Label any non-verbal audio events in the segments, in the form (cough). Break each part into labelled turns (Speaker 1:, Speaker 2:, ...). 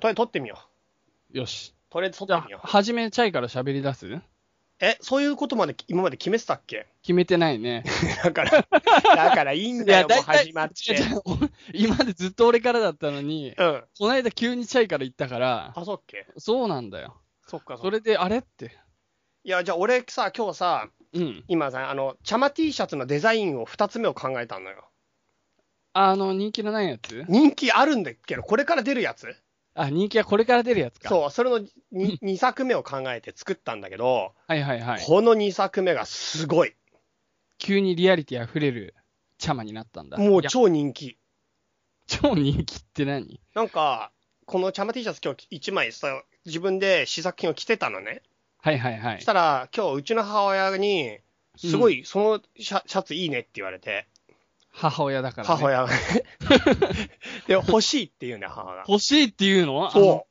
Speaker 1: とりあえず撮ってみよ
Speaker 2: よし。
Speaker 1: う。とりあえず撮って
Speaker 2: じゃあ
Speaker 1: みよ、う。
Speaker 2: 始めちゃいから喋り出す
Speaker 1: え、そういうことまで今まで決めてたっ
Speaker 2: (laughs)
Speaker 1: け
Speaker 2: 決めてないね。
Speaker 1: だから、だからいいんだよ、もう始まっ
Speaker 2: いや
Speaker 1: て。
Speaker 2: いやお (laughs) 今までずっと俺からだったのに、
Speaker 1: うん。
Speaker 2: この間急にチャイから行ったから、
Speaker 1: あ、そうっけ
Speaker 2: そうなんだよ。
Speaker 1: そっか、そ
Speaker 2: そ
Speaker 1: れ。
Speaker 2: れで、あれって。
Speaker 1: いや、じゃあ俺さ、今日さ、
Speaker 2: うん。
Speaker 1: 今さ、あの、チャマ T シャツのデザインを2つ目を考えたのよ。
Speaker 2: あの、人気のないやつ
Speaker 1: 人気あるんだけど、これから出るやつ
Speaker 2: あ、人気はこれから出るやつか。う。
Speaker 1: そう、それの 2, 作目を考えて作ったんだけど、
Speaker 2: はいはいはい。
Speaker 1: この2作目がすごい。
Speaker 2: 急にリアリティ溢れるチャマになったんだ。
Speaker 1: もう
Speaker 2: いや
Speaker 1: 超人気。
Speaker 2: 超人気って何
Speaker 1: なんか、このチャマ T シャツ今日1枚さ、自分で試作品を着てたのね。
Speaker 2: はいはいは
Speaker 1: そ
Speaker 2: い
Speaker 1: し。たら、今日うちの母親に、すごい、そのシャシャツいいねって言われて、
Speaker 2: 母親だから、ね。
Speaker 1: 母親がね。
Speaker 2: (laughs)
Speaker 1: で、欲しいって言うんだよ、母が。
Speaker 2: 欲しいっていうのあの
Speaker 1: そ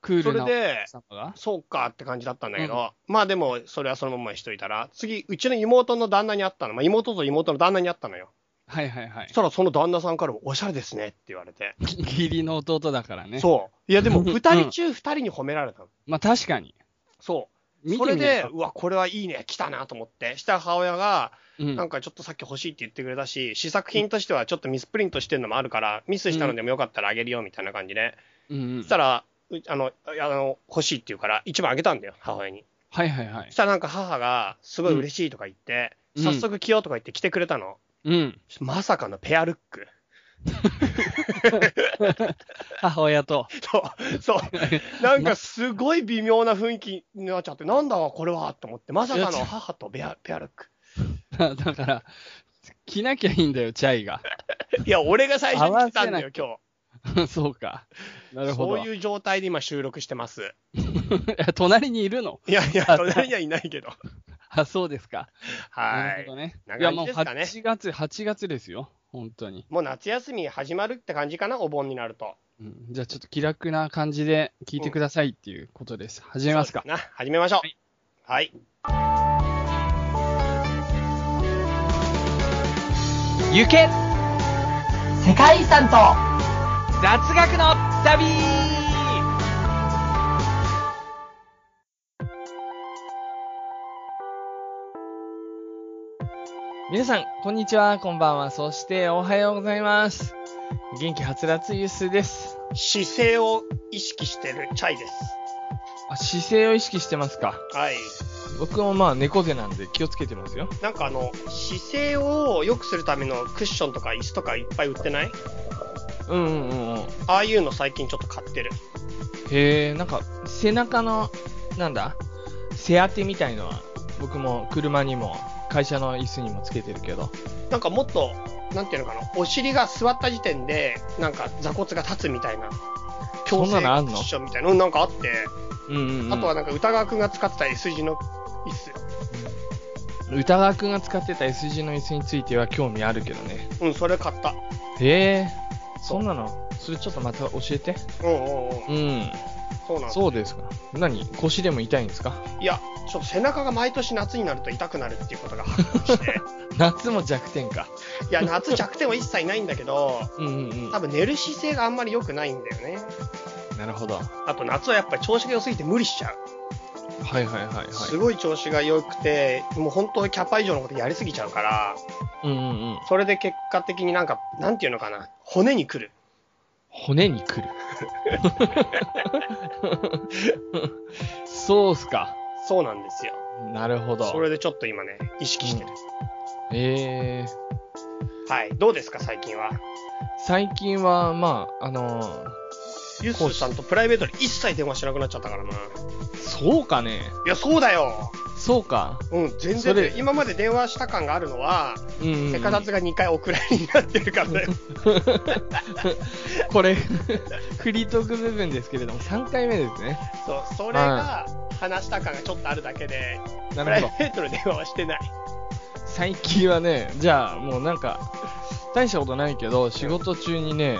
Speaker 2: ク
Speaker 1: う。
Speaker 2: ー
Speaker 1: そ
Speaker 2: ル
Speaker 1: れ
Speaker 2: なお
Speaker 1: で
Speaker 2: 客、様が。
Speaker 1: そうかって感じだったんだけど、まあでも、それはそのままにしといたら、次、うちの妹の旦那に会ったの。まあ、妹と妹の旦那に会ったのよ。
Speaker 2: はいはいは
Speaker 1: そ
Speaker 2: い
Speaker 1: し。たら、その旦那さんからも、おしゃれですねって言われて。
Speaker 2: 義理の弟だからね。
Speaker 1: そう。いや、でも、
Speaker 2: (laughs) うん
Speaker 1: 二人中二人に褒められたの。
Speaker 2: まあ確かに。
Speaker 1: そ
Speaker 2: 見
Speaker 1: う。
Speaker 2: て
Speaker 1: それ
Speaker 2: みれ
Speaker 1: で
Speaker 2: ば、
Speaker 1: うわ、これはいいね、来たなと思って。したら母親が、
Speaker 2: うん
Speaker 1: なんかちょっとさっき欲しいって言ってくれたし、試作品としてはちょっとミスプリントしてるのもあるから、ミスしたのでもよかったらあげるよみたいな感じで、
Speaker 2: うんうん
Speaker 1: そし、たら、うあの、いやあの欲しいって言うから、一番あげたんだよ、母親に。
Speaker 2: はいはいはい
Speaker 1: そし。たらなんか母が、すごい嬉しいとか言って、
Speaker 2: うん
Speaker 1: 早速着ようとか言って着てくれたの。
Speaker 2: うん。
Speaker 1: まさかのペアルック。 (laughs)
Speaker 2: 母親と。
Speaker 1: そう、そう。なんかすごい微妙な雰囲気になっちゃって、なんだこれはと思って、まさかの母と
Speaker 2: (laughs)
Speaker 1: ペアペアルック。
Speaker 2: (laughs) だから、着なきゃいいんだよ、チャイが。 (laughs)
Speaker 1: いや、俺が最初に着たんだよ、今日。
Speaker 2: そうか。なるほ
Speaker 1: そ
Speaker 2: ど。 (laughs)
Speaker 1: ういう状態で今収録してます。
Speaker 2: 隣にいるの
Speaker 1: いやいや、
Speaker 2: あ
Speaker 1: 隣にはいないけど。
Speaker 2: あ、そうですか。
Speaker 1: は
Speaker 2: なる
Speaker 1: い
Speaker 2: ほ。どね。
Speaker 1: 長い
Speaker 2: いや、もう
Speaker 1: ですかね
Speaker 2: 8月、8月ですよ。本当に。
Speaker 1: もう夏休み始まるって感じかな、お盆になると。
Speaker 2: うんじゃあちょっと気楽な感じで聞いてくださいっていうことです。始めますか。
Speaker 1: な、始めましょう。はい。
Speaker 2: 行け
Speaker 3: 世界遺産と
Speaker 2: 雑学の旅
Speaker 4: 皆さん、こんにちは、こんばんは、そしておはようございます。元気はつらつゆすです。
Speaker 1: 姿勢を意識してるチャイです。
Speaker 4: あ、姿勢を意識してますか。
Speaker 1: はい。
Speaker 4: 僕もまあ猫背なんで気をつけてますよ。
Speaker 1: なんかあの、姿勢を良くするためのクッションとか椅子とかいっぱい売ってない
Speaker 4: うんうんうんうん。
Speaker 1: ああいうの最近ちょっと買ってる。
Speaker 4: へえ、なんか背中の、なんだ、背当てみたいのは、僕も車にも会社の椅子にもつけてるけど。
Speaker 1: なんかもっと、なんていうのかな、お尻が座った時点で、なんか座骨が立つみたいな。強
Speaker 4: そん
Speaker 1: 制
Speaker 4: な
Speaker 1: ク
Speaker 4: のあんの
Speaker 1: ッションみたいなのなんかあって、
Speaker 4: うんうん、うん。
Speaker 1: あとはなんか歌川くんが使ってた S 字の椅子。
Speaker 4: 歌川くんが使ってた S 字の椅子については興味あるけどね。
Speaker 1: うん、それ買った。
Speaker 4: へえ、そんなのそれちょっとまた教えて。
Speaker 1: うんうんうん。
Speaker 4: うん。
Speaker 1: そうなんだ
Speaker 4: そうですか。何腰でも痛いんですか
Speaker 1: いや、ちょっと背中が毎年夏になると痛くなるっていうことが発覚して、
Speaker 4: (laughs) 夏も弱点か。
Speaker 1: いや、夏弱点は一切ないんだけど、
Speaker 4: うんうんうん。
Speaker 1: 多分寝る姿勢があんまり良くないんだよね。
Speaker 4: なるほど。は
Speaker 1: あと夏はやっぱり調子が良すぎて無理しちゃう。
Speaker 4: いはいはいは
Speaker 1: す
Speaker 4: い。
Speaker 1: ごい調子が良くて、もう本当にキャパ以上のことやりすぎちゃうから、
Speaker 4: うんうんうん。
Speaker 1: それで結果的になんか、なんていうのかな、骨に来る。
Speaker 4: 骨にくる。そうっすか。
Speaker 1: そうなんですよ。
Speaker 4: なるほど。
Speaker 1: それでちょっと今ね、意識してる。
Speaker 4: えー、
Speaker 1: はい。どうですか、最近は。
Speaker 4: 最近は、まあ、あのー
Speaker 1: ユッスーさんとプライベートで一切電話しなくなっちゃったからな。い
Speaker 4: そうかね。
Speaker 1: や、そうだよ。
Speaker 4: そうか。
Speaker 1: うん、全
Speaker 4: そ
Speaker 1: 然
Speaker 4: れ
Speaker 1: ね、今まで電話した感があるのは、
Speaker 4: うんうんうん、
Speaker 1: セカダツが2回お蔵入りになってるからだよ。
Speaker 4: (laughs) これ、フリートーク部分ですけれども、3回目ですね。
Speaker 1: (laughs) そう、それが話した感がちょっとあるだけで、
Speaker 4: な
Speaker 1: プ
Speaker 4: る
Speaker 1: ラ
Speaker 4: ほ
Speaker 1: イ
Speaker 4: ど。
Speaker 1: ベートの電話はしてない。
Speaker 4: 最近はね、じゃあもうなんか、大したことないけど、仕事中にね、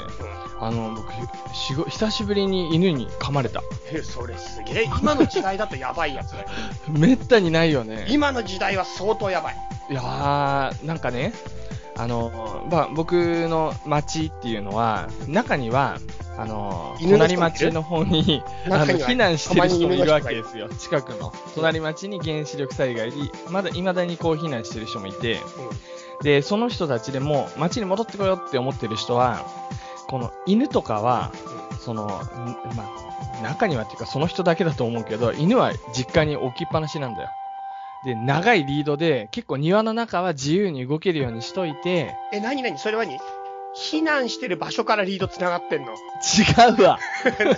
Speaker 4: あの、僕、しご久しぶりに犬に噛まれた。
Speaker 1: え、それすげえ。今の時代だとやばいやつだよ。
Speaker 4: めったにないよね。
Speaker 1: 今の時代は相当やばい。
Speaker 4: いやー、なんかね、あの、まあ、僕の街っていうのは、中には、
Speaker 2: あの、
Speaker 1: 犬の
Speaker 2: 隣
Speaker 1: 人もいる
Speaker 2: 町の方に、あ
Speaker 1: 中
Speaker 2: の、
Speaker 1: には
Speaker 2: 避難してる人もいるわ
Speaker 1: たま
Speaker 2: け
Speaker 1: に犬の人がい
Speaker 2: で
Speaker 1: る
Speaker 2: すよ。近くの。隣町に原子力災害に、まだ、未だにこう避難してる人もいて、で、その人たちでも、町に戻ってこようって思ってる人は、この犬とかは、その、んまあ、中にはっていうか、その人だけだと思うけど、犬は実家に置きっぱなしなんだよ。で、長いリードで、結構庭の中は自由に動けるようにしといて、
Speaker 1: え、なになにそれはに避難してる場所からリード繋がってんの
Speaker 2: 違うわ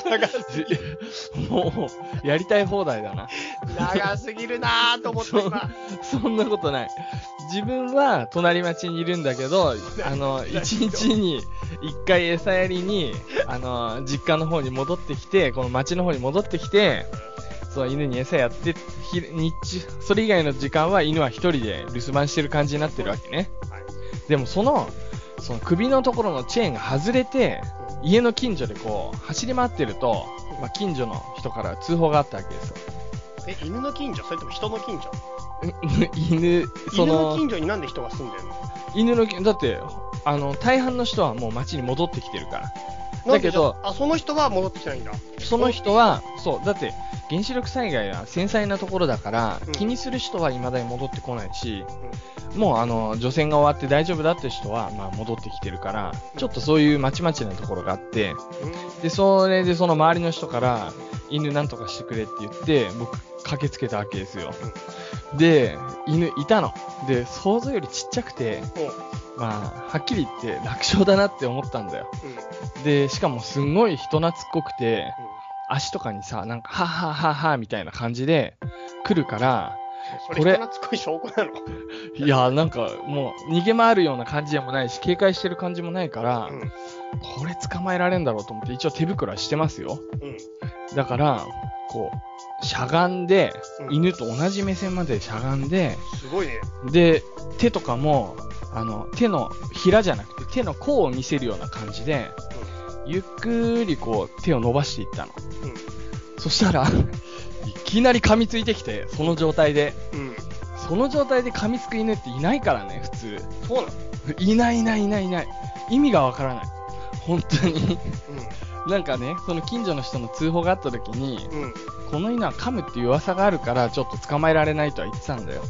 Speaker 1: 長す
Speaker 2: もう、やりたい放題だな。
Speaker 1: 長すぎるなぁと思って今。
Speaker 2: (laughs) そんなことない。自分は隣町にいるんだけど、あの、一日に一回餌やりに、あの、実家の方に戻ってきて、この町の方に戻ってきて、そう、犬に餌やって、ひ日中、それ以外の時間は犬は一人で留守番してる感じになってるわけね。でもその、その首のところのチェーンが外れて、家の近所でこう、走り回ってると、まあ、近所の人から通報があったわけですよ。
Speaker 1: え、犬の近所それとも人の近所
Speaker 2: 犬、そ
Speaker 1: 犬の
Speaker 2: の、
Speaker 1: 近所になんで人が住んでんの
Speaker 2: 犬の毛だってあの大半の人はもう町に戻ってきてるからだけど
Speaker 1: なんでじゃあ、あその人は戻ってきてないんだ。
Speaker 2: その人はそうだって原子力災害は繊細なところだから、
Speaker 1: うん
Speaker 2: 気にする人は未だに戻ってこないし、もうあの除染が終わって大丈夫だって人は、まあ、戻ってきてるからちょっとそういうまちまちなところがあって
Speaker 1: うん
Speaker 2: でそれでその周りの人から犬なんとかしてくれって言って僕駆けつけたわけですよ、で犬いたので想像よりちっちゃくて
Speaker 1: おう
Speaker 2: まあ、はっきり言って楽勝だなって思ったんだよ。
Speaker 1: うんうん
Speaker 2: で、しかもすんごい人懐っこくて、足とかにさ、なんか、はっはっはっはみたいな感じで来るから、
Speaker 1: そ
Speaker 2: これ
Speaker 1: れ人懐っこい証拠なの
Speaker 2: いや、なんかもう逃げ回るような感じでもないし、警戒してる感じもないから、
Speaker 1: うん
Speaker 2: これ捕まえられんだろうと思って、一応手袋はしてますよ。
Speaker 1: うん
Speaker 2: だから、こう、しゃがんで、
Speaker 1: うん
Speaker 2: 犬と同じ目線までしゃがんで、
Speaker 1: すごいね。
Speaker 2: で、手とかも、あの、手のひらじゃなくて、手の甲を見せるような感じで、ゆっくりこう、手を伸ばしていったの。
Speaker 1: うん
Speaker 2: そしたら、いきなり噛みついてきて、その状態で。
Speaker 1: うん。
Speaker 2: その状態で噛みつく犬っていないからね、普通。
Speaker 1: そうなの
Speaker 2: いないいないいないいない。意味がわからない。本当に。
Speaker 1: う
Speaker 2: なんかね、その近所の人の通報があった時に、
Speaker 1: ん。うん。
Speaker 2: この犬は噛むっていう噂があるから、ちょっと捕まえられないとは言ってたんだよ。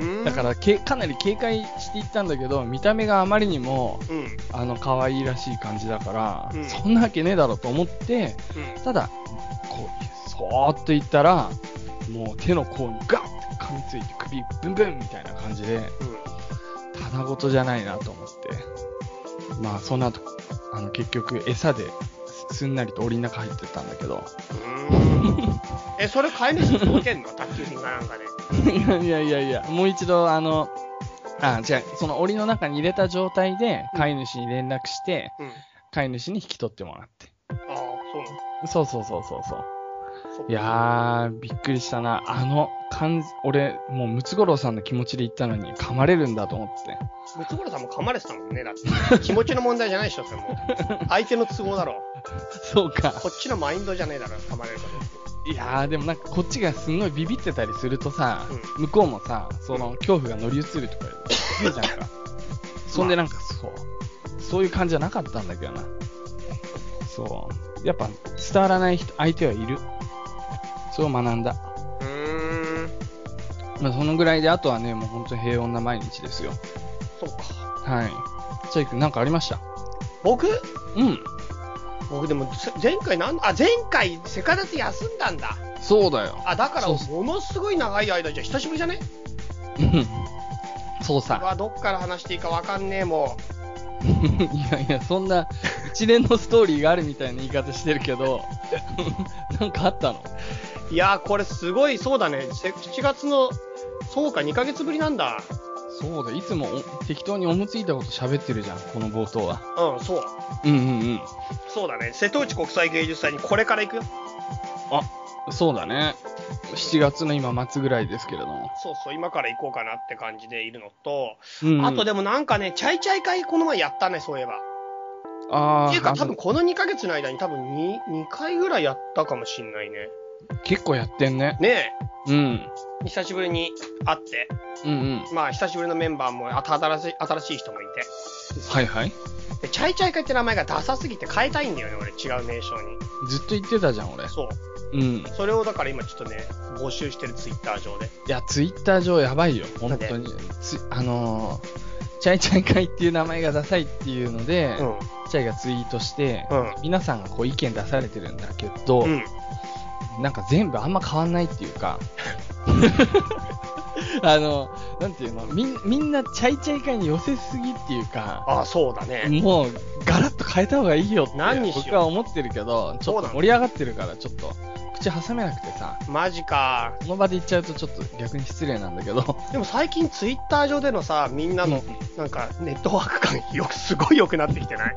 Speaker 1: うん
Speaker 2: だか、らけ、かなり警戒していったんだけど、見た目があまりにも、
Speaker 1: うん、うん、
Speaker 2: あの、可愛いらしい感じだから、
Speaker 1: うん
Speaker 2: そんなわけねえだろうと思って、ただ、こう、そーっと行ったら、もう手の甲にガッて噛みついて首ブンブンみたいな感じで、ただごとじゃないなと思って。まあ、その後、あの、結局餌ですんなりと檻の中入ってったんだけど。
Speaker 1: うん、うん。え、それ飼い主に届けんの宅急便かなんかで。
Speaker 2: いやいやいやいや、もう一度あの、あ、違う、その檻の中に入れた状態で、飼い主に連絡して、
Speaker 1: うん。
Speaker 2: 飼い主に引き取ってもらって。
Speaker 1: ああ、そうなの
Speaker 2: そうそうそうそうそう。
Speaker 1: そっか
Speaker 2: いやー、びっくりしたな。あの、かん俺、もうムツゴロウさんの気持ちで行ったのに噛まれるんだと思って。
Speaker 1: ムツゴロウさんも噛まれてたもんね、だって。気持ちの問題じゃないでしょ、それもう。相手の都合だろ。
Speaker 2: そうか。
Speaker 1: こっちのマインドじゃねえだろ、噛まれるか
Speaker 2: いやー、でもなんかこっちがすんごいビビってたりするとさ、
Speaker 1: う
Speaker 2: 向こうもさ、その恐怖が乗り移るとか言うじゃん (laughs) か。そんでなんかそう、そういう感じじゃなかったんだけどな。そう。やっぱ伝わらない人相手はいる。それを学んだ。
Speaker 1: ら。うーん、
Speaker 2: まあ、そのぐらいで、あとはね、もう本当に平穏な毎日ですよ。
Speaker 1: そうか。
Speaker 2: はい。チェイ君、なんかありました
Speaker 1: 僕
Speaker 2: うん。
Speaker 1: 僕でも、せ前回なん、あ、前回、セカダツ休んだんだ。
Speaker 2: そうだよ。
Speaker 1: あ、だから、
Speaker 2: そうそ
Speaker 1: ものすごい長い間じゃ、久しぶりじゃね
Speaker 2: うんそう
Speaker 1: う
Speaker 2: さ。
Speaker 1: わ、どっから話していいかわかんねえ、もう。
Speaker 2: いやいや、そんな、一連のストーリーがあるみたいな言い方してるけど、 (laughs) なんかあったの
Speaker 1: いやー、これすごい、そうだね。せ7月の、そうか、2ヶ月ぶりなんだ。
Speaker 2: そうだ、いつもお適当におむついたこと喋ってるじゃん、この冒頭は。
Speaker 1: うん、そう。
Speaker 2: うんうん
Speaker 1: そうだね。瀬戸内国際芸術祭にこれから行くよ。
Speaker 2: うん。そうだね。7月の今末ぐらいですけれども。
Speaker 1: そうそう、今から行こうかなって感じでいるのと、
Speaker 2: うんうん
Speaker 1: あとでもなんかね、チャイチャイ会この前やったね、そういえば。
Speaker 2: あー
Speaker 1: っていうか、
Speaker 2: あ
Speaker 1: 多分この2ヶ月の間に多分 2, 2回ぐらいやったかもしんないね。
Speaker 2: 結構やってんね。
Speaker 1: ね
Speaker 2: うん。
Speaker 1: え、久しぶりに会って、
Speaker 2: うんうん。
Speaker 1: まあ久しぶりのメンバーも、あと新しい新しい人もいて、
Speaker 2: はいはい。
Speaker 1: でチャイチャイ会って名前がダサすぎて変えたいんだよね、俺、違う名称に。
Speaker 2: ずっと言ってたじゃん、俺。
Speaker 1: そう。
Speaker 2: うん。
Speaker 1: それをだから今ちょっとね、募集してるツイッター上で。
Speaker 2: いや、ツイッター上やばいよ、本当に。つあのー、チャイチャイ会っていう名前がダサいっていうので、
Speaker 1: うん。
Speaker 2: チャイがツイートして、
Speaker 1: うん
Speaker 2: 皆さんがこう意見出されてるんだけど、
Speaker 1: うん。
Speaker 2: なんか全部あんま変わんないっていうか、 (laughs) あの、なんていうの、みんみんなチャイチャイ会に寄せすぎっていうか、
Speaker 1: ああ、そうだね。
Speaker 2: もうガラッと変えた方がいいよって
Speaker 1: 何にしよう
Speaker 2: 僕は思ってるけど、ちょっと盛り上がってるから、ちょっと口挟めなくてさ、
Speaker 1: マジか。
Speaker 2: この場で言っちゃうとちょっと逆に失礼なんだけど、
Speaker 1: でも最近ツイッター上でのさ、みんなのなんかネットワーク感よく、すごい良くなってきてない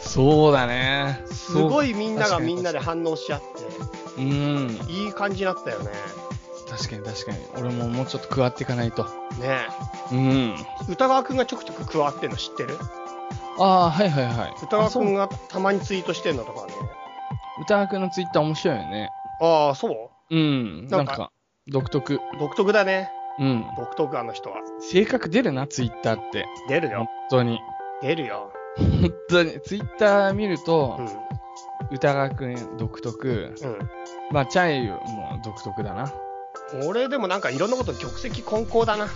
Speaker 2: そうだね。
Speaker 1: すごいみんな
Speaker 2: 確
Speaker 1: が
Speaker 2: かに
Speaker 1: みんなで反応し合っ
Speaker 2: うん。
Speaker 1: て、いい感じになったよね。
Speaker 2: 確かに確かに。俺ももうちょっと加わっていかないと。
Speaker 1: ね
Speaker 2: うん。
Speaker 1: え。歌川くんがちょくちょく加わってんの知ってる
Speaker 2: ああ、はいはいはい。
Speaker 1: 歌川
Speaker 2: あそ
Speaker 1: く
Speaker 2: うん
Speaker 1: がたまにツイートしてんのとかね。
Speaker 2: 歌川くんのツイッター面白いよね。
Speaker 1: ああ、そう
Speaker 2: うん。
Speaker 1: な
Speaker 2: なんん
Speaker 1: か
Speaker 2: か、独特。
Speaker 1: 独特だね。
Speaker 2: うん。
Speaker 1: 独特あの人は。
Speaker 2: 性格出るな、ツイッターって。
Speaker 1: 出る
Speaker 2: 本
Speaker 1: よ。
Speaker 2: 当に。
Speaker 1: 出るよ。
Speaker 2: 本当に。ツイッター見ると
Speaker 1: うん。、
Speaker 2: 歌川くん独特。まあ、チャイも独特だな。
Speaker 1: うん。俺でもなんかいろんなこと玉石混交だな。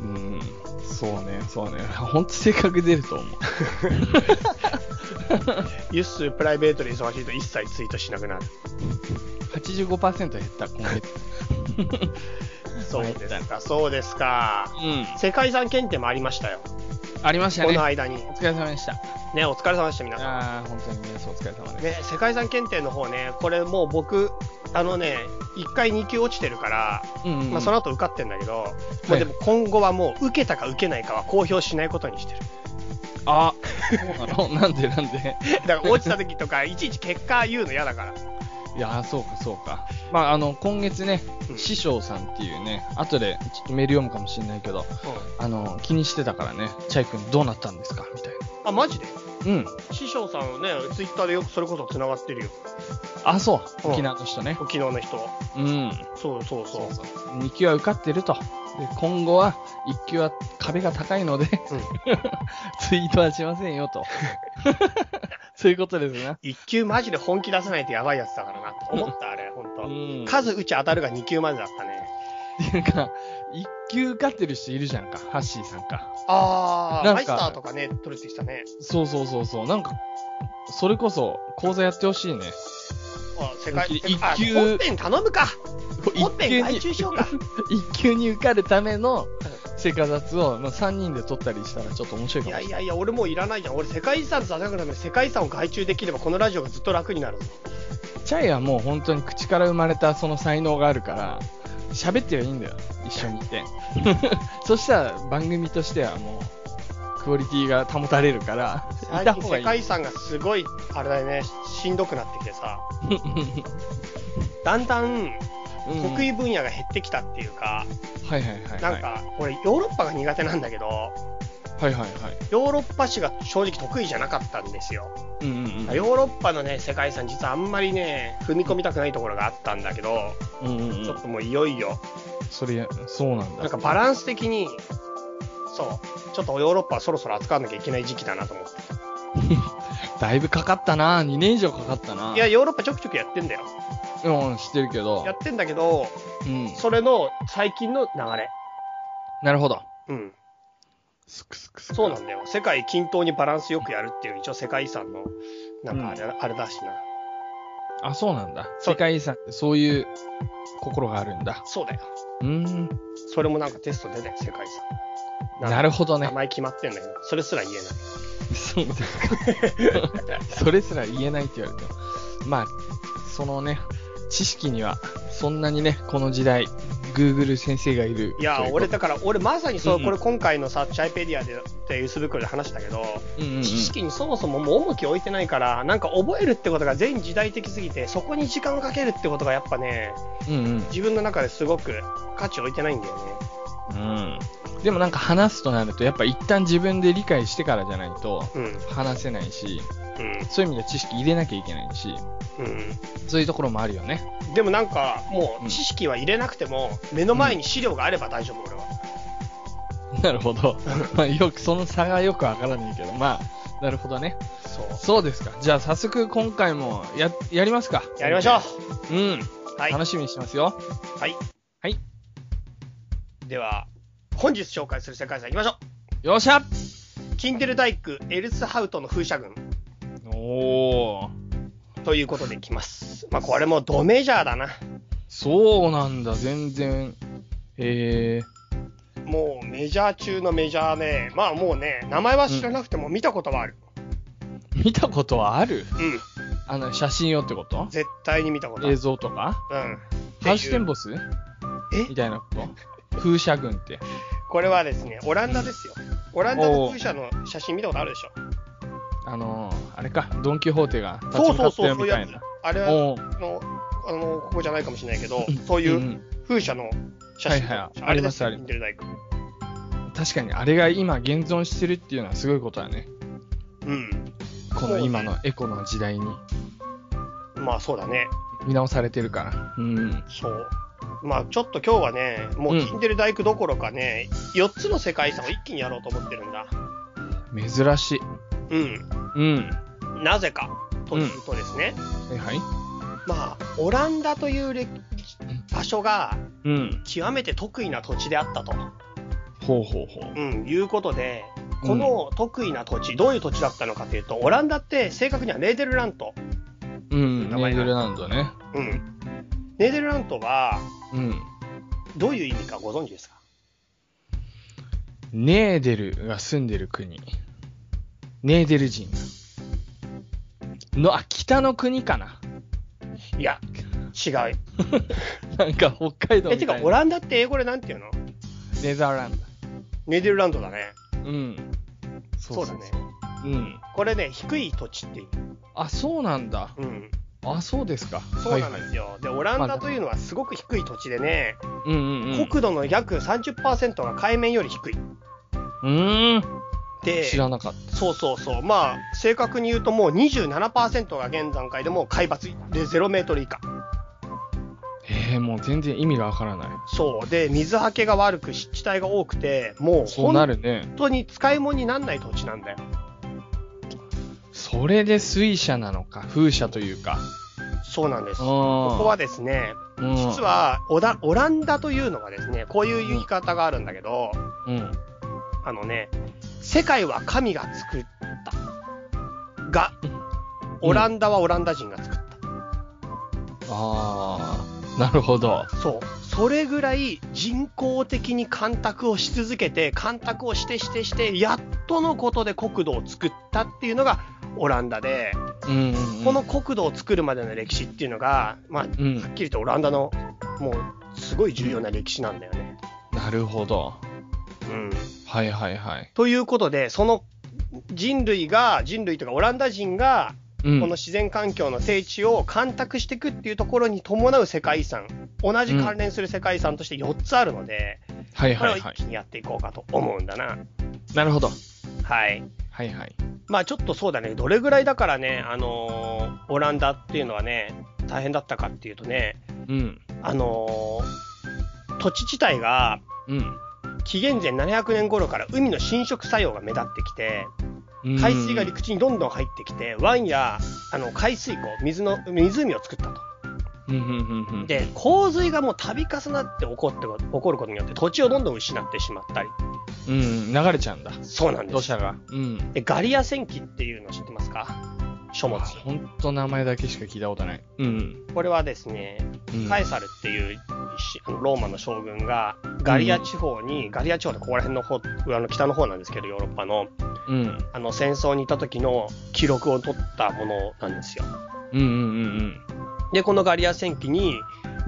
Speaker 2: うん。そうね、そうね。本当性格出ると思う。 (laughs)
Speaker 1: ユッスープライベートで忙しいと一切ツイートしなくなる。
Speaker 2: 85%減った、今月。
Speaker 1: そうですか、そうですか。
Speaker 2: (laughs) うん。
Speaker 1: 世界遺産検定もありましたよ。
Speaker 2: ありました
Speaker 1: こ
Speaker 2: ね
Speaker 1: の。間に。
Speaker 2: お疲れ様でした。
Speaker 1: ね、お疲れ様でした、皆さん。
Speaker 2: ああ、本当に皆さんお疲れ様です。
Speaker 1: ね、世界遺産検定の方ね、これもう僕、あのね、1回、2級落ちてるから、
Speaker 2: うん、うん。
Speaker 1: まあ、その後受かってんだけど、
Speaker 2: い
Speaker 1: もうでも今後はもう受けたか受けないかは公表しないことにしてる。
Speaker 2: あ、 (laughs) そうなのなんでなんで
Speaker 1: だから落ちた時とか、いちいち結果言うの嫌だから。
Speaker 2: いやー、そうか、そうか。まあ、あの、今月ね、
Speaker 1: うん
Speaker 2: 師匠さんっていうね、後でちょっとメール読むかもしれないけど、あの、気にしてたからね、チャイ君どうなったんですかみたい
Speaker 1: あ、マジで
Speaker 2: な。うん。
Speaker 1: 師匠さんね、ツイッターでよくそれこそ繋がってるよ。
Speaker 2: あ、そうう。
Speaker 1: ん
Speaker 2: 沖縄の人ね。
Speaker 1: 沖縄の人。
Speaker 2: うん。
Speaker 1: そうそうそう。
Speaker 2: そう。2級は受かってると。で、今後は1級は壁が高いので、
Speaker 1: うん
Speaker 2: (laughs) ツイートはしませんよ
Speaker 1: (laughs)
Speaker 2: と。 (laughs) そういうことですね。
Speaker 1: 1級マジで本気出さないとやばいやつだからなって思った、あれ、ほんと。
Speaker 2: うん
Speaker 1: 数打ち当たるが2級までだったね。
Speaker 2: っていうか、一級受かってる人いるじゃんか、ハッシーさんか。
Speaker 1: あー、
Speaker 2: なんか
Speaker 1: マイスターとかね、取れてきたね。
Speaker 2: そうそうそうそう、なんか、それこそ、講座やってほしいね。
Speaker 1: あ世界
Speaker 2: 一級
Speaker 1: あ本編頼むか本
Speaker 2: 一級
Speaker 1: 編
Speaker 2: に
Speaker 1: 外、注しようか
Speaker 2: 一級に (laughs) 受かるための、セカザツを、まあ、3人で撮ったりしたらちょっと面白い
Speaker 1: い
Speaker 2: かも
Speaker 1: や
Speaker 2: し
Speaker 1: い
Speaker 2: れない。
Speaker 1: やいや俺もういらないじゃん俺世界遺産と戦うために世界遺産を外注できればこのラジオがずっと楽になるぞ
Speaker 2: チャイはもう本当に口から生まれたその才能があるから、喋ってはいいんだよ、一緒にいて。 (laughs) そしたら番組としてはもう、クオリティが保たれるから、い
Speaker 1: 最
Speaker 2: た方
Speaker 1: 近
Speaker 2: が
Speaker 1: 世界
Speaker 2: いい。
Speaker 1: 遺産がすごいあれだよねしんどくなってきてさだんだん得意
Speaker 2: うん
Speaker 1: 分野が減ってきたっていうか、
Speaker 2: はいはいはいはい。
Speaker 1: なんか俺ヨーロッパが苦手なんだけど
Speaker 2: はいはいはい。
Speaker 1: ヨーロッパ史が正直得意じゃなかったんですよ
Speaker 2: うんうんうん。
Speaker 1: ヨーロッパのね世界遺産実はあんまりね踏み込みたくないところがあったんだけど
Speaker 2: うんうんうん
Speaker 1: ちょっともういよいよ
Speaker 2: それ、そうなんだ。
Speaker 1: なんかバランス的に、そう、ちょっとヨーロッパはそろそろ扱わなきゃいけない時期だなと思って。
Speaker 2: だいぶかかったな、2年以上かかったな。
Speaker 1: いや、、ヨーロッパちょくちょくやってんだよ。
Speaker 2: うん、知ってるけど
Speaker 1: や。ってんだけど、
Speaker 2: うん。
Speaker 1: それの最近の流れ。
Speaker 2: なるほど。
Speaker 1: うん。
Speaker 2: すくすくすく
Speaker 1: そうなんだよ。世界均等にバランスよくやるっていう、一応世界遺産の、なんかあれ,、あれだしな。
Speaker 2: あ、そうなんだ。
Speaker 1: そう
Speaker 2: 世界遺産ってそういう心があるんだ。
Speaker 1: そうだよ。
Speaker 2: うーん。
Speaker 1: それもなんかテスト出たよ、世界遺産。
Speaker 2: なるほど
Speaker 1: 名
Speaker 2: ね。
Speaker 1: 前決まってんだけど、それすら言えない。
Speaker 2: そうですか。 (laughs) それすら言えないって言われても。まあ、そのね、知識には、そんなにね、この時代、Google 先生がいる。
Speaker 1: いや
Speaker 2: とう、こと
Speaker 1: 俺、だから、俺まさにそう、
Speaker 2: うん
Speaker 1: これ今回のさ、チャイペディアで、っていうスブクロで話したけど、
Speaker 2: うんうんうん
Speaker 1: 知識にそもそももう重きを置いてないから、なんか覚えるってことが全時代的すぎて、そこに時間をかけるってことがやっぱね、
Speaker 2: うんうん。
Speaker 1: 自分の中ですごく価値を置いてないんだよね。
Speaker 2: うん。でもなんか話すとなると、やっぱ一旦自分で理解してからじゃないと、
Speaker 1: うん、
Speaker 2: 話せないし、そういう意味では知識入れなきゃいけないし、
Speaker 1: うん、
Speaker 2: そういうところもあるよね。 (laughs)
Speaker 1: うん。でもなんか、も
Speaker 2: う
Speaker 1: うん知識は入れなくても、目の前に資料があれば大丈夫、俺は。
Speaker 2: なるほど。まあ、よく、その差がよくわからないけど、まあ、なるほどね。
Speaker 1: そう。
Speaker 2: そうですか。じゃあ早速今回もや、やりますか。
Speaker 1: やりましょ
Speaker 2: う。うん。
Speaker 1: う。はい。
Speaker 2: 楽しみにしてますよ。
Speaker 1: はい。
Speaker 2: はい。
Speaker 1: では、本日紹介する世界遺産いきましょ
Speaker 2: よっしゃ
Speaker 1: う。キンデルダイク、エルスハウトの風車群
Speaker 2: おー。
Speaker 1: ということでいきます。まあ、これもドメジャーだな。
Speaker 2: そうなんだ、全然。え
Speaker 1: もうメジャー中のメジャーね。まあもうね、名前は知らなくても見たことはある。
Speaker 2: ー、見たことはある
Speaker 1: うん。
Speaker 2: あの、写真をってこと
Speaker 1: 絶対に見たことあ
Speaker 2: 映
Speaker 1: る。
Speaker 2: 像とか
Speaker 1: うん。
Speaker 2: ハウステンボス
Speaker 1: え
Speaker 2: みたいなこと風車群って。
Speaker 1: これはですね、オランダですよ。オランダの風車の写真見たことあるでしょ。
Speaker 2: あのー、あれか、ドン・キホーテが立ち
Speaker 1: そう
Speaker 2: 向か
Speaker 1: そう
Speaker 2: った
Speaker 1: そう、
Speaker 2: よ
Speaker 1: そうい
Speaker 2: み
Speaker 1: う
Speaker 2: た
Speaker 1: や
Speaker 2: い
Speaker 1: つ
Speaker 2: な。。
Speaker 1: あれは
Speaker 2: お
Speaker 1: あの、あの、ここじゃないかもしれないけど、そう
Speaker 2: う
Speaker 1: い
Speaker 2: んう。
Speaker 1: うん風車の写真。
Speaker 2: はいはい
Speaker 1: あれですよ
Speaker 2: ありますあります
Speaker 1: インテル大工。
Speaker 2: 確かに、あれが今現存してるっていうのはすごいことだね。
Speaker 1: うん。
Speaker 2: この今のエコの時代に
Speaker 1: まあそうだね。
Speaker 2: 見直されてるから。うん。
Speaker 1: そう。まあちょっと今日はね、もう
Speaker 2: うん
Speaker 1: キンデル大工どころかね、4つの世界遺産を一気にやろうと思ってるんだ。
Speaker 2: 珍しい。
Speaker 1: うん。
Speaker 2: うん。
Speaker 1: なぜかというとですね、
Speaker 2: はいはい。
Speaker 1: まあオランダという歴場所が
Speaker 2: うん。
Speaker 1: 極めて得意な土地であったと、
Speaker 2: ほうほうほう。
Speaker 1: うん、いうことで、この得意な土地、どういう土地だったのかというと、オランダって正確にはネーデルラント。
Speaker 2: うん。
Speaker 1: 名
Speaker 2: ネ
Speaker 1: 前
Speaker 2: イ
Speaker 1: が
Speaker 2: ルランドね。
Speaker 1: うん、ネーデルラントは
Speaker 2: うん。
Speaker 1: どういう意味かご存知ですか
Speaker 2: ネーデルが住んでる国。ネーデル人の、あ、北の国かな。
Speaker 1: いや、違う。
Speaker 2: なんか北海道
Speaker 1: え、
Speaker 2: みた
Speaker 1: て
Speaker 2: いな。
Speaker 1: か、オランダって英語でなんていうの
Speaker 2: ネザーラン
Speaker 1: ネーデルランドだね。
Speaker 2: ド。うん。
Speaker 1: そうだね。。
Speaker 2: うん。
Speaker 1: これね、低い土地っていう。
Speaker 2: あ、そうなんだ。
Speaker 1: うん。
Speaker 2: あ、そうですか。
Speaker 1: そうなんで
Speaker 2: はい
Speaker 1: すよ。で、オランダというのはすごく低い土地でね、
Speaker 2: はい、うんうんうん。
Speaker 1: 国土の約30%が海面より低い。
Speaker 2: うーん。
Speaker 1: で、
Speaker 2: 知らなかっ
Speaker 1: そうそうそう、まあ、正確に言うと、もう27%が現段階でもう海抜で0メートル以下、
Speaker 2: た。えー、もう全然意味がわからない。
Speaker 1: そう、で、水はけが悪く、湿地帯が多くて、もう
Speaker 2: そうな
Speaker 1: 本
Speaker 2: るね。
Speaker 1: 当に使い物にならない土地なんだよ。
Speaker 2: それで水車なのか、風車というか。
Speaker 1: そうなんです。こ
Speaker 2: こ
Speaker 1: こは、ですね、
Speaker 2: うん、
Speaker 1: 実、はオラオランダというのはですね、こういう言い方があるんだけど、
Speaker 2: うん。
Speaker 1: あのね、世界は神が作った。が、オランダはオランダ人が作った。
Speaker 2: ああ、なるほど。
Speaker 1: そう、それぐらい人工的に干拓をし続けて、干拓をしてしてして、やっとのことで国土を作ったっていうのがオランダで、
Speaker 2: うんうんうん
Speaker 1: この、国土を作るまでの歴史っていうのが、まあ、はっ
Speaker 2: うん、
Speaker 1: きりとオランダのもうすごい重要な歴史なんだよね。
Speaker 2: なるほど。
Speaker 1: うん、
Speaker 2: はいはいはい。
Speaker 1: ということで、その人類が、人類とかオランダ人が、
Speaker 2: うん、
Speaker 1: この自然環境の聖地を干拓していくっていうところに伴う世界遺産、同じ関連する世界遺産として4つあるので、
Speaker 2: はい
Speaker 1: これ
Speaker 2: は
Speaker 1: を
Speaker 2: いは
Speaker 1: 一
Speaker 2: い。
Speaker 1: 気にやっていこうかと思うんだな。
Speaker 2: なるほど。
Speaker 1: はい。
Speaker 2: はいはい。
Speaker 1: まあちょっとそうだね、どれぐらいだからね、あのーオランダっていうのはね、大変だったかっていうとね、
Speaker 2: うん。
Speaker 1: あのー土地自体が
Speaker 2: うん。
Speaker 1: 紀元前700年頃から海の侵食作用が目立ってきて、海水が陸地にどんどん入ってきて、湾やあの海水湖、水の湖を作ったと。
Speaker 2: うんうんうんうん。
Speaker 1: で、洪水がもう度重なって起こってこ起こることによって土地をどんどん失ってしまったり。
Speaker 2: うん、流れちゃうんだ。
Speaker 1: そうなんで
Speaker 2: 土
Speaker 1: す。
Speaker 2: 砂が。うん。
Speaker 1: でガリア戦記っていうの知ってますか書物
Speaker 2: あ。ほんと名前だけしか聞いたことない。うん。
Speaker 1: これはですね、
Speaker 2: うん
Speaker 1: カエサルっていうしローマの将軍がガリア地方に、ガリア地方ってここら辺の方あの北の方なんですけどヨーロッパの
Speaker 2: うん。
Speaker 1: あの戦争に行った時の記録を取ったものなんですよ
Speaker 2: うんうんうんうん。
Speaker 1: でこのガリア戦記に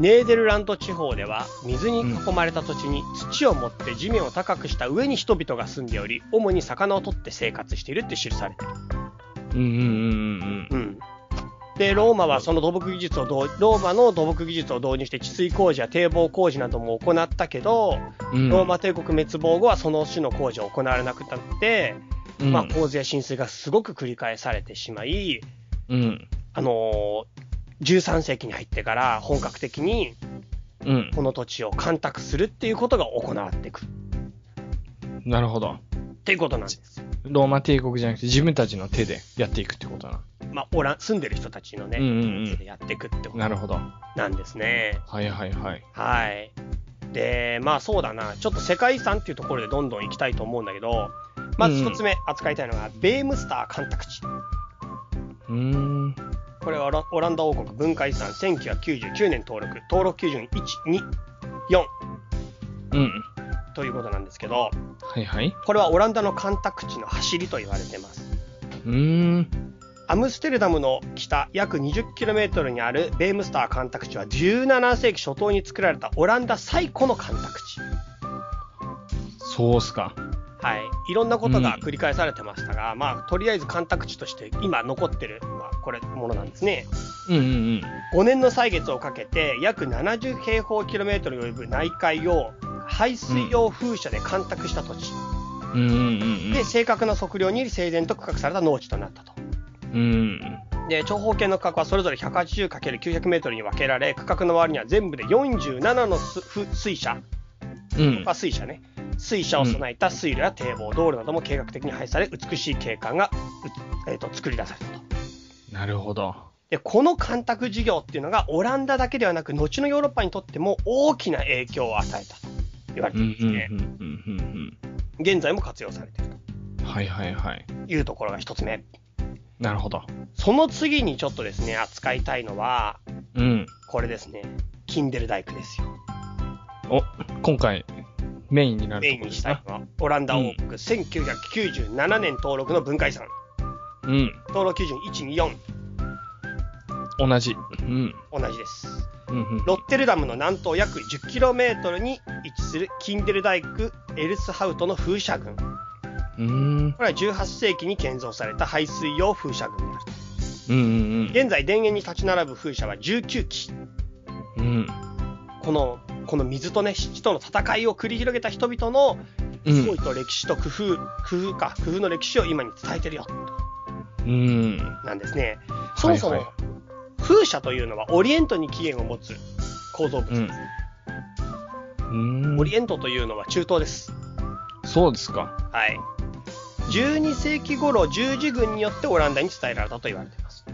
Speaker 1: ネーデルランド地方では水に囲まれた土地に土を盛って地面を高くした上に人々が住んでおり主に魚を取って生活しているって記されてる、
Speaker 2: うんうんうん
Speaker 1: うん、でローマはその土木技術をどうローマの土木技術を導入して治水工事や堤防工事なども行ったけど
Speaker 2: うんうん。
Speaker 1: ローマ帝国滅亡後はその種の工事は行われなくなって、
Speaker 2: うん、
Speaker 1: まあ、洪水や浸水がすごく繰り返されてしまい、
Speaker 2: うん。
Speaker 1: あのー13世紀に入ってから本格的に
Speaker 2: うん。
Speaker 1: この土地を干拓するっていうことが行われていくっ
Speaker 2: なるほど。
Speaker 1: ていうことなんです。
Speaker 2: ローマ帝国じゃなくて自分たちの手でやっていくってことな。
Speaker 1: まあ、オラン住んでる人たちのね、
Speaker 2: うんうんうん
Speaker 1: 手でやっていくってこと
Speaker 2: なるほど。
Speaker 1: なんですね。
Speaker 2: はいはいはい。
Speaker 1: はい。で、まあそうだな、ちょっと世界遺産っていうところでどんどん行きたいと思うんだけど、まず一つ目扱いたいのが、ベームスター干拓地。
Speaker 2: うーん。
Speaker 1: これはオラオランダ王国文化遺産1999年登録、登録基準1、2、4
Speaker 2: うん。
Speaker 1: ということなんですけど、
Speaker 2: はいはい。
Speaker 1: これはオランダの干拓地の走りと言われてます。
Speaker 2: うーん。
Speaker 1: アムステルダムの北約 20km にあるベームスター干拓地は17世紀初頭に作られたオランダ最古の干拓地。
Speaker 2: そうっすか。
Speaker 1: はい、いろんなことが繰り返されてましたが、まあ、とりあえず干拓地として今残ってる、まあ、これものなんですね
Speaker 2: うんうん
Speaker 1: 5年の歳月をかけて約70平方キロメートルに及ぶ内海を排水用風車で干拓した土地、
Speaker 2: うん。うんうんうん
Speaker 1: で正確な測量により整然と区画された農地となったと
Speaker 2: うん。うん。
Speaker 1: で長方形の区画はそれぞれ 180×900 メートルに分けられ区画の周りには全部で47のすふ水車
Speaker 2: うん
Speaker 1: まあ、水車ね水車を備えた水路や堤防道路なども計画的に配置され美しい景観が、うえーと作り出されたと
Speaker 2: なるほど。
Speaker 1: でこの干拓事業っていうのがオランダだけではなく後のヨーロッパにとっても大きな影響を与えたと言われ
Speaker 2: う
Speaker 1: てい
Speaker 2: ん
Speaker 1: ます
Speaker 2: うんうん
Speaker 1: ね、
Speaker 2: うん
Speaker 1: 現在も活用されている
Speaker 2: うん。はいはいはい。
Speaker 1: というところが1つ目
Speaker 2: なるほど。
Speaker 1: その次にちょっとですね扱いたいのは
Speaker 2: うん。
Speaker 1: これですねキンデルダイクですよ
Speaker 2: お、今回、メインになる
Speaker 1: メ
Speaker 2: と
Speaker 1: イン
Speaker 2: こ
Speaker 1: に
Speaker 2: ろで
Speaker 1: し
Speaker 2: す
Speaker 1: たい
Speaker 2: ね。
Speaker 1: のはオランダ王国1997年登録の文化遺産
Speaker 2: うん。
Speaker 1: 登録基準124
Speaker 2: 同じ。うん。
Speaker 1: 同じです
Speaker 2: うんうん。
Speaker 1: ロッテルダムの南東約 10km に位置するキンデルダイク・エルスハウトの風車群。こ
Speaker 2: うーん。
Speaker 1: れは18世紀に建造された排水用風車群である。
Speaker 2: うんうん
Speaker 1: 現在、田園に立ち並ぶ風車は19基。
Speaker 2: うん。うん。
Speaker 1: この、この水とね、湿地との戦いを繰り広げた人々の
Speaker 2: うん
Speaker 1: 創意と歴史と工夫、工夫か、工夫の歴史を今に伝えてるよ、
Speaker 2: うん。
Speaker 1: なんですね。そもそ
Speaker 2: はい
Speaker 1: も
Speaker 2: は、
Speaker 1: 風車というのはオリエントに起源を持つ構造
Speaker 2: い
Speaker 1: 物。
Speaker 2: うん。うん
Speaker 1: オリエントというのは中東です。
Speaker 2: そうですか。
Speaker 1: はい。12世紀頃、十字軍によってオランダに伝えられたと言われています。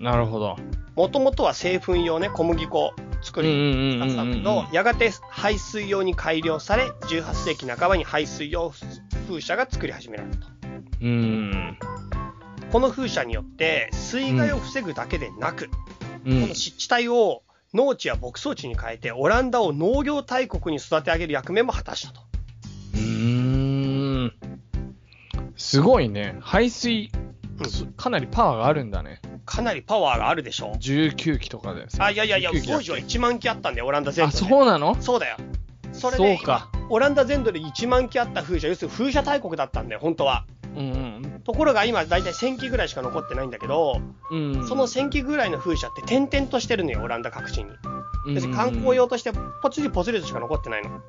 Speaker 2: なるほど。
Speaker 1: もともとは製粉用ね、小麦粉を作
Speaker 2: うん
Speaker 1: る
Speaker 2: うん
Speaker 1: だ
Speaker 2: う
Speaker 1: っ
Speaker 2: ん
Speaker 1: たんだ
Speaker 2: う
Speaker 1: け
Speaker 2: ん
Speaker 1: ど、やがて排水用に改良され、18世紀半ばに排水用風車が作り始められたと。
Speaker 2: うん。
Speaker 1: この風車によって、水害を防ぐだけでなく、
Speaker 2: う
Speaker 1: こ
Speaker 2: ん
Speaker 1: の。湿地帯を農地や牧草地に変えて、オランダを農業大国に育て上げる役目も果たしたと。
Speaker 2: うーんすごいね。排水
Speaker 1: うん、
Speaker 2: そかなりパワーがあるんだね。
Speaker 1: かなりパワーがあるでしょう。
Speaker 2: 19機とかです。
Speaker 1: あ、いやいやいや、
Speaker 2: 19機だ
Speaker 1: 当時は1万基あったんだよ、オランダ全
Speaker 2: あ、
Speaker 1: 土で。
Speaker 2: そうなの
Speaker 1: そうだよ。それで
Speaker 2: そうか
Speaker 1: 今オランダ全土で1万機あった風車、要するに風車大国だったんだよ、本当は。
Speaker 2: うん
Speaker 1: ところが今、大体1000機ぐらいしか残ってないんだけど、
Speaker 2: うん。うん。
Speaker 1: その1000機ぐらいの風車って点々としてるのよ、オランダ各地に。別に観光
Speaker 2: 用。
Speaker 1: 用としてポツリポツリとしか残ってないの。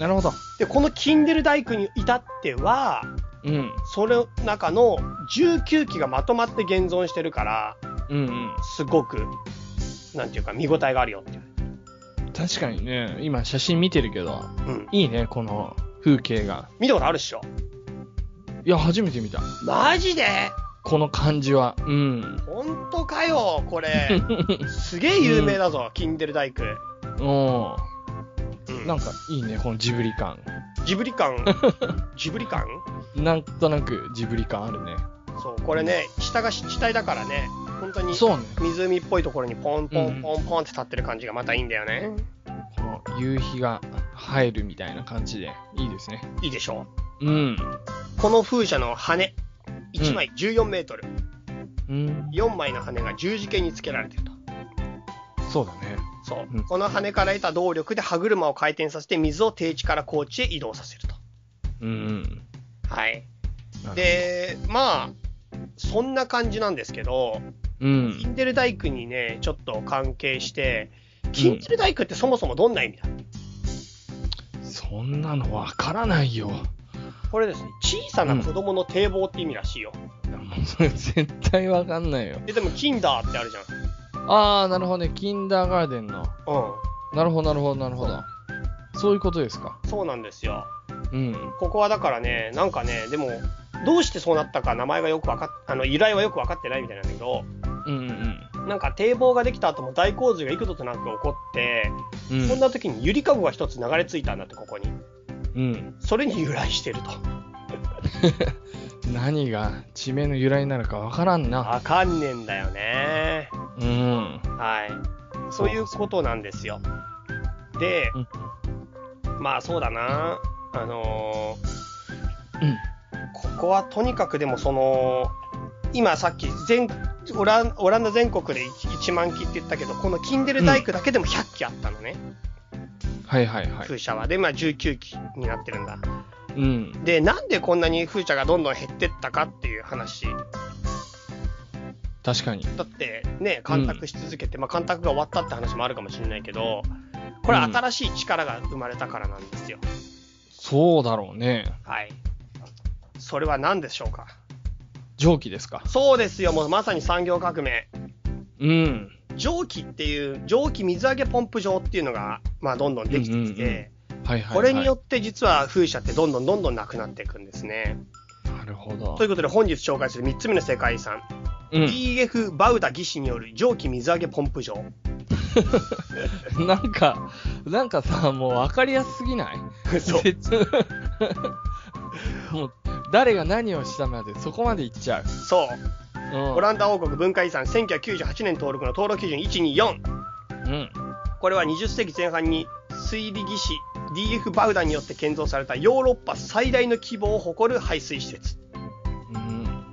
Speaker 2: なるほど。
Speaker 1: で、このキンデル大工に至っては、
Speaker 2: うん。
Speaker 1: その中の19機がまとまって現存してるから、
Speaker 2: うんうん。
Speaker 1: すごく、なんていうか、見応えがあるよっていう。
Speaker 2: 確かにね、今写真見てるけど、
Speaker 1: うん。
Speaker 2: いいね、この風景が。
Speaker 1: 見たことあるっしょ。
Speaker 2: いや、初めて見た。
Speaker 1: マジで
Speaker 2: この感じは。うん。
Speaker 1: 本当かよ、こ
Speaker 2: (laughs)
Speaker 1: れ。すげえ有名だぞ、キンデル大工。
Speaker 2: お
Speaker 1: うん
Speaker 2: なんかいいね、このジブリ感。
Speaker 1: ジブリ
Speaker 2: (laughs)
Speaker 1: 感、ジブリ感
Speaker 2: なんとなくジブリ感あるね。
Speaker 1: そう、これね、下が湿地帯だからね、本当に
Speaker 2: そうね。
Speaker 1: 湖っぽいところにポンポ
Speaker 2: う
Speaker 1: ン
Speaker 2: ん
Speaker 1: ポンポンって立ってる感じがまたいいんだよね。
Speaker 2: この夕日が入るみたいな感じで、いいですね。
Speaker 1: いいでしょ
Speaker 2: うん。
Speaker 1: う。この風車の羽、1枚14メートル、
Speaker 2: うん。
Speaker 1: 4枚の羽が十字形につけられてると。
Speaker 2: そうだね。
Speaker 1: そう
Speaker 2: うん。
Speaker 1: この羽から得た動力で歯車を回転させて水を低地から高地へ移動させると。
Speaker 2: うん。
Speaker 1: はい。
Speaker 2: なんか、
Speaker 1: で、まあ、そんな感じなんですけど、
Speaker 2: う
Speaker 1: キ
Speaker 2: ん。
Speaker 1: ンデルダイクにね、ちょっと関係して、キンデルダイクってそもそもどんな意味だ、
Speaker 2: そんなのわからないよ。
Speaker 1: これですね、小さな子供の堤防って意味らしいよ。
Speaker 2: もうそれ絶対わかんないよ。
Speaker 1: で、でも、キンダーってあるじゃん。う
Speaker 2: あー、なるほどね。キンダーガーデンの。
Speaker 1: ん。
Speaker 2: なるほど、なるほど、なるほど。そういうことですか。
Speaker 1: そうなんですよ。
Speaker 2: うん。
Speaker 1: ここはだからね、なんかね、でも、どうしてそうなったか名前がよくわかっあの由来はよく分かってないみたいなんだけど
Speaker 2: うんうん
Speaker 1: なんか堤防ができた後も大洪水が幾度となく起こって、
Speaker 2: うん。
Speaker 1: そんな時にゆりかごが一つ流れ着いたんだってここに
Speaker 2: うん。
Speaker 1: それに由来してると
Speaker 2: 何が地名の由来になるかわからんな。
Speaker 1: わかんねえんだよね
Speaker 2: うん。
Speaker 1: はいそういうことなんですよで
Speaker 2: うん
Speaker 1: まあそうだなあのーここはとにかくでもその今さっき全オランオランダ全国で 1, 万基って言ったけどこのキンデル大工だけでも100基あったのね、
Speaker 2: はいはいはい。
Speaker 1: 風車はで今19基になってるんだ
Speaker 2: うん。
Speaker 1: でなんでこんなに風車がどんどん減ってったかっていう話
Speaker 2: 確かに。
Speaker 1: だってね干拓し続けて、まあ干拓が終わったって話もあるかもしれないけどこれは新しい力が生まれたからなんですよ、
Speaker 2: そうだろうね。
Speaker 1: はいそれは何でしょうか
Speaker 2: 蒸気ですか。
Speaker 1: そうですよもうまさに産業革命
Speaker 2: うん。
Speaker 1: 蒸気っていう蒸気水上げポンプ場っていうのが、まあ、どんどんできてきて、
Speaker 2: うんうんうんはいはい、はい。
Speaker 1: これによって実は風車ってどんどんどんどんなくなっていくんですね。
Speaker 2: なるほど
Speaker 1: とい。うことで本日紹介する3つ目の世界遺産、
Speaker 2: うん。
Speaker 1: DF バウダ技師による蒸気水上げポンプ場。
Speaker 2: (laughs) なんか、なんかさ、もう分かりやすすぎない
Speaker 1: そう
Speaker 2: 説 (laughs) もう、誰が何をしたまで、そこまでいっちゃう。
Speaker 1: そう
Speaker 2: うん。
Speaker 1: オランダ王国文化遺産1998年登録の登録基準124
Speaker 2: うん。
Speaker 1: これは20世紀前半に水利技師 DF バウダによって建造されたヨーロッパ最大の規模を誇る排水施設
Speaker 2: うん。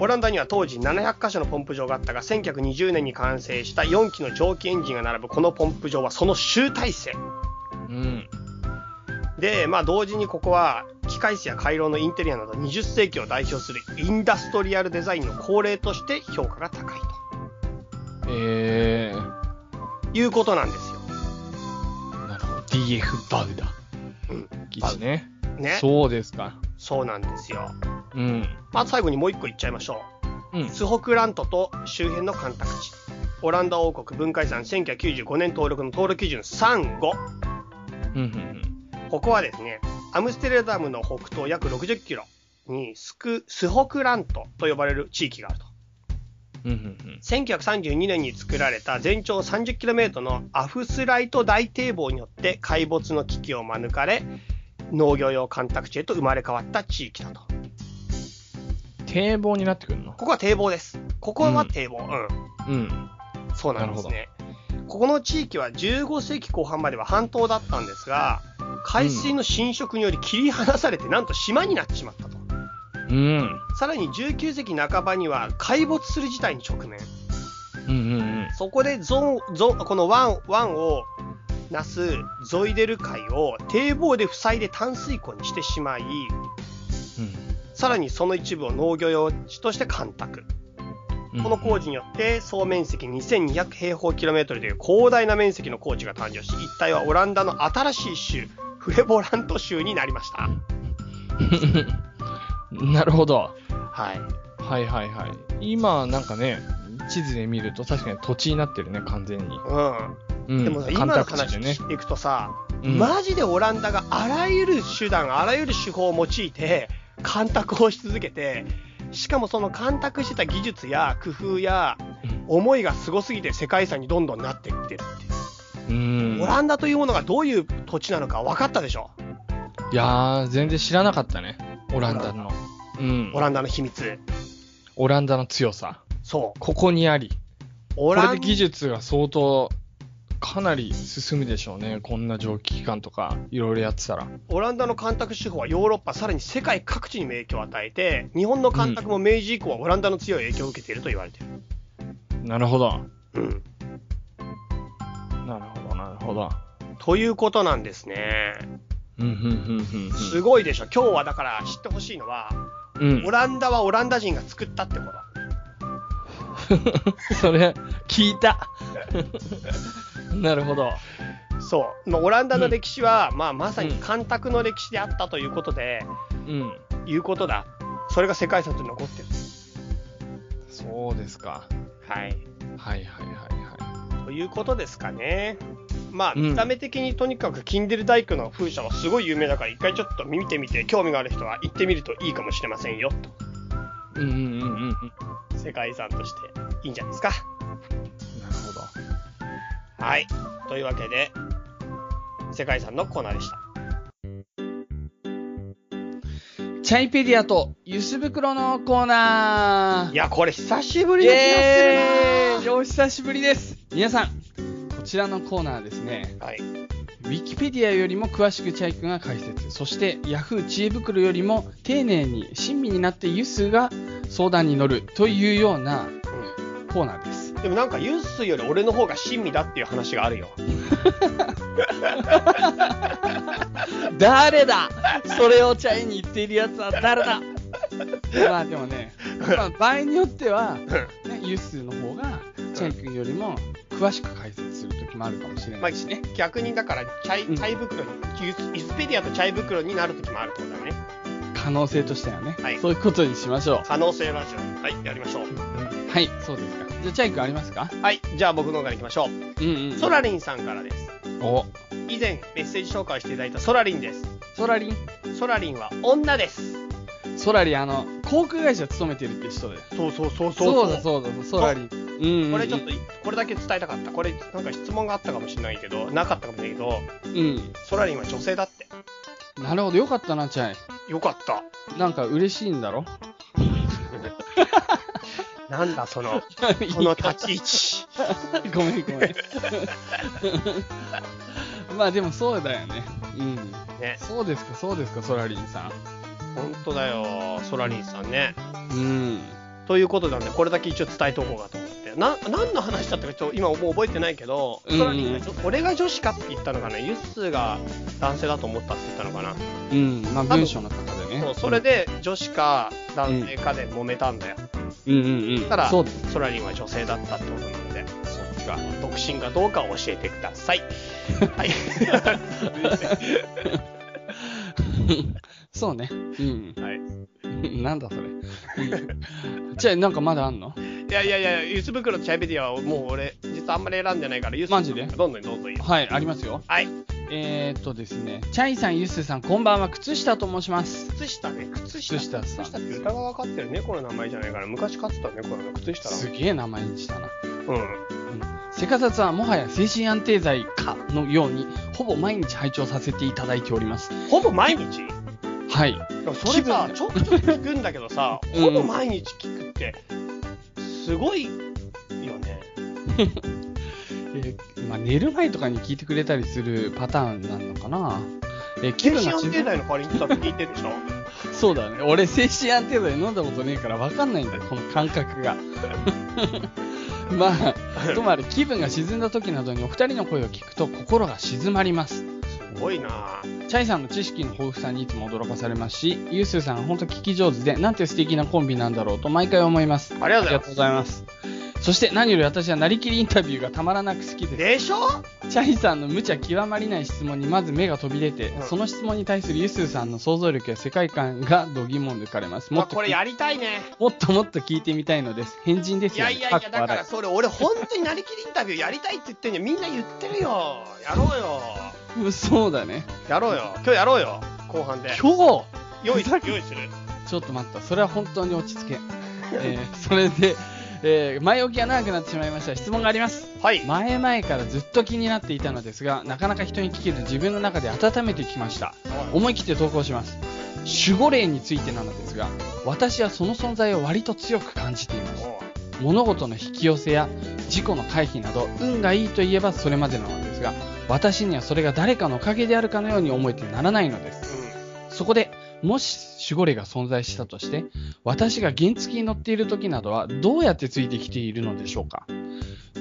Speaker 1: オランダには当時700箇所のポンプ場があったが1920年に完成した4機の蒸気エンジンが並ぶこのポンプ場はその集大成
Speaker 2: うん。
Speaker 1: で、まあ、同時にここは機械室や回廊のインテリアなど20世紀を代表するインダストリアルデザインの恒例として評価が高い
Speaker 2: えー、
Speaker 1: ということなんですよ。
Speaker 2: なるほど。DF バウダ。
Speaker 1: うん
Speaker 2: 技師ね。
Speaker 1: ね、そう
Speaker 2: そうですか。
Speaker 1: なんですよ。
Speaker 2: うん。
Speaker 1: まあ、最後にもう一個言っちゃいましょ
Speaker 2: うん
Speaker 1: う。。スホクラントと周辺の干拓地。オランダ王国文化遺産1995年登録の登録基準35。
Speaker 2: うん。うん
Speaker 1: ここはですね、アムステルダムの北東約60キロにスクスホクラントと呼ばれる地域があると。
Speaker 2: うん。うん。うん
Speaker 1: 1932年に作られた全長 30km のアフスライト大堤防によって海没の危機を免れ農業用干拓地へと生まれ変わった地域だと
Speaker 2: 堤防になってくるの
Speaker 1: ここは堤防ですここは堤防うん、
Speaker 2: うん。
Speaker 1: そうなんですねここの地域は15世紀後半までは半島だったんですが海水の浸食により切り離されてなんと島になってしまったと
Speaker 2: うん。
Speaker 1: さらに19世紀半ばには海没する事態に直面
Speaker 2: うんうんうん。
Speaker 1: そこでゾンゾンこの湾湾をなすゾイデル海を堤防で塞いで淡水湖にしてしまいさらにその一部を農業用地として干拓
Speaker 2: うん
Speaker 1: この工事によって総面積2200平方キロメートルという広大な面積の工事が誕生し一帯はオランダの新しい州フレボラント州になりました
Speaker 2: (laughs) なるほど。
Speaker 1: はい
Speaker 2: はいはいはい。今、なんかね、地図で見ると確かに土地になってるね、完全に。う
Speaker 1: うん
Speaker 2: ん。
Speaker 1: でもさ今の
Speaker 2: 干拓地
Speaker 1: 話
Speaker 2: でね
Speaker 1: 聞いていくとさ、
Speaker 2: うん
Speaker 1: マジでオランダがあらゆる手段あらゆる手法を用いて干拓をし続けてしかもその干拓してた技術や工夫や思いがすごすぎて世界遺産にどんどんなっていってるっていう
Speaker 2: うん。
Speaker 1: オランダというものがどういう土地なのか分かったでしょ
Speaker 2: いやー、全然知らなかったね。オランダの。うん。
Speaker 1: オランダの秘密
Speaker 2: オランダの強さ。
Speaker 1: そう
Speaker 2: ここにあり。
Speaker 1: オ
Speaker 2: こ
Speaker 1: ラ
Speaker 2: れ
Speaker 1: ン
Speaker 2: で技術が相当、かなり進むでしょうね。こんな蒸気機関とか、いろいろやってたら。
Speaker 1: オランダの干拓手法はヨーロッパさらに世界各地に影響を与えて日本の干拓も明治以降はオランダの強い影響を受けていると言われている、
Speaker 2: なるほど。
Speaker 1: うん、
Speaker 2: なるほど、なるほど。
Speaker 1: ということなんですね
Speaker 2: うん、うん、うん、うん。
Speaker 1: すごいでしょ、今日はだから知ってほしいのは、
Speaker 2: うん
Speaker 1: オ。ランダはオランダ人が作ったってこと。
Speaker 2: (laughs) それ、聞いた。 (laughs) なるほど。
Speaker 1: そう、まあ、オランダの
Speaker 2: うん
Speaker 1: 歴史は、まあ、まさに
Speaker 2: うん
Speaker 1: 干拓の歴史であったということで、
Speaker 2: うん。
Speaker 1: いうことだ、それが世界遺産と残ってる。
Speaker 2: そうですか。
Speaker 1: はい、
Speaker 2: はいはいはいは
Speaker 1: ということですかね。
Speaker 2: い。
Speaker 1: まあ、
Speaker 4: うん
Speaker 1: 見た目的にとにかくキンデル大工の風車はすごい有名だから、一回ちょっと見てみて、興味がある人は行ってみるといいかもしれませんよ、
Speaker 4: うんうんうんうんうん。なる
Speaker 1: と。世界遺産としていいんじゃないですか。
Speaker 4: ほど。
Speaker 1: はい。というわけで、世界遺産のコーナーでした。
Speaker 4: チャイペディアとゆす袋のコーナー
Speaker 1: いや、これ久しぶ
Speaker 4: イ
Speaker 1: りな気が
Speaker 4: エー
Speaker 1: す
Speaker 4: イ
Speaker 1: る
Speaker 4: お久しぶりです
Speaker 2: 皆さん、こちらのコーナーはですね、
Speaker 1: なはい。
Speaker 2: ウィキペディアよりも詳しくチャイ君が解説、そして Yahoo 知恵袋よりも丁寧に親身になってユスが相談に乗るというようなコーナーです。
Speaker 1: うんでもなんか、ユースより俺の方が親身だっていう話があるよ。
Speaker 4: 誰だそれをチャイに言っているやつは誰だ
Speaker 2: まあでもね、まあ、場合によっては、ね、ユスの方がチャイ君よりも詳しく解説する時もあるかもしれ
Speaker 1: ま
Speaker 2: な
Speaker 1: あ
Speaker 2: いしね。、
Speaker 1: 逆にだから、チャ
Speaker 2: う
Speaker 1: イ、
Speaker 2: ん
Speaker 1: チャイ袋に、ユースユスペディアとチャイ袋になる時もあるってことだね。
Speaker 2: 可能性としてはね、
Speaker 1: はい
Speaker 2: そういうことにしましょ
Speaker 1: 可能性ラジオ。はい、やりましょう。
Speaker 2: う。はい、そうですか。じゃあ、チャイ君ありますか
Speaker 1: はい、じゃあ僕の方からいきましょう。
Speaker 2: うんうん
Speaker 1: ソラリンさんからです。
Speaker 2: お
Speaker 1: 以前メッセージ紹介していただいたソラリンです。
Speaker 2: ソラリン。
Speaker 1: ソラリンは女です。
Speaker 2: ソラリン、あの、航空会社勤めてるって人で。
Speaker 1: そうそうそう
Speaker 2: そうだそうだ、ソラリン。うん、うん。
Speaker 1: これちょっと、これだけ伝えたかった。これ、なんか質問があったかもしれないけど、なかったかもしれないけど、
Speaker 2: うん。
Speaker 1: ソラリンは女性だって。
Speaker 2: なるほど、よかったな、チャイ。
Speaker 1: よかった。
Speaker 2: なんか嬉しいん
Speaker 1: (laughs)
Speaker 2: だろ
Speaker 1: なんだそ (laughs) の、そ
Speaker 2: こ
Speaker 1: の立ち位置。
Speaker 2: (laughs) ごめんごめん。 (laughs) まあでもそうだよね。うん。
Speaker 1: ね、
Speaker 2: そうですか、そうですか、ソラリンさ
Speaker 1: 本当だよ、ソラリンさんね。
Speaker 2: ん。うん。
Speaker 1: ということなんで、これだけ一応伝えとこうかと思って。な、何の話だったかちょっと今もう覚えてないけど、
Speaker 2: うんうん
Speaker 1: ソラリンがちょ、俺が女子かって言ったのかな、ユッスーが男性だと思ったって言ったのかな。
Speaker 2: うん。まあ文章の方でね。
Speaker 1: そうそれで女子か男性かで揉めたんだよ。
Speaker 2: うんうんうん。
Speaker 1: ただ
Speaker 2: そうです。
Speaker 1: ソラリンは女性だったってことなので、そっちが独身かどうかを教えてくださ
Speaker 2: (laughs)
Speaker 1: い。はい。 (laughs)
Speaker 2: (laughs) そうね。うん。 (laughs)
Speaker 1: はい、
Speaker 2: なんだそれ。じゃあ、なんか (laughs) まだあんの
Speaker 1: いやいやいや、ユス袋とチャイベディアはもう俺、実はあんまり選んでないから、ユス
Speaker 2: マジで
Speaker 1: どんどんどんどんいいよ。
Speaker 2: はい、ありますよ。
Speaker 1: はい。
Speaker 2: えー、っとですね、チャイさん、ユッスーさん、こんばんは、靴下と申します。
Speaker 1: 靴下ね、靴下。
Speaker 2: 靴下さ
Speaker 1: 靴下っ
Speaker 2: ん。
Speaker 1: て歌が分かってる猫の名前じゃないから、昔飼ってた猫の靴下だ。
Speaker 2: すげえ名前にしたな。
Speaker 1: う
Speaker 2: セカザツはもはや精神安定剤かのように、ほぼ毎日拝聴させていただいております。
Speaker 1: ん。ほぼ毎日
Speaker 2: はい。
Speaker 1: それさ、
Speaker 2: 気分
Speaker 1: ちょくちょく聞くんだけどさ、
Speaker 2: (laughs) うん
Speaker 1: ほぼ毎日聞くって、すごいよね。
Speaker 2: えーまあ、寝る前とかに聞いてくれたりするパターンなのかな。えー
Speaker 1: 精
Speaker 2: 気分
Speaker 1: 神
Speaker 2: が
Speaker 1: 安
Speaker 2: 沈
Speaker 1: 定剤
Speaker 2: む
Speaker 1: の代わりに言ったって聞いてるでしょ
Speaker 2: そうだね。俺、精神安定剤飲んだことねえから分かんないんだよ、この感覚が。 (laughs) まあ、ともあれ、気分が沈んだ時などにお二人の声を聞くと心が静まります。
Speaker 1: すごいな
Speaker 2: チャイさんの知識の豊富さにいつも驚かされますし、ユースーさん、本当聞き上手で、なんて素敵なコンビなんだろうと毎回思います。
Speaker 1: ありが
Speaker 2: あり
Speaker 1: とうござい
Speaker 2: が
Speaker 1: ま
Speaker 2: とう
Speaker 1: す
Speaker 2: ご。ざいます。そして何より私はなりきりインタビューがたまらなく好きで
Speaker 1: でしょ
Speaker 2: す。チャイさんの無茶極まりない質問にまず目が飛び出て
Speaker 1: う、ん
Speaker 2: その質問に対するユスーさんの想像力や世界観が度肝を抜かれます。も
Speaker 1: まあ、
Speaker 2: っと
Speaker 1: これやりたいね。
Speaker 2: もっともっと聞いてみたいのです。変人です
Speaker 1: い
Speaker 2: よ、
Speaker 1: や
Speaker 2: ね。
Speaker 1: いやいや、だか
Speaker 2: 笑
Speaker 1: らそれ俺本当になりきりインタビューやりたいって言ってんじゃん。みんな言ってるよ。やろうよ。
Speaker 2: いそうだね。
Speaker 1: やろうよ。今日やろうよ。後半で。
Speaker 2: 今日
Speaker 1: 用意
Speaker 2: ふ
Speaker 1: す
Speaker 2: ざ
Speaker 1: る
Speaker 2: け。
Speaker 1: 用意する。
Speaker 2: ちょっと待った。それは本当に落
Speaker 1: (laughs)
Speaker 2: ち着け。えーそれで、えー前置きが長くなってしまいました。質問があります。
Speaker 1: はい。
Speaker 2: 前々からずっと気になっていたのですが、なかなか人に聞けず自分の中で温めてきました。思い切って投稿します。守護霊についてなのですが、私はその存在を割と強く感じています。
Speaker 1: おう
Speaker 2: 物事の引き寄せや事故の回避など運がいいといえばそれまでなのですが私にはそれが誰かのおかげであるかのように思えてならないのですそこでもし守護霊が存在したとして私が原付に乗っている時などはどうやってついてきているのでしょうか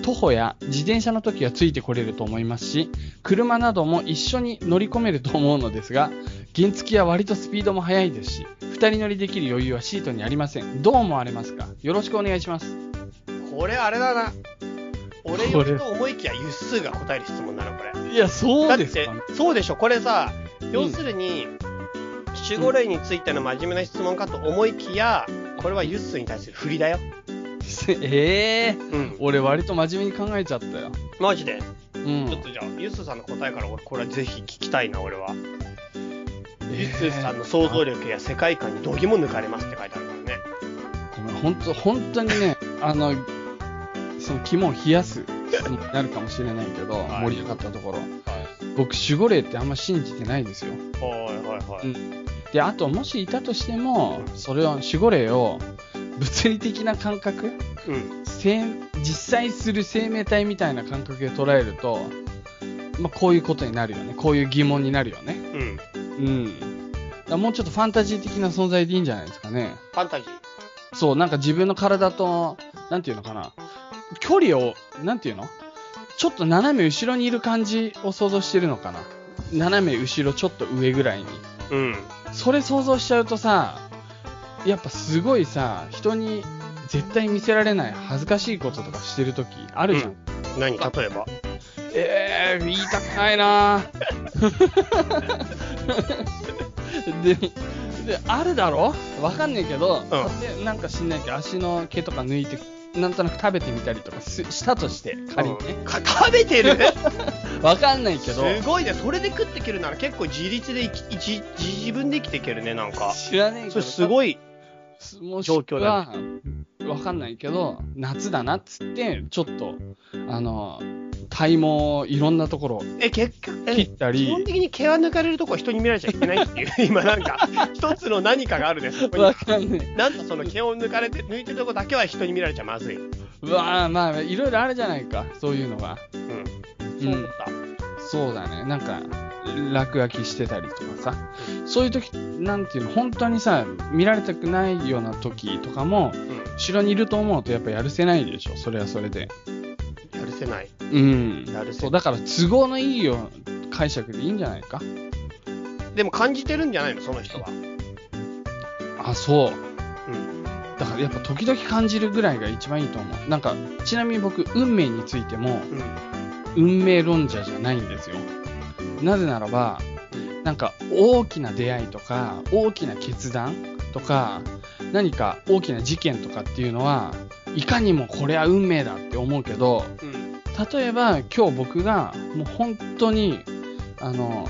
Speaker 2: 徒歩や自転車の時はついてこれると思いますし車なども一緒に乗り込めると思うのですが原付は割とスピードも速いですし2人乗りできる余裕はシートにありませんどう思われますかよろしくお願いします
Speaker 1: うん。これあれだな。俺よりと思いきや、ゆっすーが答える質問なの、これ。
Speaker 2: いや、そ
Speaker 1: だ
Speaker 2: う
Speaker 1: っ
Speaker 2: です
Speaker 1: て
Speaker 2: か、
Speaker 1: そうでしょ。これさ、要するに、守護霊についての真面目な質問かと思いきや、これはゆっすーに対する振りだよ。
Speaker 2: (laughs) ええ
Speaker 1: うん。
Speaker 2: 俺割と真面目に考えちゃったよ。
Speaker 1: マジで。
Speaker 2: うん
Speaker 1: ちょっとじゃあ、ユッスーさんの答えから俺、これはぜひ聞きたいな、俺は。ユッスーさんの想像力や世界観にどぎも抜かれますって書いてあるからね。
Speaker 2: ごめん本当本当にねあのその肝を冷
Speaker 1: (laughs)
Speaker 2: やすになるかもしれないけど、
Speaker 1: はい
Speaker 2: 盛り上がったところ
Speaker 1: はい。
Speaker 2: 僕守護霊ってあんま信じてないですよ
Speaker 1: はいはいはい。
Speaker 2: うんであともしいたとしてもそれを守護霊を物理的な感覚
Speaker 1: うん。
Speaker 2: 生実際する生命体みたいな感覚で捉えると、まあ、こういうことになるよねこういう疑問になるよね
Speaker 1: うん。フ
Speaker 2: うんだからもうちょっとファンタジー的な存在でいいんじゃないですかね
Speaker 1: ァンタジー。
Speaker 2: そう、なんか自分の体と、なんていうのかな、距離を、なんていうのちょっと斜め後ろにいる感じを想像してるのかな。斜め後ろちょっと上ぐらいに。
Speaker 1: うん。
Speaker 2: それ想像しちゃうとさ、やっぱすごいさ、人に絶対見せられない恥ずかしいこととかしてるときあるじゃん。
Speaker 1: う何例えば。
Speaker 2: えー、言いたくないなぁ (laughs) でで、あるだろわかんねえけど、でなんか知んないけど、足の毛とか抜いて、なんとなく食べてみたりとかすしたとして、仮にね。
Speaker 1: か (laughs) 食べてる
Speaker 2: わかんないけ
Speaker 1: す
Speaker 2: ど、
Speaker 1: ごいね。それで食っていけるなら結構自立で生き、自自自分で生きていけるね、なんか。
Speaker 2: 知らねえけ
Speaker 1: そ
Speaker 2: ど、
Speaker 1: れすごい。
Speaker 2: すもしくは、わかんないけど、夏だなっつって、ちょっと、あの、体毛をいろんなところを
Speaker 1: え、結局、え
Speaker 2: 切ったり
Speaker 1: 基本的に毛は抜かれるとこは人に見られちゃいけない
Speaker 2: (laughs)
Speaker 1: っていう、今なんか、一つの何かがあるね、そこに
Speaker 2: わ。かんない。
Speaker 1: なんとその毛を抜かれて、抜いてるとこだけは人に見られちゃまずい。うん。
Speaker 2: うわあまあ、いろいろあるじゃないか、そういうのが。
Speaker 1: そう思った。
Speaker 2: そうだね。なんか、落書きしてたりとかさ。そういう時、なんていうの、本当にさ、見られたくないような時とかも、
Speaker 1: うん。
Speaker 2: 後ろにいると思うとやっぱやるせないでしょ。それはそれで。
Speaker 1: やるせない。
Speaker 2: うん。
Speaker 1: やるせ
Speaker 2: そう、だから都合のいいよう解釈でいいんじゃないか。
Speaker 1: でも感じてるんじゃないの、その人は。
Speaker 2: あ、そう。
Speaker 1: うん。
Speaker 2: だからやっぱ時々感じるぐらいが一番いいと思う。なんか、ちなみに僕、運命について
Speaker 1: う
Speaker 2: も、
Speaker 1: ん。
Speaker 2: 運命論者じゃないんですよ。なぜならば、なんか大きな出会いとか、大きな決断とか、何か大きな事件とかっていうのは、いかにもこれは運命だって思うけど、
Speaker 1: うん。
Speaker 2: 例えば今日僕がもう本当に、あの、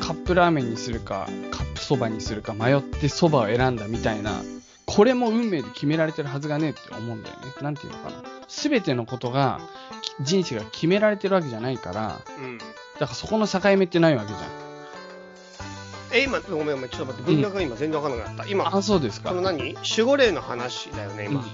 Speaker 2: カップラーメンにするか、カップそばにするか迷ってそばを選んだみたいな、これも運命で決められてるはずがねえって思うんだよね。なんていうのかな。すべてのことが、き人生が決められてるわけじゃないから、
Speaker 1: うん。
Speaker 2: だからそこの境目ってないわけじゃ
Speaker 1: え、今、ごめんごめん、ちょっと待って、文脈が今全然わかんなくなった。
Speaker 2: ん。
Speaker 1: 今、
Speaker 2: あ、そうですか。
Speaker 1: その何守護霊の話だよね、今。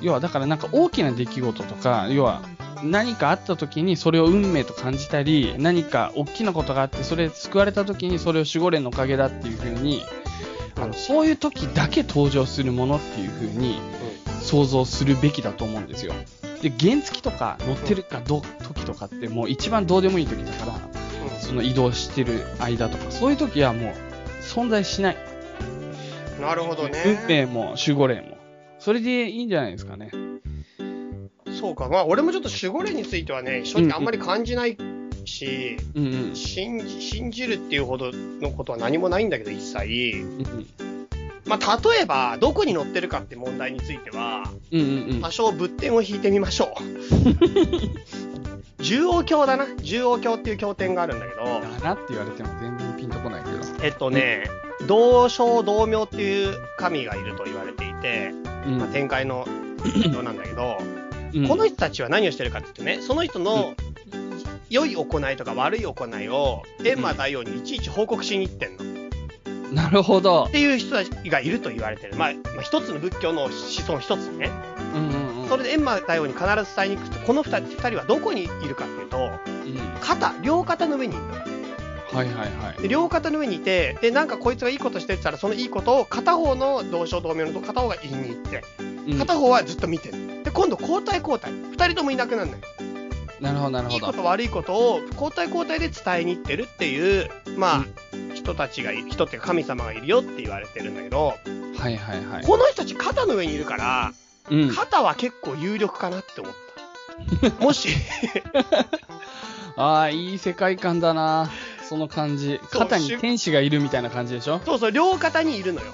Speaker 2: 要はだからなんか大きな出来事とか要は何かあった時にそれを運命と感じたり何か大きなことがあってそれ救われた時にそれを守護霊のおかげだっていう風にあのそういう時だけ登場するものっていう風に想像するべきだと思うんですよで原付とか乗ってるかど時とかってもう一番どうでもいい時だからその移動してる間とかそういう時はもう存在しない
Speaker 1: うんなるほど
Speaker 2: 運
Speaker 1: ね。
Speaker 2: 命も守護霊もそれでいいんじゃないですかね
Speaker 1: そうか、まあ、俺もちょっと守護霊についてはね、正直あんまり感じないし、
Speaker 2: うんうん
Speaker 1: 信じ信じるっていうほどのことは何もないんだけど、一切。
Speaker 2: うん
Speaker 1: まあ、例えば、どこに乗ってるかって問題については、
Speaker 2: うんうんうん
Speaker 1: 多少物点を引いてみま
Speaker 2: (laughs)
Speaker 1: しょう。中央鏡だな。中央鏡っていう経典があるんだけど、
Speaker 2: だなって言われても全然ピンとこないけど。
Speaker 1: えっとね、同生同名っていう神がいると言われていて、
Speaker 2: うん
Speaker 1: まあ、展開の
Speaker 2: (laughs)
Speaker 1: 人なんだけど、この人たちは何をしてるかって言ってね、その人の良い行いとか悪い行いを、エンマ大王にいちいち報告しに行ってんの。
Speaker 2: なるほど
Speaker 1: っ。ていう人たちがいると言われてる。まあ、まあ、一つの仏教の子孫一つね。
Speaker 2: うんうんうん。
Speaker 1: それで閻魔大王に必ず伝えに行くと、この二人二人はどこにいるかっていうと、
Speaker 2: うんは
Speaker 1: 肩、両肩の上にいる
Speaker 2: いはいはい。
Speaker 1: で両肩の上にいて、で、なんかこいつがいいことしてるって言ったら、そのいいことを片方の同床同名のと片方が言いに行って、
Speaker 2: うん
Speaker 1: 片方はずっと見てる。で、今度交代交代。二人ともいなくなるのよ。
Speaker 2: なるほどなる
Speaker 1: い
Speaker 2: ほ
Speaker 1: いこ
Speaker 2: ど。
Speaker 1: と悪いことを交代交代で伝えに行ってるっていう、まあ、人たちがい、人っていうか神様がいるよって言われてるんだけど、
Speaker 2: はいはいはい。
Speaker 1: この人たち肩の上にいるから、
Speaker 2: うん。
Speaker 1: 肩は結構有力かなって思
Speaker 2: (laughs)
Speaker 1: った。もし、
Speaker 2: ああ、いい世界観だな。その感じ。
Speaker 1: そう
Speaker 2: 肩に
Speaker 1: しゅ
Speaker 2: 天使がいるみたいな感じでしょ
Speaker 1: そうそう、両肩にいるのよ。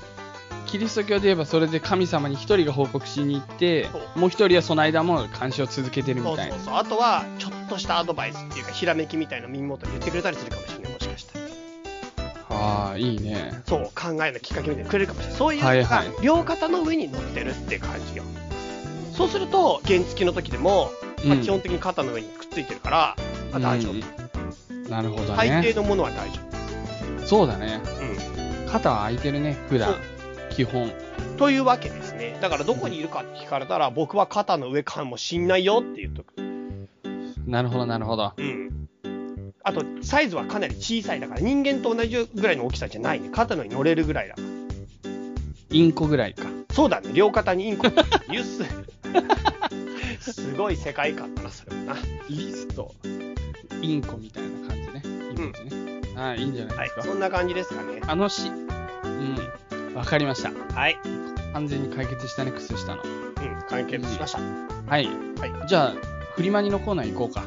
Speaker 2: キリスト教で言えばそれで神様に一人が報告しに行って
Speaker 1: そう
Speaker 2: もう一人はその間も監視を続けてる
Speaker 1: そ
Speaker 2: み
Speaker 1: う
Speaker 2: たい
Speaker 1: そ
Speaker 2: な
Speaker 1: うそうあとはちょっとしたアドバイスっていうかひらめきみたいなの耳元に言ってくれたりするかもしれないもしかしたら
Speaker 2: ああいいね
Speaker 1: そう考えのきっかけみたいなのくれるかもしれないそういうのが、
Speaker 2: はいはい
Speaker 1: 両肩の上に乗ってるって感じよそうすると原付きの時でも、まあ
Speaker 2: うん
Speaker 1: 基本的に肩の上にくっついてるから、まあ大丈夫、
Speaker 2: うんなるほど
Speaker 1: 大
Speaker 2: ね
Speaker 1: 抵のものは大丈
Speaker 2: そうだね
Speaker 1: 夫、うん
Speaker 2: 肩は空いてるね普段
Speaker 1: そ
Speaker 2: 基本
Speaker 1: というわけですね。だからどこにいるかって聞かれたら、僕は肩の上かもしんないよって言っとく。
Speaker 2: なるほどなるほど
Speaker 1: うん。あと、サイズはかなり小さいだから、人間と同じぐらいの大きさじゃないね。肩の上に乗れるぐらいだ。
Speaker 2: インコぐらいか
Speaker 1: そうだね。両肩にインコ。
Speaker 2: (laughs)
Speaker 1: ユッス。すごい世界観だな、それもな。
Speaker 2: リストインコみたいな感じねイメージね、ああいいんじゃない
Speaker 1: は
Speaker 2: で
Speaker 1: い
Speaker 2: すか、。
Speaker 1: そんな感じですかね。
Speaker 2: あのしうんわかりました
Speaker 1: はい。
Speaker 2: 完全に解決したねクスしたの
Speaker 1: うん。完結しました。
Speaker 2: はい、
Speaker 1: は
Speaker 2: じゃあフリマニのコーナー行こ
Speaker 1: (laughs)
Speaker 2: うか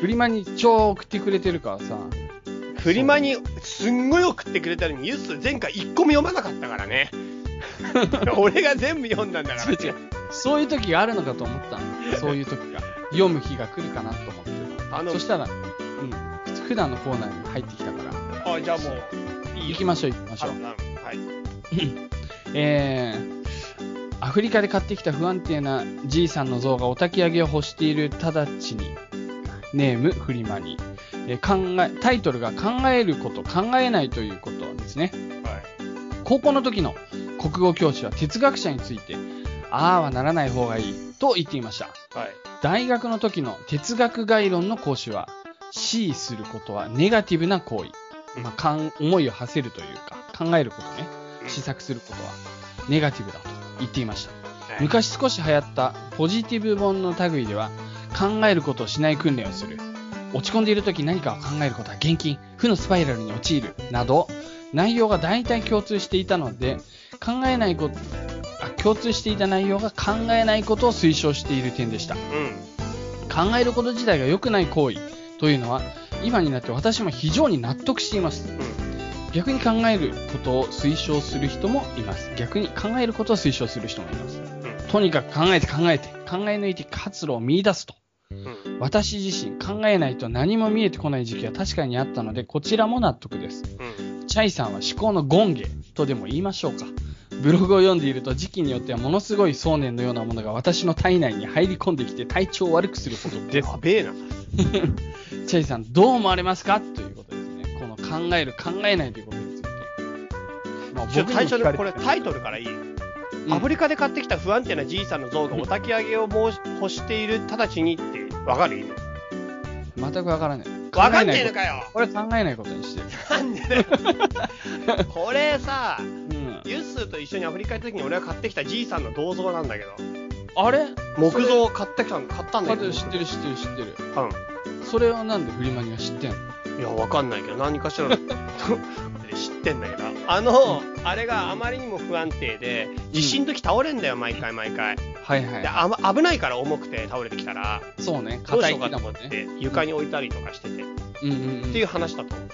Speaker 2: フリマニ超送ってくれてるからさ
Speaker 1: フリマにすんごい送ってくれたのに、ユッス前回1個も読まなかったから
Speaker 2: (laughs)
Speaker 1: ね。俺が全部読んだんだから、ね。
Speaker 2: 違う違うそういう時があるのかと思ったのそういう時
Speaker 1: (laughs)
Speaker 2: が読む日が来るかなと思って
Speaker 1: あの
Speaker 2: そしたら、うん、普段のコーナーに入ってきたから
Speaker 1: あ、じゃあもう、いいよ
Speaker 2: 行きましょう行きましょう
Speaker 1: はい。
Speaker 2: えーアフリカで買ってきた不安定なじいさんの像がお焚き上げを欲している直ちにネームフリマニ、えー考えタイトルが考えること考えないということですね高校の時の国語教師は哲学者についてああはならない方がいいと言っていました
Speaker 1: はい。
Speaker 2: 大学の時の哲学概論の講師は C することはネガティブな行為、まあ、かん思いを馳せるというか考えることね試作することはネガティブだと言っていました
Speaker 1: はい。
Speaker 2: 昔少し流行ったポジティブ本の類では考えることをしない訓練をする落ち込んでいる時何かを考えることは厳禁負のスパイラルに陥るなど内容が大体共通していたので考えないことあ共通していた内容が考えないことを推奨している点でした
Speaker 1: うん。
Speaker 2: 考えること自体が良くない行為というのは今になって私も非常に納得しています
Speaker 1: うん。
Speaker 2: 逆に考えることを推奨する人もいます逆に考えることを推奨する人もいますとにかく考えて考えて考え抜いて活路を見出すと
Speaker 1: うん。
Speaker 2: 私自身考えないと何も見えてこない時期は確かにあったのでこちらも納得です
Speaker 1: うん。
Speaker 2: チャイさんは思考の権限とでも言いましょうかブログを読んでいると時期によってはものすごい想念のようなものが私の体内に入り込んできて体調を悪くするほどです
Speaker 1: やべえな。
Speaker 2: チェイさん、どう思われますかということですね。この考える、考えないということについて。まあ、
Speaker 1: ちょ最初のこれ、タ
Speaker 2: イ
Speaker 1: イトルからいい。
Speaker 2: うん
Speaker 1: アフリカで買ってきた不安定なじいさんの像がお焚き上げを申し欲している直ちにって、わかる意味
Speaker 2: 全くわからない。
Speaker 1: わかんねえの
Speaker 2: 考えな
Speaker 1: か
Speaker 2: いこ
Speaker 1: よ
Speaker 2: とこれ考えないことにしてる。
Speaker 1: なんでだよこれさ、
Speaker 2: うん。
Speaker 1: ユッスーと一緒にアフリカ行った時に俺が買ってきたじいさんの銅像なんだけど、
Speaker 2: あれ
Speaker 1: 木像を買ってきたの、買ったんだ
Speaker 2: だ
Speaker 1: けど。
Speaker 2: 知ってる知ってる知ってる。
Speaker 1: うん。
Speaker 2: それをなんでフリマニが知ってんの
Speaker 1: いや、わかんないけど、何かしらの (laughs) 知ってんだけど、あの、あれがあまりにも不安定で、地震の時倒れんだよ、毎回毎回。で、
Speaker 2: はいは
Speaker 1: あま危ないから重くて倒れてきたら、
Speaker 2: い。そうね。
Speaker 1: どう
Speaker 2: 硬
Speaker 1: しよ
Speaker 2: い
Speaker 1: うか
Speaker 2: 木
Speaker 1: と
Speaker 2: だ
Speaker 1: 思
Speaker 2: も
Speaker 1: っ
Speaker 2: んね。
Speaker 1: て、床に置いたりとかしてて、っ
Speaker 2: うんうんうん。
Speaker 1: ていう話だと思う。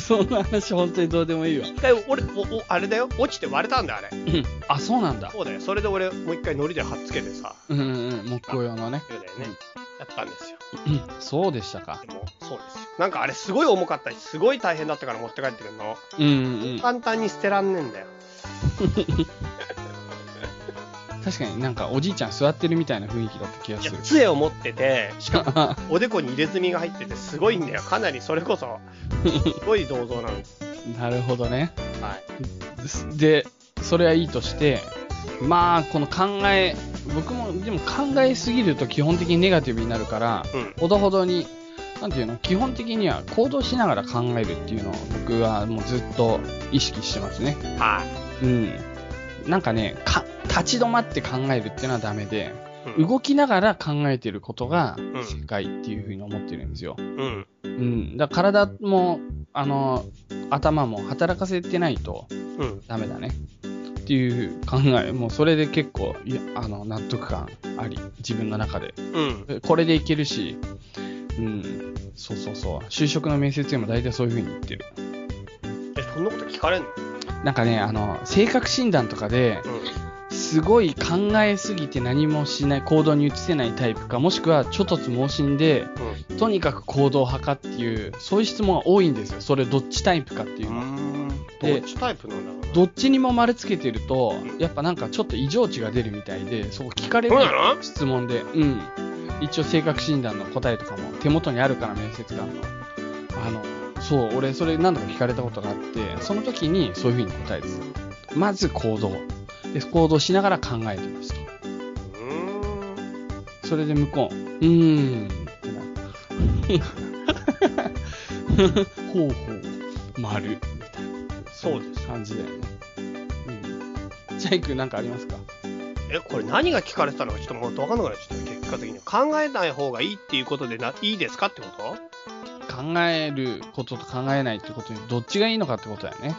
Speaker 2: そんな話本当にどうでもいいわ。
Speaker 1: 一回、俺、おおあれだよ、落ちて割れたんだよ、あれ。
Speaker 2: うんあ、そうなんだ。
Speaker 1: そうだよ、それで俺、もう一回ノリで貼っつけてさ、
Speaker 2: うんうんうん。木工用のね。
Speaker 1: そうだよね、やったんですよ。
Speaker 2: うんそうでしたか。
Speaker 1: でも、そうですよ。なんかあれ、すごい重かったし、すごい大変だったから持って帰ってくるの。
Speaker 2: うんうんうん。
Speaker 1: 簡単に捨てらんねえんだよ。
Speaker 2: 確かになんかおじいちゃん座ってるみたいな雰囲気だった気が
Speaker 1: い
Speaker 2: す
Speaker 1: や
Speaker 2: る。
Speaker 1: 杖を持ってて、しかもおでこに入れ墨が入っててすごいんだよかなりそれこそすごい銅像なんです
Speaker 2: なるほどね。
Speaker 1: はい
Speaker 2: で、それはいいとして、まあ、この考え、僕も、でも考えすぎると基本的にネガティブになるから、
Speaker 1: うん
Speaker 2: ほどほどに、なんていうの、基本的には行動しながら考えるっていうのを僕はもうずっと意識してますね。
Speaker 1: は
Speaker 2: うん。なんかね、か、立ち止まって考えるっていうのはダメで、
Speaker 1: い、うん、
Speaker 2: 動きながら考えてることが
Speaker 1: ん
Speaker 2: 世界っていうふうに思ってるんですよ。
Speaker 1: うん
Speaker 2: うん。だから体も、あの、頭も働かせてないと、
Speaker 1: うん
Speaker 2: ダメだねっていう考えもうそれで結構いやあの納得感あり自分の中で
Speaker 1: うん
Speaker 2: えこれでいけるしうんそうそうそう就職の面接でも大体そういう風に言ってる
Speaker 1: えそんなこと聞聞かれんの、
Speaker 2: なんかね、あの、性格診断とかで、すごい考えすぎて何もしない、行動に移せないタイプか、もしくは、ちょっとつ盲信で、とにかく行動派かっていう、そういう質問が多いんですよ。それどっちタイプかっていううのは。
Speaker 1: ん。ど
Speaker 2: で
Speaker 1: っちタイプなんだろう
Speaker 2: どっちにも丸つけてると
Speaker 1: う、ん
Speaker 2: やっぱなんかちょっと異常値が出るみたいで、そう聞かれる
Speaker 1: そうなの
Speaker 2: 質問で、うん。一応性格診断の答えとかも手元にあるから面接官の。あの、そう、俺それ何度か聞かれたことがあって、その時にそういうふうに答えてた。まず行動。で、行動しながら考えてますと。それで向こう、うーんってなる。ほうほう、丸みたいな。
Speaker 1: そうです
Speaker 2: 感じだよね。うん。ジャイ君なんかありますか
Speaker 1: えこれ何が聞かれてたのかちょっともう分かんなくなっちゃった結果的に考えない方がいいっていうことでないいですかってこと
Speaker 2: 考えることと考えないってことに、どっちがいいのかってことだよね。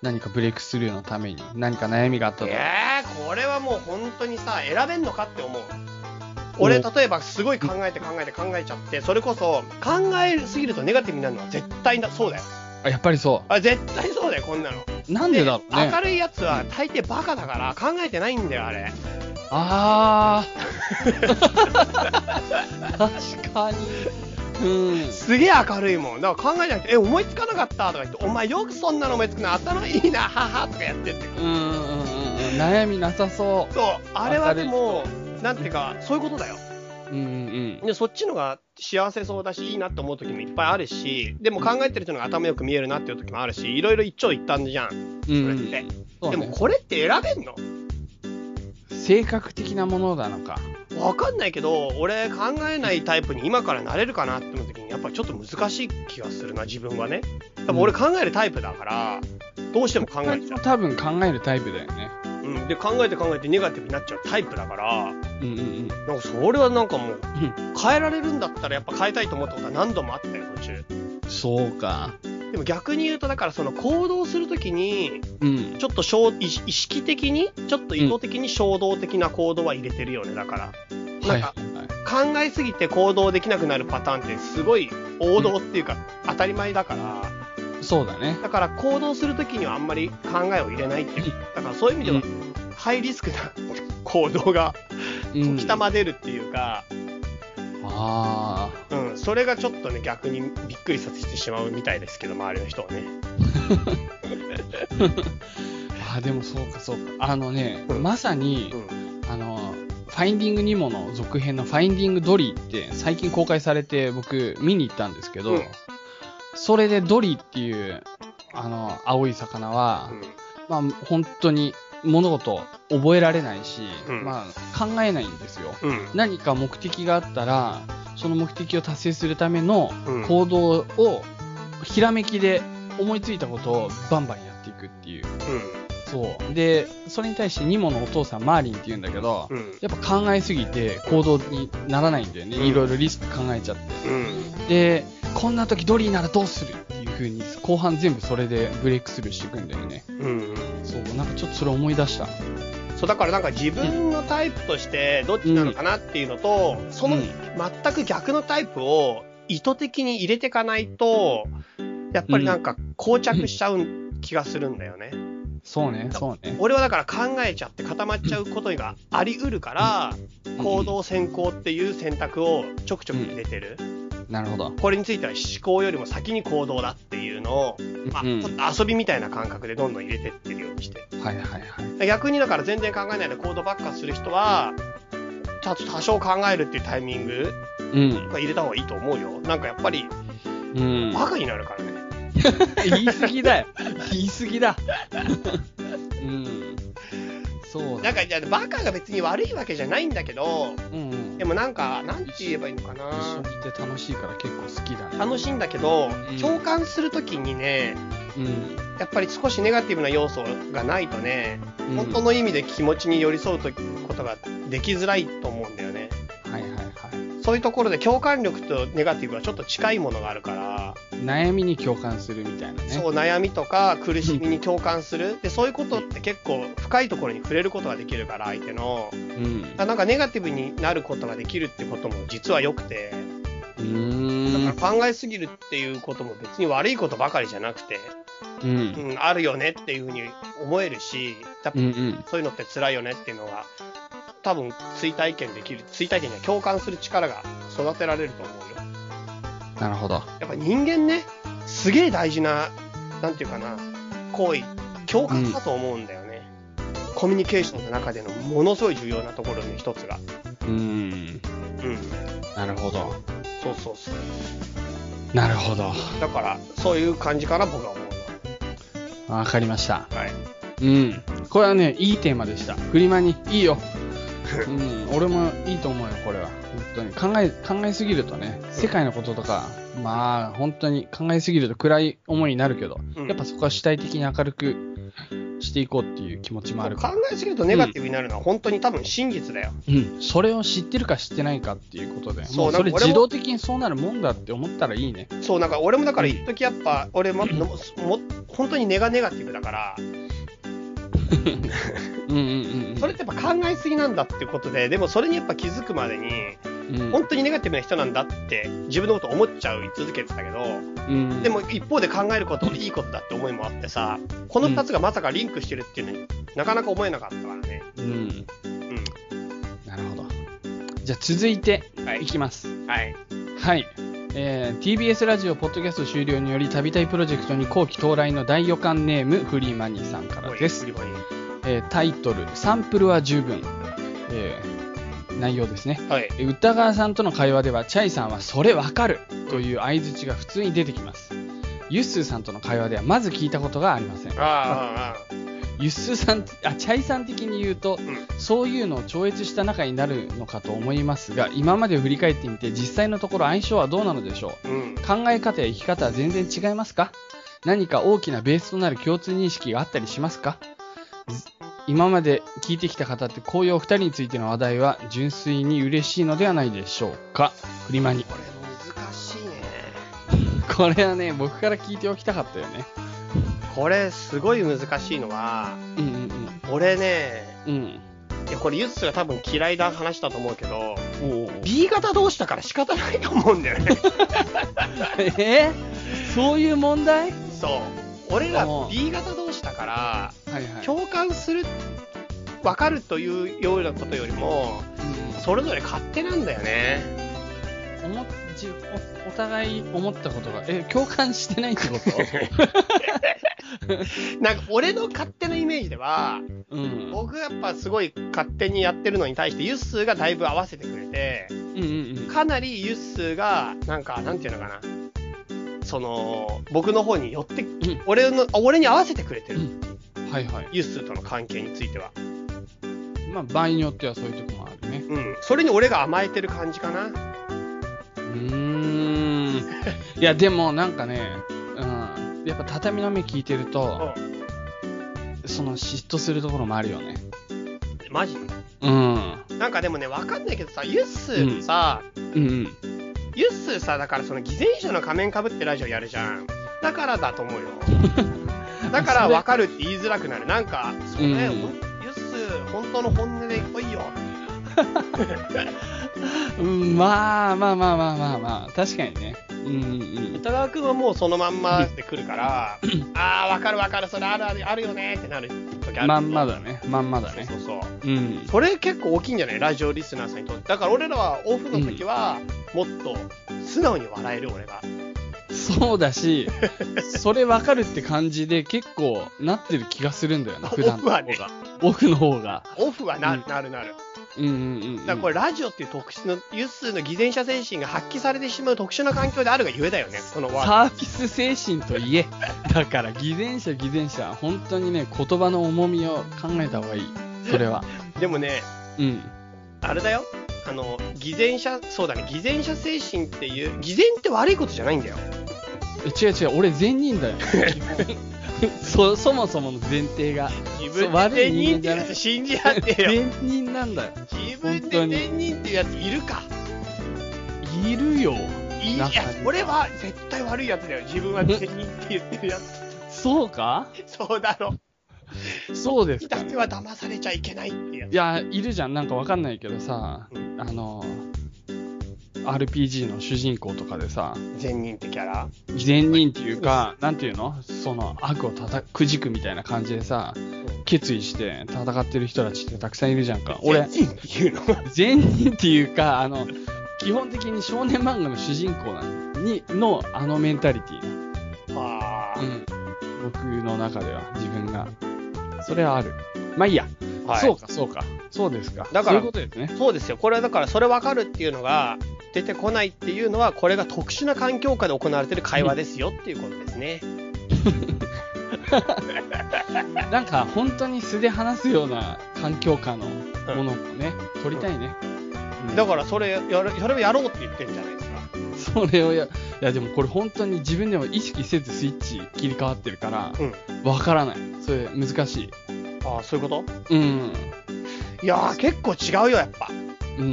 Speaker 2: 何かブレイクスルーのために、何か悩みがあったと。
Speaker 1: えー、これはもう本当にさ選べんのかって思う俺
Speaker 2: お
Speaker 1: 例えばすごい考えて考えて考えちゃってそれこそ考えすぎるとネガティブになるのは絶対だそうだよ
Speaker 2: あやっぱりそ
Speaker 1: あ絶対そうだよこんなの
Speaker 2: う。なんでだろう
Speaker 1: 明
Speaker 2: ね。
Speaker 1: るいやつは大抵バカだから考えてないんだよあれ
Speaker 2: あー。確かに。うん。
Speaker 1: すげえ明るいもんだから考えなくて「え思いつかなかった」とか言って「お前よくそんなの思いつくな頭いいなはは」とかやってって
Speaker 2: うんうんうんうん。悩みなさそ
Speaker 1: そうあれはでもなんていうかそういうことだよ
Speaker 2: う。うんうん。
Speaker 1: でそっちのが幸せそうだしいいなって思う時もいっぱいあるしでも考えてる人のが頭よく見えるなっていう時もあるしいろいろ一長一短じゃん
Speaker 2: う
Speaker 1: それ
Speaker 2: ん、
Speaker 1: って、
Speaker 2: そう
Speaker 1: で
Speaker 2: ね
Speaker 1: もこれって選べんの
Speaker 2: 性格的なものなのか
Speaker 1: わかんないけど俺考えないタイプに今からなれるかなって思う時にやっぱりちょっと難しい気がするな自分はね多分俺考えるタイプだからどうしても考えちゃう、
Speaker 2: 多分考えるタイプだよね
Speaker 1: うん、で考えて考えてネガティブになっちゃうタイプだから
Speaker 2: うんうん
Speaker 1: なんかそれはなんかもう
Speaker 2: う
Speaker 1: 変えられるんだったらやっぱ変えたいと思ったことは何度もあったよ途中
Speaker 2: んそうか
Speaker 1: でも逆に言うとだからその行動するときに
Speaker 2: うん
Speaker 1: ちょっと衝意意識的にちょっと意図的に衝動的な行動は入れてるよねだからな
Speaker 2: は
Speaker 1: ん
Speaker 2: い
Speaker 1: か
Speaker 2: はいはい
Speaker 1: 考えすぎて行動できなくなるパターンってすごい王道っていうか当たり前だから
Speaker 2: そうだね
Speaker 1: だから行動するときにはあんまり考えを入れないっていうだからそういう意味ではハイリスクな行動が
Speaker 2: うん
Speaker 1: 時たま出るっていうか、
Speaker 2: あ
Speaker 1: うん、それがちょっとね逆にびっくりさせてしまうみたいですけど周りの人はね
Speaker 2: ーあーでもそうかそうかあのね、
Speaker 1: うん
Speaker 2: まさに
Speaker 1: う、ん
Speaker 2: あのファインディングニモの続編の「ファインディングドリー」って最近公開されて僕見に行ったんですけど、
Speaker 1: うん
Speaker 2: それでドリーっていうあの青い魚は、まあ、本当に物事を覚えられないし、
Speaker 1: うん
Speaker 2: まあ、考えないんですよ。
Speaker 1: うん
Speaker 2: 何か目的があったら、その目的を達成するための
Speaker 1: うん
Speaker 2: 行動を、ひらめきで思いついたことをバンバンやっていくっていう。そう。で、それに対してニモのお父さん、マーリンって言うんだけど、
Speaker 1: うんうん
Speaker 2: やっぱ考えすぎて行動にならないんだよね。
Speaker 1: うん
Speaker 2: いろいろリスク考えちゃって。
Speaker 1: うん
Speaker 2: で、こんな時ドリーならどうするっていう風に、後半全部それでブレイクスルーしていくんだよね。
Speaker 1: うん
Speaker 2: そう、なんかちょっとそれ思い出した。
Speaker 1: そうだからなんか自分のタイプとしてどっちなのかなっていうのと、その
Speaker 2: うん
Speaker 1: 全く逆のタイプを意図的に入れていかないとやっぱりなんか膠着しちゃう気がするんだよね、
Speaker 2: そうね、そうね。
Speaker 1: 俺はだから考えちゃって固まっちゃうことがありうるから行動先行っていう選択をちょくちょく入れてる、
Speaker 2: なるほど。
Speaker 1: これについては思考よりも先に行動だっていうのを、まあ、
Speaker 2: うん
Speaker 1: ちょっと遊びみたいな感覚でどんどん入れてってるようにして
Speaker 2: はいはいはい。
Speaker 1: 逆にだから全然考えないで行動ばっかする人はた多少考えるっていうタイミング
Speaker 2: うん。
Speaker 1: が入れた方がいいと思うよなんかやっぱり
Speaker 2: うん。
Speaker 1: バカになるからね
Speaker 2: (laughs) 言い過
Speaker 1: (laughs)
Speaker 2: ぎだよ。言い過ぎだ。うん。そう
Speaker 1: なん
Speaker 2: だ。
Speaker 1: かじゃあバカが別に悪いわけじゃないんだけど
Speaker 2: うんうん。
Speaker 1: でもなんかなんて言えばいいのか
Speaker 2: 一緒
Speaker 1: な
Speaker 2: にいて楽しいから結構好きだね。
Speaker 1: 楽しいんだけど
Speaker 2: うん
Speaker 1: 共感するときにね
Speaker 2: うん。
Speaker 1: やっぱり少しネガティブな要素がないとね
Speaker 2: うん
Speaker 1: 本当の意味で気持ちに寄り添うとことができづらいと思うんだよね
Speaker 2: はいはいは
Speaker 1: そういうところで共感力とネガティブはちょっと近いものがあるから
Speaker 2: い。悩みに共感するみたいなね。
Speaker 1: そう悩みとか苦しみに共感するでそういうことって結構深いところに触れることができるから相手の
Speaker 2: うん。
Speaker 1: だからなんかネガティブになることができるってことも実は良くて
Speaker 2: うーん。
Speaker 1: だから考えすぎるっていうことも別に悪いことばかりじゃなくて
Speaker 2: うん。
Speaker 1: うん、あるよねっていうふうに思えるし、やっぱ
Speaker 2: うんうん。
Speaker 1: そういうのって辛いよねっていうのは、多分追体験できる、追体験には共感する力が育てられると思うよ。
Speaker 2: なるほど。
Speaker 1: やっぱ人間ね、すげえ大事な、なんていうかな、行為、共感だと思うんだよね。コミュニケーションの中でのものすごい重要なところの一つが。
Speaker 2: うん。
Speaker 1: うん。
Speaker 2: なるほど。
Speaker 1: そうそうそう。
Speaker 2: なるほど。
Speaker 1: だから、そういう感じかな、僕は思う
Speaker 2: わかりました。
Speaker 1: のは。はい。
Speaker 2: うん。これはね、いいテーマでした。フリマに、い
Speaker 1: (laughs)
Speaker 2: いよ。うん、俺もいいと思うよ、これは。本当に。考え、考えすぎるとね、世界のこととか、まあ、本当に考えすぎると暗い思いになるけど、
Speaker 1: うん
Speaker 2: やっぱそこは主体的に明るくしていこうっていう気持ちもある
Speaker 1: 考
Speaker 2: から。
Speaker 1: えすぎるとネガティブになるのは本当に多分真実だよ。
Speaker 2: うん。それを知ってるか知ってないかっていうことで、
Speaker 1: そう
Speaker 2: もうそ
Speaker 1: な
Speaker 2: れ
Speaker 1: んか俺も
Speaker 2: 自動的にそうなるもんだって思ったらいいね。
Speaker 1: そう、なんか俺もだから一時やっぱ、俺も、もも本当にネガネガティブだから、
Speaker 2: うんうんうんうん。
Speaker 1: それってやっぱ考えすぎなんだっていうことで、でもそれにやっぱ気づくまでに、
Speaker 2: うん、
Speaker 1: 本当にネガティブな人なんだって自分のこと思っちゃい続けてたけど、
Speaker 2: うん
Speaker 1: で、も一方で考えることもいいことだって思いもあってさ、この2つがまさかリンクしてるっていうのになかなか思えなかったからね。
Speaker 2: うん。
Speaker 1: う
Speaker 2: なるほど。じゃあ続いて、
Speaker 1: ん。はい
Speaker 2: い。きます。
Speaker 1: はい。
Speaker 2: はい、えー TBS ラジオポッドキャスト終了により旅たいプロジェクトに後期到来の大予感ネームフリーマニーさんからです
Speaker 1: もう、いい。もうい
Speaker 2: えータイトル「サンプルは十分」えー内容ですね
Speaker 1: いはい。
Speaker 2: えー歌川さんとの会話ではチャイさんは「それわかる」という相づちが普通に出てきますユッスーさんとの会話ではまず聞いたことがありません
Speaker 1: あーあー、あ
Speaker 2: ユッスーさんあチャイさん的に言うと、
Speaker 1: ん
Speaker 2: そういうのを超越した仲になるのかと思いますが今までを振り返ってみて実際のところ相性はどうなのでしょう
Speaker 1: ーうん。
Speaker 2: 考え方や生き方は全然違いますか何か大きなベースとなる共通認識があったりしますかず今まで聞いてきた方ってこういうお二人についての話題は純粋に嬉しいのではないでしょうかフリマに
Speaker 1: これ難しいね。
Speaker 2: これはね僕から聞いておきたかったよね
Speaker 1: これすごい難しいのは、
Speaker 2: うん
Speaker 1: 俺ね、
Speaker 2: うんうん
Speaker 1: いやこれユッスが多分嫌いな話だと思うけど、
Speaker 2: うんお
Speaker 1: B 型同士だから仕方ないと思うんだよ
Speaker 2: (laughs)
Speaker 1: ね。
Speaker 2: えそういう問題は
Speaker 1: そう。俺ら
Speaker 2: うん
Speaker 1: B 型同士だから、
Speaker 2: いは
Speaker 1: 共感する、わかるというようなことよりも、それぞれ勝手なんだよね。
Speaker 2: うん思っじおお互い思ったことがえ共感してないってこと (laughs)
Speaker 1: なんか俺の勝手なイメージでは、
Speaker 2: うん
Speaker 1: 僕やっぱすごい勝手にやってるのに対してユッスーがだいぶ合わせてくれて、
Speaker 2: うんうん
Speaker 1: かなりユッスーが、なんか、なんていうのかな。その、僕の方に寄って、
Speaker 2: ん
Speaker 1: 俺の、あ俺に合わせてくれてる。
Speaker 2: うんはいはい
Speaker 1: ユッスーとの関係については。
Speaker 2: まあ、場合によってはそういうとこもあるね。
Speaker 1: うん。それに俺が甘えてる感じかな。
Speaker 2: うーん。いや、でもなんかね、うん。やっぱ畳の目聞いてると、
Speaker 1: うん。
Speaker 2: その嫉妬するところもあるよね。
Speaker 1: マジ
Speaker 2: うん。
Speaker 1: なんかでもね、わかんないけどさ、ユッスーもさ、
Speaker 2: うん
Speaker 1: ユッスーさ、だからその偽善者の仮面かぶってラジオやるじゃん。だからだと思う
Speaker 2: (laughs)
Speaker 1: よ。だから分かるって言いづらくなる。なんか、それ、
Speaker 2: うん
Speaker 1: ユッスー、本当の本音で来いよ。
Speaker 2: うん。うん、まあまあまあまあまあまあ、確かにね。うんうん
Speaker 1: 歌川君はもうそのまんまで来る
Speaker 2: (laughs)
Speaker 1: から、あー、分かる分かる、それあるあるあるよねってなる時あ
Speaker 2: う
Speaker 1: る。
Speaker 2: ん。まんまだね。まんまだね
Speaker 1: そう。そうそう。
Speaker 2: うん。
Speaker 1: それ結構大きいんじゃないラジオリスナーさんにとって。だから俺らはオフの時は、もっと素直に笑える俺が。
Speaker 2: そうだし、それわかるって感じで結構なってる気がするんだ
Speaker 1: (laughs)
Speaker 2: よね、普
Speaker 1: オ
Speaker 2: 段
Speaker 1: フ
Speaker 2: の
Speaker 1: は
Speaker 2: 方
Speaker 1: ね、
Speaker 2: が。奥の方が。
Speaker 1: オフはな,、
Speaker 2: うん
Speaker 1: なるなる。
Speaker 2: うんうんうんうん。
Speaker 1: だからこれ、ラジオっていう特殊の、ユッスーの偽善者精神が発揮されてしまう特殊な環境であるがゆえだよね、このワー
Speaker 2: サービス精神といえ。だから、偽善者、偽善者。本当にね、言葉の重みを考えた方がいい。それは。
Speaker 1: ド。でもね、
Speaker 2: うん。
Speaker 1: あれだよ。あの、偽善者、そうだね、偽善者精神っていう、偽善って悪いことじゃないんだよ。
Speaker 2: え違う違う、俺善人だよ。 (laughs) そ、そもそもの前提が。
Speaker 1: 自
Speaker 2: そう
Speaker 1: 分
Speaker 2: 悪
Speaker 1: で
Speaker 2: い
Speaker 1: 善人っ
Speaker 2: 人間
Speaker 1: て
Speaker 2: じゃな
Speaker 1: やつ
Speaker 2: い
Speaker 1: 信じ合ってよ。
Speaker 2: 善人なんだよ。
Speaker 1: 自分で善人っていうやついるか。
Speaker 2: いるよ。
Speaker 1: いいや
Speaker 2: 中には、
Speaker 1: 俺は絶対悪いやつだよ。自分は善人って言ってるや (laughs) つ。
Speaker 2: そうか
Speaker 1: そうだろ。
Speaker 2: そうですか
Speaker 1: だ
Speaker 2: ね、
Speaker 1: けは騙されちゃいけないってやつ
Speaker 2: い。や、いるじゃん。なんかわかんないけどさ
Speaker 1: う、ん
Speaker 2: あの、 RPG の主人公とかでさ、
Speaker 1: 善人ってキャラ
Speaker 2: 善人っていうか、なんていうのその悪をたたくじくみたいな感じでさ、決意して戦ってる人たちってたくさんいるじゃんか。俺、
Speaker 1: 善人っていうの
Speaker 2: 善人っていうか、あの、基本的に少年漫画の主人公なのにのあのメンタリティー
Speaker 1: (laughs) あ
Speaker 2: な、うん、僕の中では自分がそれはあるまあいいや、
Speaker 1: あ、はい、
Speaker 2: そうかそうかそうですか
Speaker 1: だから
Speaker 2: そういうことですね
Speaker 1: そうですよこれはだからそれ分かるっていうのが出てこないっていうのはこれが特殊な環境下で行われてる会話ですよっていうことですね。
Speaker 2: なんか本当に素で話すような環境下のものをね、取りたいね、うん
Speaker 1: だからそれやるそれをやろうって言ってるんじゃないですか。
Speaker 2: それをやいやでもこれ本当に自分でも意識せずスイッチ切り替わってるから
Speaker 1: うん、
Speaker 2: わからないそれ難しい
Speaker 1: ああそういうこ
Speaker 2: うん
Speaker 1: といやー結構違うよやっぱ。
Speaker 2: うんうん
Speaker 1: う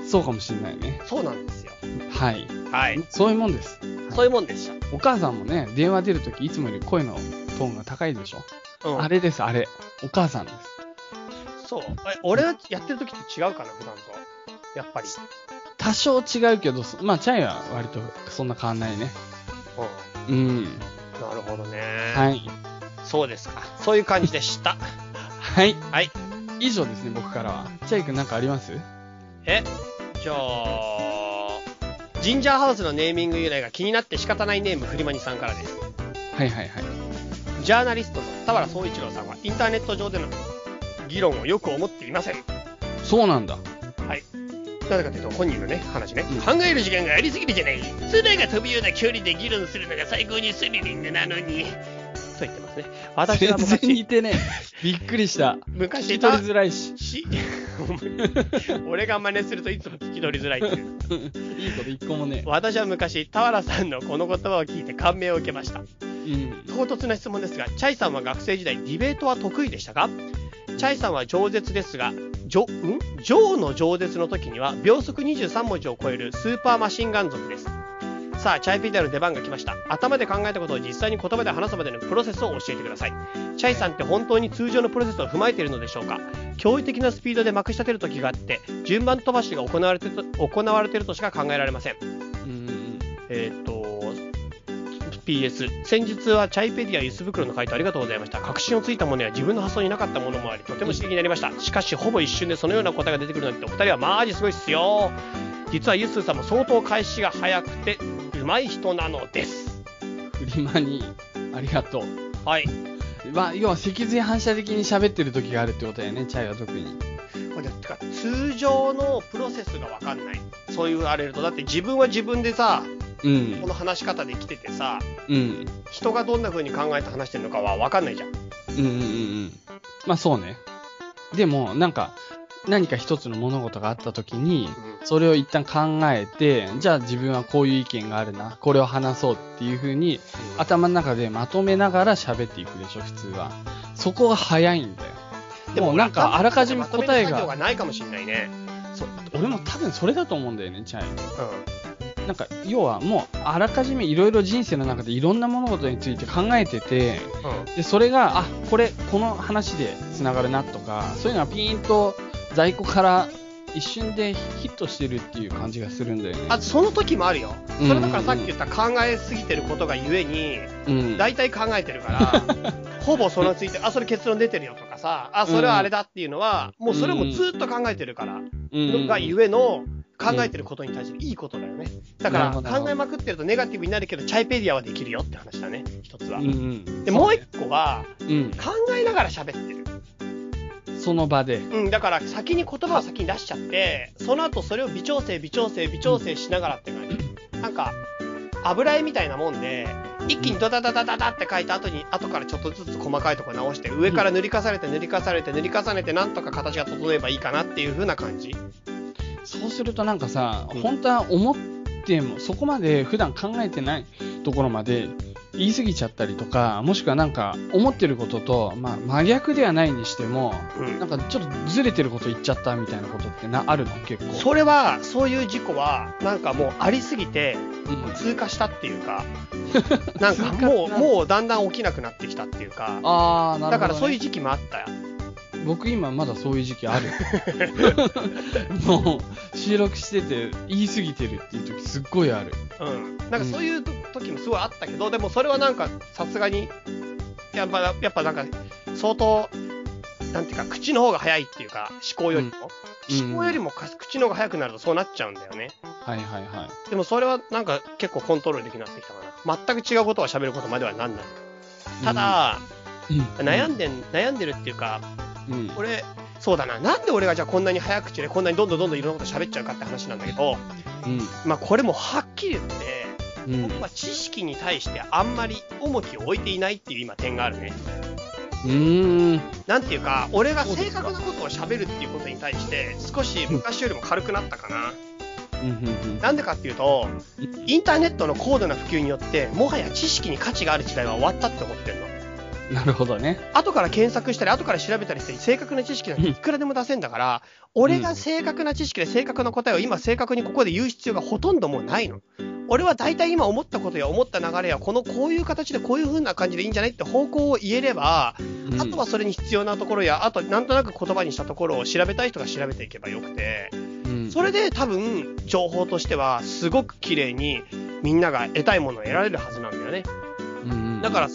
Speaker 2: うんそうかもしれないね
Speaker 1: ん、そうなんですよ。
Speaker 2: はい
Speaker 1: はい、
Speaker 2: そういうもんです
Speaker 1: そういうもんでし
Speaker 2: お母さんもね、電話出るときいつもより声のトーンが高いでしょ、
Speaker 1: た。うん、
Speaker 2: あれです、あれ。お母さんです。
Speaker 1: そう。え俺やってる時って違うかな普段と。やっぱり。
Speaker 2: 多少違うけど、そまあ、チャイは割とそんな変わんないね。
Speaker 1: う
Speaker 2: うん。
Speaker 1: ん、なるほどね。
Speaker 2: はい。
Speaker 1: そうですか。そういう感じでした。
Speaker 2: はい。
Speaker 1: はい。
Speaker 2: 以上ですね、僕からは。チャイ君なんかあります
Speaker 1: えじゃあジンジャーハウスのネーミング由来が気になって仕方ないネームフリマニさんからです
Speaker 2: はいはいはい。
Speaker 1: ジャーナリストの田原総一郎さんはインターネット上での議論をよく思っていません
Speaker 2: そうなんだ。
Speaker 1: なぜかというと本人のね話ね、
Speaker 2: うん
Speaker 1: 考える時間がありすぎるじゃない空が飛ぶような距離で議論するのが最高にスリリングなのにと言ってますね私は
Speaker 2: 全然
Speaker 1: 昔
Speaker 2: 似てねえ。びっくりした。聞
Speaker 1: 昔
Speaker 2: き
Speaker 1: た
Speaker 2: 取りづらいし。
Speaker 1: し (laughs) お前俺が真似するといつも聞き取りづらいっていう
Speaker 2: (laughs) いいこと一個もね
Speaker 1: 私は昔田原さんのこの言葉を聞いて感銘を受けました
Speaker 2: え。うん。
Speaker 1: 唐突な質問ですがチャイさんは学生時代ディベートは得意でしたかチャイさんは饒舌ですが「ジョ」ん「ジョー」の饒舌の時には秒速23文字を超えるスーパーマシンガン族ですさあチャイピーターの出番が来ました頭で考えたことを実際に言葉で話すまでのプロセスを教えてくださいチャイさんって本当に通常のプロセスを踏まえているのでしょうか驚異的なスピードでまくし立てる時があって順番飛ばしが行われてと行われているとしか考えられません
Speaker 2: うんうん
Speaker 1: えーっ、と、PS、先日はチャイペディア、ゆす袋の回答ありがとうございました。確信をついたものや自分の発想になかったものもあり、とても刺激になりました。しかし、ほぼ一瞬でそのような答えが出てくるなんて、お二人はマジすごいっすよ。実はゆすーさんも相当開始が早くて、上手い人なのです。
Speaker 2: フリマに、ありがとう。
Speaker 1: はい。
Speaker 2: まあ、要は脊髄反射的に喋ってる時があるってことだよね、チャイは特に。
Speaker 1: これてか通常のプロセスが分かんない。そう言われると、だって自分は自分でさ、
Speaker 2: うん
Speaker 1: こ。の話し方で来ててさ、
Speaker 2: うん。
Speaker 1: 人がどんな風に考えて話してるのかは分かんないじゃん。
Speaker 2: うんうんうんうん。まあそうね。でも、なんか、何か一つの物事があった時に、それを一旦考えて、じゃあ自分はこういう意見があるな、これを話そうっていう風に、頭の中でまとめながら喋っていくでしょ、普通は。そこが早いんだよ。でもなんか、あらかじめ答
Speaker 1: ま
Speaker 2: え
Speaker 1: とめる作業が
Speaker 2: が、
Speaker 1: ないかもしれないね。
Speaker 2: そう俺も多分それだと思うんだよね、チャイ。
Speaker 1: う
Speaker 2: なんか、要はもう、あらかじめいろいろ人生の中でいろんな物事について考えてて、
Speaker 1: ん。うん。
Speaker 2: でそれがあこれこの話でつながるなとかそういうのがピーンと在庫から一瞬でヒットしてるっていう感じがするんだよね。
Speaker 1: あ、その時もあるよ。それだからさっき言っ
Speaker 2: っ
Speaker 1: た考えすぎてることがゆえに、
Speaker 2: た、うん、
Speaker 1: 大体考えてる
Speaker 2: (laughs)
Speaker 1: から、ほぼそのついて、あ、それ結論出てるよとかさ、あ、それはあれだっていうのは、もうそれもずっと考えてるから、
Speaker 2: うん
Speaker 1: がゆえの、考えてることに対していいことだよね。だ
Speaker 2: なる
Speaker 1: か
Speaker 2: ほど
Speaker 1: ら、考えまくってるとネガティブになるけど、チャイペディアはできるよって話だね、一つは。
Speaker 2: うんうん、
Speaker 1: で、もう一個は、
Speaker 2: そうね、
Speaker 1: 考えながら喋ってる。
Speaker 2: うん、その場で、
Speaker 1: うん、だから先に言葉を先に出しちゃってその後それを微調整微調整微調整しながらって感じなんか油絵みたいなもんで一気にドダダダダダって書いた後に後からちょっとずつ細かいところ直して上から塗り重ねて塗り重ねて塗り重ねてなんとか形が整えばいいかなっていう風な感じ
Speaker 2: そうするとなんかさ、
Speaker 1: うん
Speaker 2: 本当は思ってもそこまで普段考えてないところまで言い過ぎちゃったりとかもしくはなんか思ってることと、まあ、真逆ではないにしても
Speaker 1: うん
Speaker 2: なんかちょっとずれてること言っちゃったみたいなことってなあるの結構。
Speaker 1: それはそういう事故はなんかもうありすぎて
Speaker 2: うん
Speaker 1: 通過したっていうかなんかもうもうだんだん起きなくなってきたっていうか
Speaker 2: ああ、なるほど、ね。
Speaker 1: だからそういう時期もあったよ
Speaker 2: 僕今まだそういう時期あ
Speaker 1: (laughs)
Speaker 2: る。もう、収録してて言い過ぎてるっていう時すっごいある。
Speaker 1: うん、なんかそういうと時もすごいあったけど、でもそれはなんかさすがにやっぱやっぱなんか相当なんていうか口の方が早いっていうか思考よりも、
Speaker 2: うん
Speaker 1: 思考よりもか口の方が早くなるとそうなっちゃうんだよね
Speaker 2: はいはいはい。
Speaker 1: でもそれはなんか結構コントロールできるようになってきたかな全く違うことは喋ることまではなんないただ、
Speaker 2: うん、
Speaker 1: 悩んでん悩んでるっていうか
Speaker 2: うん。
Speaker 1: 俺そうだななんで俺がじゃあこんなに早口でこんなにどんどんどんどんいろんなこと喋っちゃうかって話なんだけどまあこれもはっきり言って
Speaker 2: うん。うん。
Speaker 1: まあ、知識に対してあんまり重きを置いていないっていう今点があるね。
Speaker 2: うーん。
Speaker 1: なんていうか、俺が正確なことを喋るっていうことに対して、少し昔よりも軽くなったかな。
Speaker 2: うんうん
Speaker 1: なんでかっていうと、インターネットの高度な普及によって、もはや知識に価値がある時代は終わったって思ってるの。
Speaker 2: うんなるほどね。
Speaker 1: 後から検索したり、後から調べたりして、正確な知識なんていくらでも出せんだから、俺が正確な知識で正確な答えを今正確にここで言う必要がほとんどもうないの。俺は大体今思ったことや思った流れや、このこういう形でこういう風な感じでいいんじゃないって方向を言えれば、
Speaker 2: うん
Speaker 1: あとはそれに必要なところや、あとなんとなく言葉にしたところを調べたい人が調べていけばよくて、
Speaker 2: うん
Speaker 1: それで多分情報としてはすごく綺麗にみんなが得たいものを得られるはずなんだよね。
Speaker 2: うんうん
Speaker 1: だから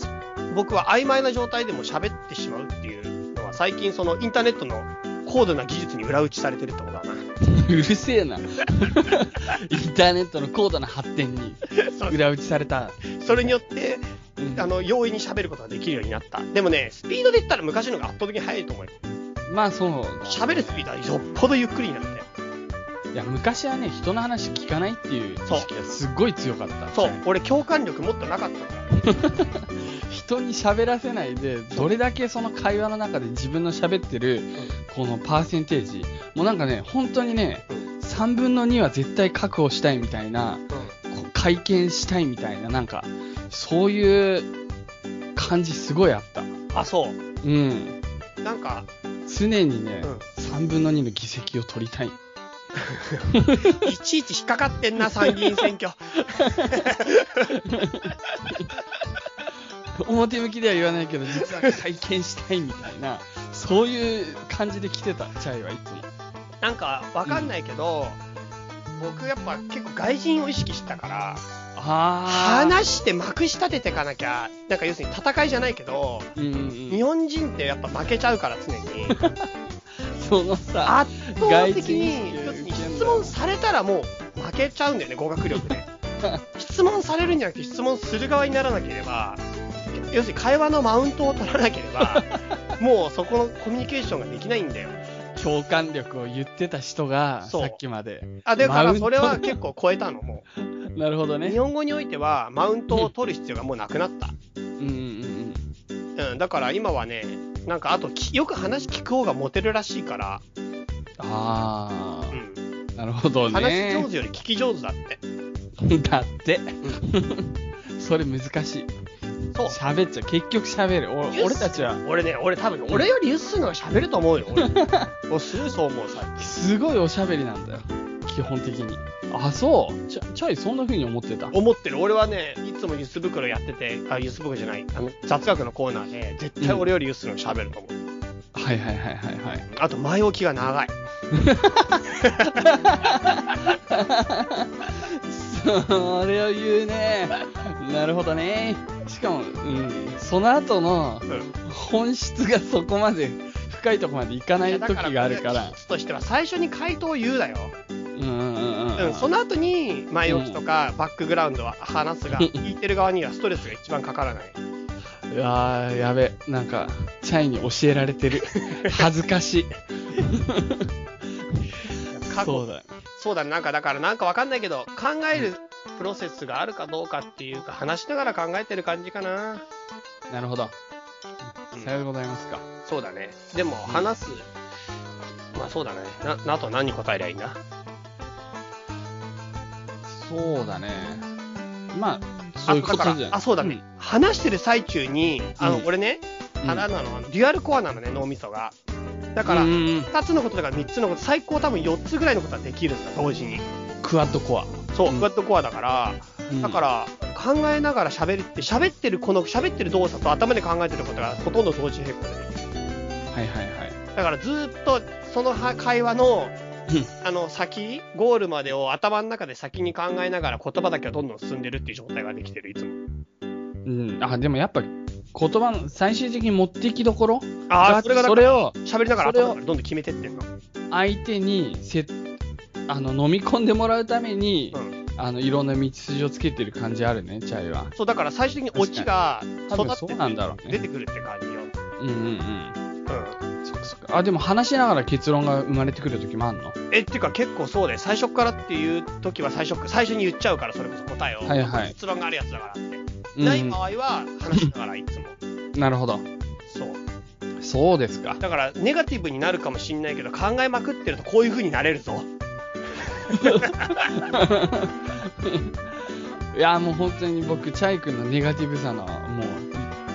Speaker 1: 僕は曖昧な状態でも喋ってしまうっていうのは最近そのインターネットの高度な技術に裏打ちされてるってことだな。 (laughs)
Speaker 2: うるせえな。イ (laughs) ンターネットの高度な発展に
Speaker 1: そう
Speaker 2: 裏打ちされた。
Speaker 1: それによって
Speaker 2: うん
Speaker 1: あの容易に喋ることができるようになった。でもね、スピードで言ったら昔のが圧倒的に速いと思うよ。
Speaker 2: まあそうだ。
Speaker 1: 喋るスピードはよっぽどゆっくりになったよ。
Speaker 2: いや、昔はね、人の話聞かないっていう意識がすっごい強かった。
Speaker 1: そう、俺共感力もっとなかったんだよ。
Speaker 2: 人に喋らせないで、どれだけその会話の中で自分の喋ってる、このパーセンテージ、もうなんかね、本当にね、3分の2は絶対確保したいみたいな、こう会見したいみたいな、なんか、そういう感じすごいあった。
Speaker 1: あ、そう。
Speaker 2: うん。
Speaker 1: なんか、
Speaker 2: 常にね、
Speaker 1: うん
Speaker 2: 3分の2の議席を取りたい。
Speaker 1: いちいち引っかかってん
Speaker 2: (laughs)
Speaker 1: な、参議院選挙。
Speaker 2: 表向きでは言わないけど、実は会見したいみたいな、そういう感じで来てた、チャイはいつも。
Speaker 1: なんか、わかんないけど、僕やっぱ結構外人を意識してたから、
Speaker 2: あ
Speaker 1: 話してまくし立てていかなきゃ、なんか要するに戦いじゃないけど、
Speaker 2: うんうん
Speaker 1: 日本人ってやっぱ負けちゃうから常
Speaker 2: (laughs)
Speaker 1: に、
Speaker 2: そのさ、
Speaker 1: 圧倒的
Speaker 2: 外人意識
Speaker 1: に
Speaker 2: が
Speaker 1: 要するに質問されたらもう負けちゃうんだよね、語学力
Speaker 2: (laughs)
Speaker 1: で。質問されるんじゃなくて質問する側にならなければ、要するに会話のマウントを取らなけれ
Speaker 2: (laughs)
Speaker 1: ば、もうそこのコミュニケーションができないんだよ。
Speaker 2: 共感力を言ってた人が、
Speaker 1: そう
Speaker 2: さっきまで。
Speaker 1: あだか
Speaker 2: マウ
Speaker 1: ら
Speaker 2: ント
Speaker 1: それは結構超えたの、も
Speaker 2: なるほど
Speaker 1: う。
Speaker 2: ね
Speaker 1: 日。本語においてはマウントを取る必要がもうなくなった。
Speaker 2: うんうんうん
Speaker 1: うん、だから今はね、なんかあときよく話聞く方がモテるらしいから、
Speaker 2: あ
Speaker 1: うん、
Speaker 2: あ、なるほど
Speaker 1: 話
Speaker 2: ね
Speaker 1: 上。手より聞き上手だって。
Speaker 2: (laughs) だって、それ難しい。
Speaker 1: そう。
Speaker 2: 喋っちゃう、結局喋る。
Speaker 1: ユッ
Speaker 2: お俺たちは、
Speaker 1: 俺ね、俺多分、俺よりユッスーの方が喋ると思うよ、
Speaker 2: (laughs)
Speaker 1: 俺。俺すごいそう思う、最
Speaker 2: すごいおしゃべりなんだよ。基本的に。あ、そう。チャチャイ、そんな風に思ってた。
Speaker 1: 近。思ってる。俺はね、いつもユス袋やってて、あ、ユス袋じゃない、あの、雑学のコーナーで、絶対俺よりユッスーの方が喋ると思う。
Speaker 2: はいはいはいはいはい。
Speaker 1: あと、前置きが長い。
Speaker 2: それを言うね。なるほどね。しかも、うん、その後の
Speaker 1: うん。
Speaker 2: 本質がそこまで深いとこまでいかない時があるか
Speaker 1: いやだ
Speaker 2: ら
Speaker 1: 技。術としては、最初に回答を言うだよ。
Speaker 2: うんうんうんう。
Speaker 1: うんん。その後に、前置きとか、バックグラウンドは話すが、聞いてる側にはストレスが一番かからない。
Speaker 2: うわーやべ。なんか、チャイに教えられてる。恥ずか (laughs) しい。
Speaker 1: 過去
Speaker 2: そうだ。
Speaker 1: そうだね、なんかだから、なんかわかんないけど、考えるプロセスがあるかどうかっていうか、話しながら考えてる感じかな。
Speaker 2: なるほど。
Speaker 1: うん
Speaker 2: さようでございますか。
Speaker 1: そうだね。でも、話す、まあそうだね。な、あと何答えりゃいいんだ
Speaker 2: そうだね。まあ、そういう
Speaker 1: あ
Speaker 2: こ
Speaker 1: だから
Speaker 2: とじゃん。
Speaker 1: あ、そうだね。話してる最中に、あの、
Speaker 2: うん
Speaker 1: 俺ね、
Speaker 2: うん。
Speaker 1: あなの、あのデュアルコアなのね、脳みそが。だから、
Speaker 2: うん
Speaker 1: 2
Speaker 2: うんうん
Speaker 1: つのこととか3つのこと、最高多分4つぐらいのことはできるんだ、同時に。
Speaker 2: クワッドコア。
Speaker 1: そう、
Speaker 2: うん、
Speaker 1: クワッドコアだから、だからら、考えながら喋って、喋ってるこの、喋ってる動作と頭で考えてることがほとんど同時並行でできる。
Speaker 2: はいはいはい。
Speaker 1: だからずっとそのは会話のあの先ゴールまでを頭の中で先に考えながら言葉だけはどんどん進んでるっていう状態ができてるいつも
Speaker 2: うん、あでもやっぱり言葉の最終的に持ってきどころ
Speaker 1: ああそれがだ
Speaker 2: そ
Speaker 1: から
Speaker 2: れを
Speaker 1: 喋りながら
Speaker 2: それ
Speaker 1: 頭の
Speaker 2: を
Speaker 1: 中でどんどん決めてってんの
Speaker 2: 相手にせあの飲み込んでもらうために、
Speaker 1: うん
Speaker 2: あのいろんな道筋をつけてる感じあるねチャイは
Speaker 1: そうだから最終的にオチが
Speaker 2: 多
Speaker 1: 育
Speaker 2: 分
Speaker 1: っ
Speaker 2: そ
Speaker 1: て
Speaker 2: うなんだろう
Speaker 1: 出
Speaker 2: ね
Speaker 1: てくるって感じよ、
Speaker 2: うんうん
Speaker 1: う
Speaker 2: うんそっかそっかあでも話しながら結論が生まれてくる時もあるの
Speaker 1: ん、えっていうか結構そうで最初からっていう時は最初最初に言っちゃうからそれこそ答えを、
Speaker 2: はいはい
Speaker 1: 結論があるやつだからって、
Speaker 2: うん
Speaker 1: ない場合は話しながらいつも
Speaker 2: なるほど
Speaker 1: そう
Speaker 2: そうですか
Speaker 1: だからネガティブになるかもしんないけど考えまくってるとこういう風になれるぞ
Speaker 2: (laughs)
Speaker 1: (laughs)
Speaker 2: いやもう本当に僕チャイ君のネガティブさのも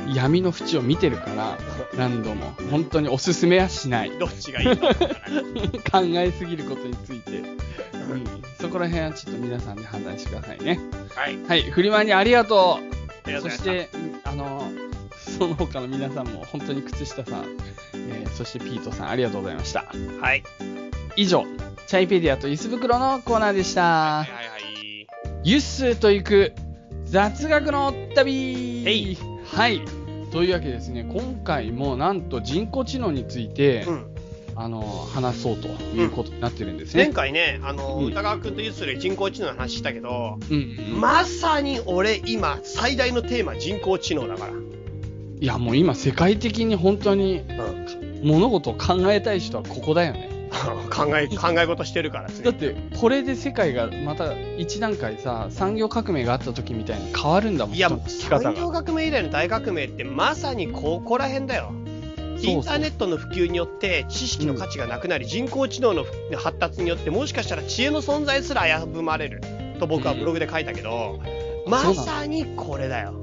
Speaker 2: う闇の淵を見てるから何度も本当におすすめはしない
Speaker 1: どっちがいいかわからない
Speaker 2: 考えすぎることについて、うん、そこら辺はちょっと皆さんで判断してくださいね
Speaker 1: はい
Speaker 2: はいフリマにありがと
Speaker 1: あり
Speaker 2: う
Speaker 1: がと
Speaker 2: そ
Speaker 1: ご
Speaker 2: うし
Speaker 1: ざいま
Speaker 2: てうんあのその他の皆さんも本当に靴下さん、えーそしてピートさんありがとうございました
Speaker 1: すはい
Speaker 2: 以上チャイペディアとユス袋のコーナーでした、
Speaker 1: はいはいはい
Speaker 2: ユッスーと行く雑学の旅
Speaker 1: えい
Speaker 2: はいというわけでですね今回もなんと人工知能について、
Speaker 1: うん
Speaker 2: あの話そうということになってるんですね
Speaker 1: 前、回ね、あの、
Speaker 2: うん
Speaker 1: 歌川君とユースで人工知能の話したけど、
Speaker 2: うんうん
Speaker 1: まさに俺今、最大のテーマ人工知能だから。
Speaker 2: いやもう今世界的に本当に
Speaker 1: うん。
Speaker 2: 物事を考えたい人はここだよね
Speaker 1: (laughs) 考え、考え事してるから
Speaker 2: だっ
Speaker 1: ね。
Speaker 2: てこれで世界がまた一段階さ産業革命があった時みたいに変わるんだもん
Speaker 1: いや、
Speaker 2: 人
Speaker 1: も
Speaker 2: の
Speaker 1: う
Speaker 2: 聞き
Speaker 1: 産
Speaker 2: 方
Speaker 1: 業
Speaker 2: が
Speaker 1: 革命以来の大革命ってまさにここら辺だよ。
Speaker 2: そうそう
Speaker 1: インターネットの普及によって知識の価値がなくなり、人工知能の発達によってもしかしたら知恵の存在すら危ぶまれると僕はブログで書いたけど、まさにこれだよ。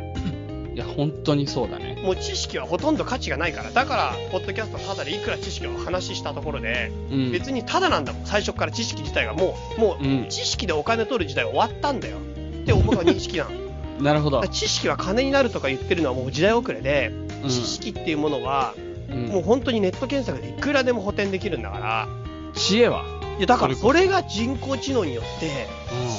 Speaker 2: いや本当にそうだね
Speaker 1: もう知識はほとんど価値がないからだからポッドキャストただでいくら知識をお話ししたところで
Speaker 2: うん
Speaker 1: 別にただなんだもん最初から知識自体がもうも
Speaker 2: う
Speaker 1: うん知識でお金取る時代終わったんだよって思う認識なのだ
Speaker 2: なるほど
Speaker 1: から知識は金になるとか言ってるのはもう時代遅れで
Speaker 2: うん
Speaker 1: 知識っていうものは
Speaker 2: うん
Speaker 1: もう本当にネット検索でいくらでも補填できるんだから
Speaker 2: 知恵はい
Speaker 1: やだから
Speaker 2: そ
Speaker 1: それが人工知能によって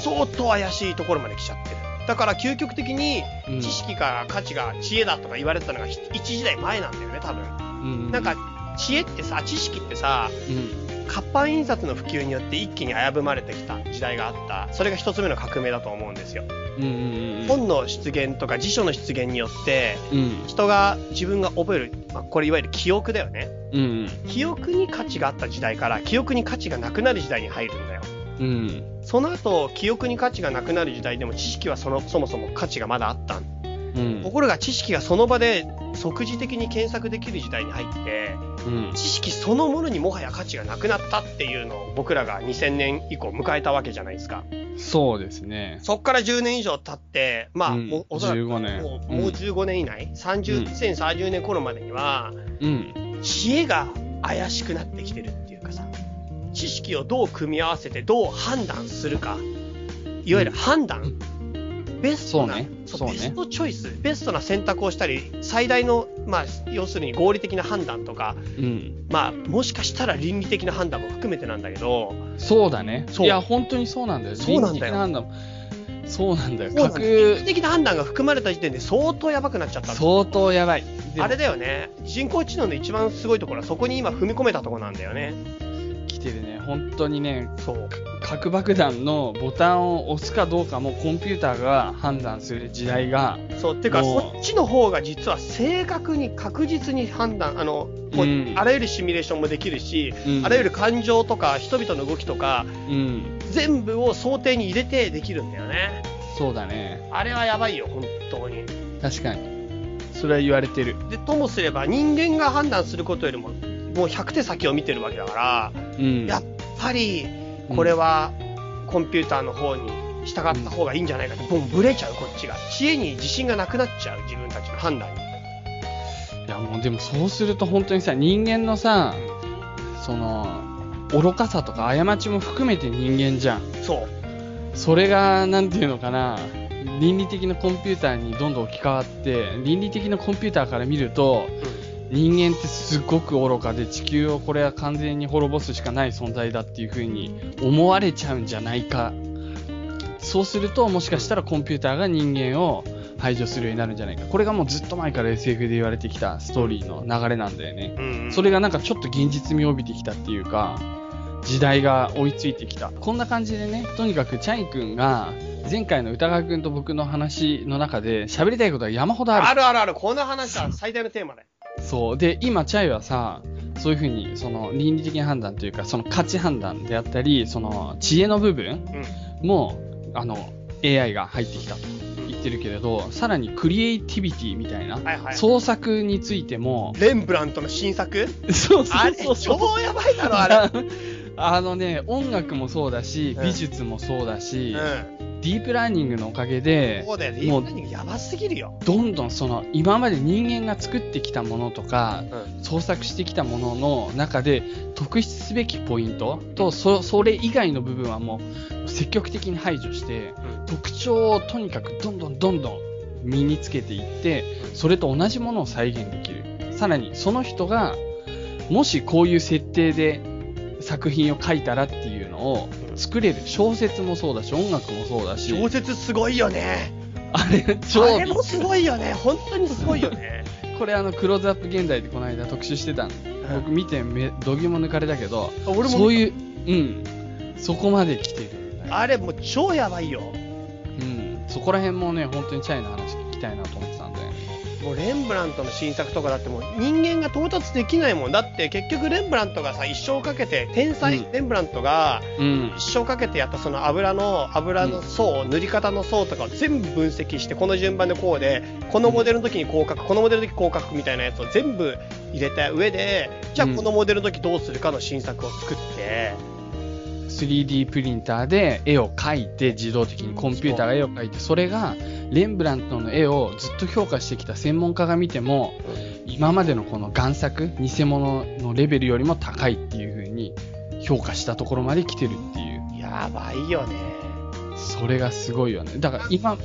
Speaker 1: 相当怪しいところまで来ちゃってるだから究極的に
Speaker 2: うん
Speaker 1: 知識が価値が知恵だとか言われてたのが一一時代前なんだよね多分。
Speaker 2: うん
Speaker 1: なんか知恵ってさ知識ってさ
Speaker 2: うん
Speaker 1: 活版印刷の普及によって一気に危ぶまれてきた時代があったそれが一つ目の革命だと思うんですよ、
Speaker 2: うんうんうん
Speaker 1: 本の出現とか辞書の出現によって
Speaker 2: うん
Speaker 1: 人が自分が覚える、まあ、これいわゆる記憶だよね
Speaker 2: うん
Speaker 1: 記憶に価値があった時代から記憶に価値がなくなる時代に入るんだよ
Speaker 2: うん
Speaker 1: その後記憶に価値がなくなる時代でも知識はそのそもそも価値がまだあった
Speaker 2: うん
Speaker 1: ところが知識がその場で即時的に検索できる時代に入って
Speaker 2: うん
Speaker 1: 知識そのものにもはや価値がなくなったっていうのを僕らが2000年以降迎えたわけじゃないですか
Speaker 2: そうですね
Speaker 1: そっから10年以上経ってまあ、
Speaker 2: うん
Speaker 1: もうおそらく
Speaker 2: 15年
Speaker 1: もうもう15年以内、30
Speaker 2: うん
Speaker 1: 2030年頃までには
Speaker 2: うん
Speaker 1: 知恵が怪しくなってきてるっていうかさ知識をどう組み合わせてどう判断するかいわゆる判断、ベストな
Speaker 2: そうね
Speaker 1: そう
Speaker 2: そうね
Speaker 1: ベストチョイスベストな選択をしたり最大の、まあ、要するに合理的な判断とか
Speaker 2: うん
Speaker 1: まあ、もしかしたら倫理的な判断も含めてなんだけど、
Speaker 2: そうだね
Speaker 1: そう
Speaker 2: いや本当にそうなんだよ
Speaker 1: そうなんだよ
Speaker 2: 倫理的な判断もそうなんだよ
Speaker 1: そうなんだよ倫理
Speaker 2: 核
Speaker 1: 的な判断が含まれた時点で相当やばくなっちゃったんだ
Speaker 2: 相当やばいでも
Speaker 1: あれだよね、人工知能の一番すごいところは、そこに今踏み込めたところなんだよね。
Speaker 2: 来てるね本当にね
Speaker 1: そう。
Speaker 2: 核爆弾のボタンを押すかどうかもコンピューターが判断する時代が
Speaker 1: そうっていうか、
Speaker 2: もう
Speaker 1: そっちの方が実は正確に確実に判断、あの、こう
Speaker 2: うん
Speaker 1: あらゆるシミュレーションもできるし、
Speaker 2: うん
Speaker 1: あらゆる感情とか、人々の動きとか、
Speaker 2: うん
Speaker 1: 全部を想定に入れてできるんだよね。
Speaker 2: そうだね
Speaker 1: あれはやばいよ、本当に。
Speaker 2: 確かにそれは言われてる
Speaker 1: でともすれば人間が判断することよりももう100手先を見てるわけだから、
Speaker 2: うん
Speaker 1: やっぱりこれはコンピューターの方に従った方がいいんじゃないかって、もうブレちゃうこっちが知恵に自信がなくなっちゃう自分たちの判断に、
Speaker 2: いやもうでもそうすると本当にさ人間のさその愚かさとか過ちも含めて人間じゃん
Speaker 1: そう
Speaker 2: それがなんていうのかな倫理的なコンピューターにどんどん置き換わって倫理的なコンピューターから見ると、人間ってすごく愚かで地球をこれは完全に滅ぼすしかない存在だっていうふうに思われちゃうんじゃないかそうするともしかしたらコンピューターが人間を排除するようになるんじゃないかこれがもうずっと前から SF で言われてきたストーリーの流れなんだよね、
Speaker 1: うんうん
Speaker 2: それがなんかちょっと現実味を帯びてきたっていうか、時代が追いついてきた。こんな感じでね、とにかくチャイ君が、前回の歌川君と僕の話の中で喋りたいことが山ほどある。
Speaker 1: あるあるある、この話は最大のテーマだよ。
Speaker 2: そう。で、今チャイはさ、そういうふうに、その倫理的な判断というか、その価値判断であったり、その知恵の部分
Speaker 1: うん。
Speaker 2: も、あの、AI が入ってきたと言ってるけれど、さらにクリエイティビティみたいな、
Speaker 1: はいはい
Speaker 2: 創作についても、
Speaker 1: レンブラントの新作
Speaker 2: (laughs) そう
Speaker 1: あ
Speaker 2: そ
Speaker 1: れ、
Speaker 2: うそうそう。
Speaker 1: 超やばいだろ、あれ。
Speaker 2: あのね、音楽もそうだし、
Speaker 1: うん
Speaker 2: 美術もそうだし、
Speaker 1: う
Speaker 2: ディープラーニングのおかげ
Speaker 1: ん。
Speaker 2: で
Speaker 1: こ、こで、リ
Speaker 2: も
Speaker 1: ー
Speaker 2: う
Speaker 1: プラーニングやばすぎるよ。
Speaker 2: どんどんその、今まで人間が作ってきたものとか、
Speaker 1: うん。
Speaker 2: 創作してきたものの中で、特筆すべきポイントと、そそれ以外の部分はもう、積極的に排除して、
Speaker 1: うん
Speaker 2: 特徴をとにかくどんどんどんどん身につけていって、
Speaker 1: うん
Speaker 2: それと同じものを再現できる。さらに、その人が、もしこういう設定で作品を書いたらっていうのを作れる。小説もそうだし、音楽もそうだし、
Speaker 1: 小説すごいよね。
Speaker 2: あれ、
Speaker 1: あ
Speaker 2: 超
Speaker 1: れ、もすごいよね。本当にすごいよね。
Speaker 2: これあの、クローズアップ現代でこの間特集してたの。僕見てめ、どぎも抜かれたけど、
Speaker 1: 俺も
Speaker 2: そういう、うん、そこまで来てるんだよ。
Speaker 1: あれ、もう超やばいよ。
Speaker 2: うん、そこら辺もね、本当にチャイの話聞きたいなと思ってたんで。
Speaker 1: もうレンブラントの新作とかだってもう人間が到達できないもんだって結局レンブラントがさ一生かけて天才
Speaker 2: うん
Speaker 1: レンブラントが
Speaker 2: うん。
Speaker 1: 一生かけてやったその油の油の層、塗り方の層とかを全部分析してこの順番でこうでこのモデルの時に広角このモデルの時広角みたいなやつを全部入れた上でじゃあ
Speaker 2: うん
Speaker 1: このモデルの時どうするかの新作を作って、
Speaker 2: 3D プリンターで絵を描いて自動的にコンピューターが絵を描いてそれがレンブラントの絵をずっと評価してきた専門家が見ても今までのこの贋作偽物のレベルよりも高いっていう風に評価したところまで来てるっていう
Speaker 1: やばいよね
Speaker 2: それがすごいよねだから今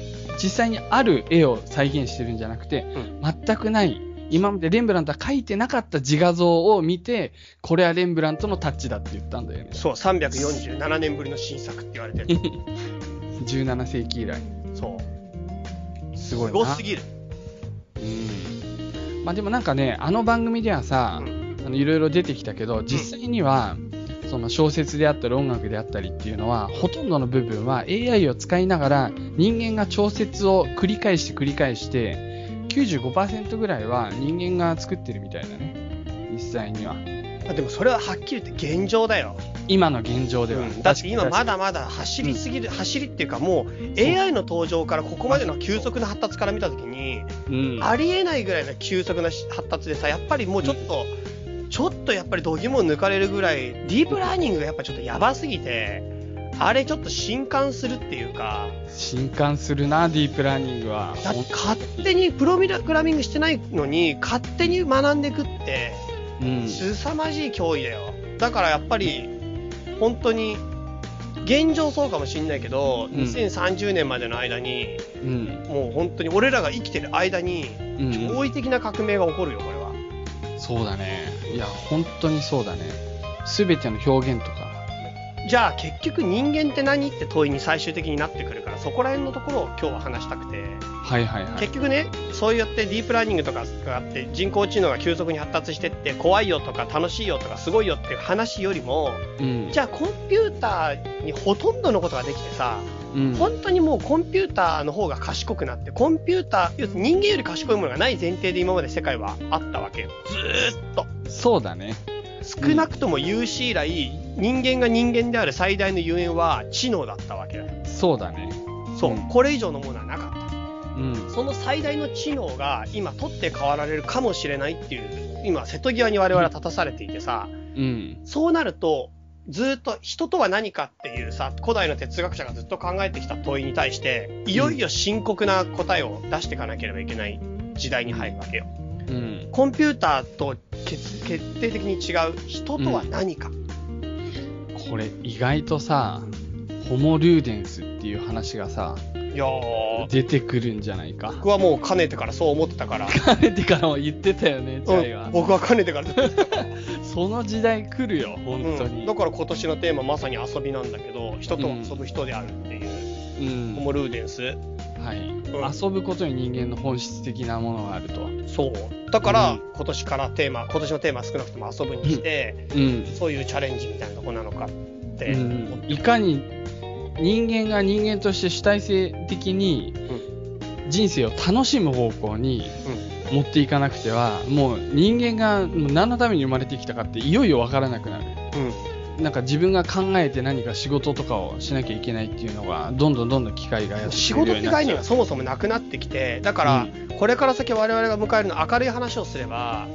Speaker 2: 実際にある絵を再現してるんじゃなくて
Speaker 1: うん
Speaker 2: 全くない今までレンブラントは描いてなかった自画像を見てこれはレンブラントのタッチだって言ったんだよね
Speaker 1: そう347年ぶりの新作って言われてる
Speaker 2: 17世紀以来
Speaker 1: そう
Speaker 2: すごい
Speaker 1: す
Speaker 2: な
Speaker 1: ごすぎる、
Speaker 2: うんまあでもなんかね、あの番組ではさ
Speaker 1: う、ん
Speaker 2: あのいろいろ出てきたけど、実際には、その小説であったり音楽であったりっていうのは、ほとんどの部分は AI を使いながら人間が調節を繰り返して繰り返して、95%ぐらいは人間が作ってるみたいだね。実際には。
Speaker 1: あでもそれははっきり言って現状だよ
Speaker 2: 今の現状では。
Speaker 1: うんだって今ま
Speaker 2: だ。
Speaker 1: だまだ走りすぎる、走りっていうかもう AI の登場からここまでの急速な発達から見た時に、
Speaker 2: うん。
Speaker 1: ありえないぐらいの急速な発達でさやっぱりもうちょっと、ちょっとやっぱり度肝を抜かれるぐらいディープラーニングがやっぱちょっとやばすぎてあれちょっと震撼するっていうか
Speaker 2: 新刊するな、ディープラーニングは。
Speaker 1: だって勝手にプログラミングしてないのに勝手に学んでくって
Speaker 2: うん。
Speaker 1: 凄まじい脅威だよだからやっぱり本当に現状そうかもしれないけど、
Speaker 2: ん
Speaker 1: 2030年までの間に
Speaker 2: うん。
Speaker 1: もう本当に俺らが生きてる間に
Speaker 2: うん
Speaker 1: 驚異的な革命が起こるよこれは
Speaker 2: そうだね。いや、本当にそうだね。すべての表現とか。
Speaker 1: じゃあ結局人間って何って問いに最終的になってくるからそこら辺のところを今日は話したくて
Speaker 2: はいはいはい。
Speaker 1: 結局ねそうやってディープラーニングとかがあって人工知能が急速に発達してって怖いよとか楽しいよとかすごいよっていう話よりも
Speaker 2: うん。
Speaker 1: じ
Speaker 2: ゃ
Speaker 1: ゃあコンピューターにほとんどのことができてさ、
Speaker 2: うん、
Speaker 1: 本当にもうコンピューターの方が賢くなってコンピューター要するに人間より賢いものがない前提で今まで世界はあったわけよずーっと
Speaker 2: そうだね。
Speaker 1: 少なくとも有史以来人間が人間である最大のゆえんは知能だったわけだよ
Speaker 2: そうだね。
Speaker 1: そう、
Speaker 2: うん
Speaker 1: これ以上のものはなかっ
Speaker 2: うん
Speaker 1: た。その最大の知能が今取って代わられるかもしれないっていう今瀬戸際に我々は立たされていてさ、
Speaker 2: うん。
Speaker 1: そうなると、ずーっと人とは何かっていうさ、古代の哲学者がずっと考えてきた問いに対して、いよいよ深刻な答えを出していかなければいけない時代に入るわけよ。
Speaker 2: うん。
Speaker 1: コンピューターと決決定的に違う人とは何か。
Speaker 2: これ、意外とさ、ホモ・ルーデンスってっていう話がさ、
Speaker 1: いやー
Speaker 2: 出てくるんじゃないか。
Speaker 1: 僕はもうかねてからそう思ってたから、
Speaker 2: かねてからも言ってたよね、チャイ
Speaker 1: う
Speaker 2: は
Speaker 1: ん、。僕はかねてからずっと
Speaker 2: その時代来るよ、本当
Speaker 1: う
Speaker 2: に
Speaker 1: ん、。だから今年のテーマまさに遊びなんだけど人と遊ぶ人であるっていう、
Speaker 2: うん
Speaker 1: ホモルーデンス
Speaker 2: はい、
Speaker 1: ん
Speaker 2: 遊ぶことに人間の本質的なものがあると。
Speaker 1: そうだから、
Speaker 2: うん
Speaker 1: 今年からテーマ今年のテーマ少なくとも遊ぶにして、
Speaker 2: うん。
Speaker 1: そういうチャレンジみたいなとこなのかって
Speaker 2: う
Speaker 1: 思っ
Speaker 2: ん、
Speaker 1: て
Speaker 2: いかに人間が人間として主体性的に人生を楽しむ方向に持っていかなくてはもう人間が何のために生まれてきたかっていよいよ分からなくなる
Speaker 1: うんうん
Speaker 2: なんか自分が考えて何か仕事とかをしなきゃいけないっていうのがどんどんどんどん機械がやって
Speaker 1: 仕
Speaker 2: くる
Speaker 1: 事っ
Speaker 2: よ
Speaker 1: て
Speaker 2: うになっ
Speaker 1: 概
Speaker 2: ち
Speaker 1: 念
Speaker 2: ゃう
Speaker 1: がそもそもなくなってきてだから、これから先我々が迎えるのは明るい話をすれば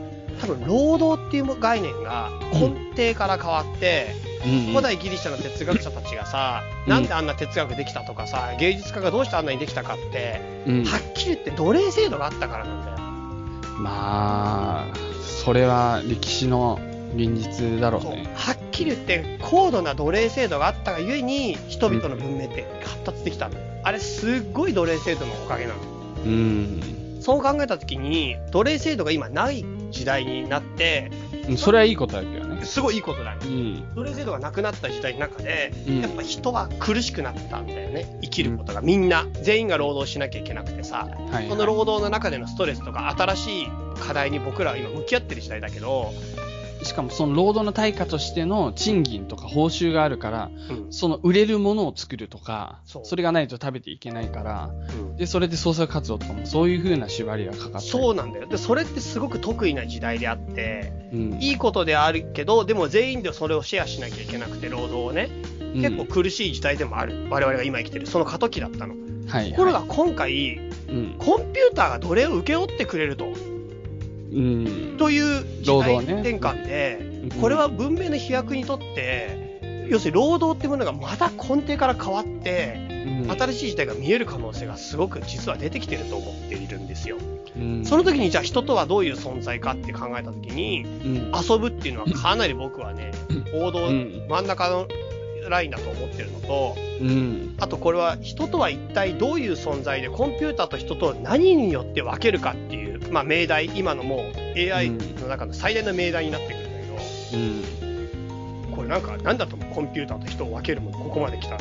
Speaker 1: 多分労働っていう概念が根底から変わって、
Speaker 2: うん
Speaker 1: 古代ギリシャの哲学者たちがさ、
Speaker 2: うん
Speaker 1: なんであんな哲学できたとかさ芸術家がどうしてあんなにできたかって、
Speaker 2: うん
Speaker 1: はっきり言って奴隷制度があったからなんだよ。
Speaker 2: まあそれは歴史の現実だろう
Speaker 1: そう
Speaker 2: ね
Speaker 1: はっきり言って高度な奴隷制度があったがゆえに人々の文明って発達できたの、あれすっごい奴隷制度のおかげなの
Speaker 2: うん
Speaker 1: そう考えた時に奴隷制度が今ない時代になって
Speaker 2: うんそれはいいことだけどね
Speaker 1: すごいいいことだよ
Speaker 2: うん
Speaker 1: 奴隷制度がなくなった時代の中で、
Speaker 2: うん
Speaker 1: やっぱ人は苦しくなったんだよね生きることがみんな全員が労働しなきゃいけなくてさ
Speaker 2: はい
Speaker 1: この労働の中でのストレスとか新しい課題に僕らは今向き合ってる時代だけど、
Speaker 2: しかもその労働の対価としての賃金とか報酬があるから、
Speaker 1: うん
Speaker 2: その売れるものを作るとか、
Speaker 1: そう
Speaker 2: それがないと食べていけないから、で、それで創作活動とかもそういう風な縛りがかかって
Speaker 1: そうなんだよでそれってすごく得意な時代であって
Speaker 2: うん、
Speaker 1: いいことであるけどでも全員でそれをシェアしなきゃいけなくて労働をね結構苦しい時代でもある我々が今生きてるその過渡期だったのと
Speaker 2: うん、はい、
Speaker 1: ころが
Speaker 2: はい
Speaker 1: 今回
Speaker 2: うん、
Speaker 1: コンピューターが奴隷を請け負ってくれると
Speaker 2: うん、
Speaker 1: という時
Speaker 2: 労
Speaker 1: 代
Speaker 2: 働ね
Speaker 1: 転換で、
Speaker 2: うん
Speaker 1: これは文明の飛躍にとって要するに労働ってものがまた根底から変わって
Speaker 2: うん、
Speaker 1: 新しい時代が見える可能性がすごく実は出てきてると思っているんですよ。
Speaker 2: うん、
Speaker 1: その時にじゃあ人とはどういう存在かって考えた時に
Speaker 2: うん、
Speaker 1: 遊ぶっていうのはかなり僕はね王道
Speaker 2: うん
Speaker 1: 真ん中のラインだと思ってるのと
Speaker 2: うん、
Speaker 1: あとこれは人とは一体どういう存在でコンピューターと人と何によって分けるかっていう、まあ、命題今のもう AI
Speaker 2: うん
Speaker 1: の中の最大の命題になってくるんだけど、
Speaker 2: うん、
Speaker 1: これなんか何だと思うコンピューターと人を分けるものここまで来たら、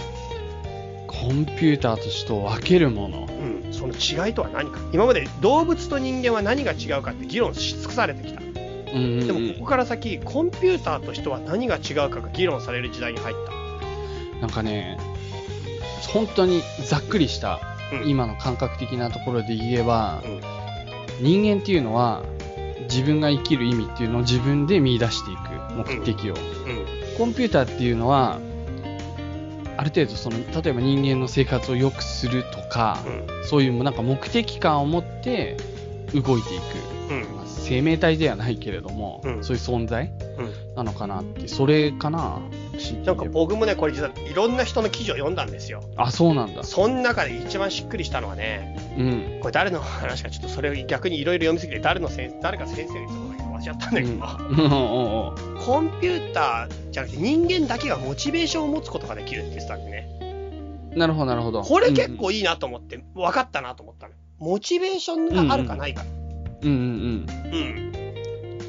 Speaker 2: コンピューターと人を分けるもの。
Speaker 1: うん、その違いとは何か今まで動物と人間は何が違うかって議論し尽くされてきた
Speaker 2: うん、
Speaker 1: でもここから先コンピューターと人は何が違うかが議論される時代に入った
Speaker 2: なんかね、本当にざっくりした、
Speaker 1: うん
Speaker 2: 今の感覚的なところで言えば、
Speaker 1: うん
Speaker 2: 人間っていうのは自分が生きる意味っていうのを自分で見出していく目的を、コンピューターっていうのはある程度その例えば人間の生活を良くするとか、そういうなんか目的感を持って動いていく、
Speaker 1: うんうん
Speaker 2: まあ生命体ではないけれども、
Speaker 1: うん
Speaker 2: そういう存在
Speaker 1: うん
Speaker 2: なのかなってそれかな
Speaker 1: なんか僕もねこれ実はいろんな人の記事を読んだんですよ
Speaker 2: あそうなんだ
Speaker 1: その中で一番しっくりしたのはね
Speaker 2: うん
Speaker 1: これ誰の話かちょっとそれを逆にいろいろ読みすぎて誰の先誰か先生にそう忘れちゃったん
Speaker 2: う
Speaker 1: だ
Speaker 2: ん
Speaker 1: けど、
Speaker 2: うんおうおう
Speaker 1: コンピューターじゃなくて人間だけがモチベーションを持つことができるって言ってたんでね
Speaker 2: なるほどなるほど
Speaker 1: これ結構いいなと思って、分かったなと思ったの。モチベーションがあるかないか。
Speaker 2: うんうん
Speaker 1: うん、
Speaker 2: うん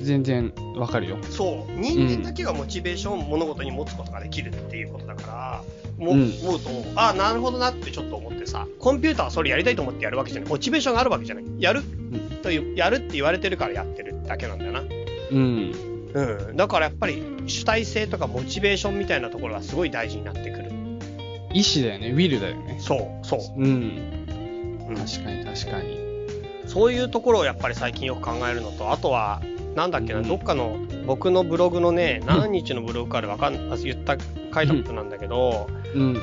Speaker 2: 全然わかるよ
Speaker 1: そう。人間だけがモチベーションを物事に持つことができるっていうことだから、も
Speaker 2: うん
Speaker 1: 思うと、ああ、なるほどなってちょっと思ってさ、コンピューターはそれやりたいと思ってやるわけじゃない。モチベーションがあるわけじゃない。やる
Speaker 2: ん
Speaker 1: という、やるって言われてるからやってるだけなんだよな。
Speaker 2: うん
Speaker 1: うん。だからやっぱり主体性とかモチベーションみたいなところがすごい大事になってくる。
Speaker 2: 意志だよね、ウィルだよね。
Speaker 1: そう、そう。
Speaker 2: うん。
Speaker 1: うん
Speaker 2: 確かに確かに。
Speaker 1: そういうところをやっぱり最近よく考えるのと、あとは、なんだっけな、
Speaker 2: うん
Speaker 1: どっかの僕のブログのね、何日のブログかでわかんあ言った、書いたことなんだけど、
Speaker 2: うん。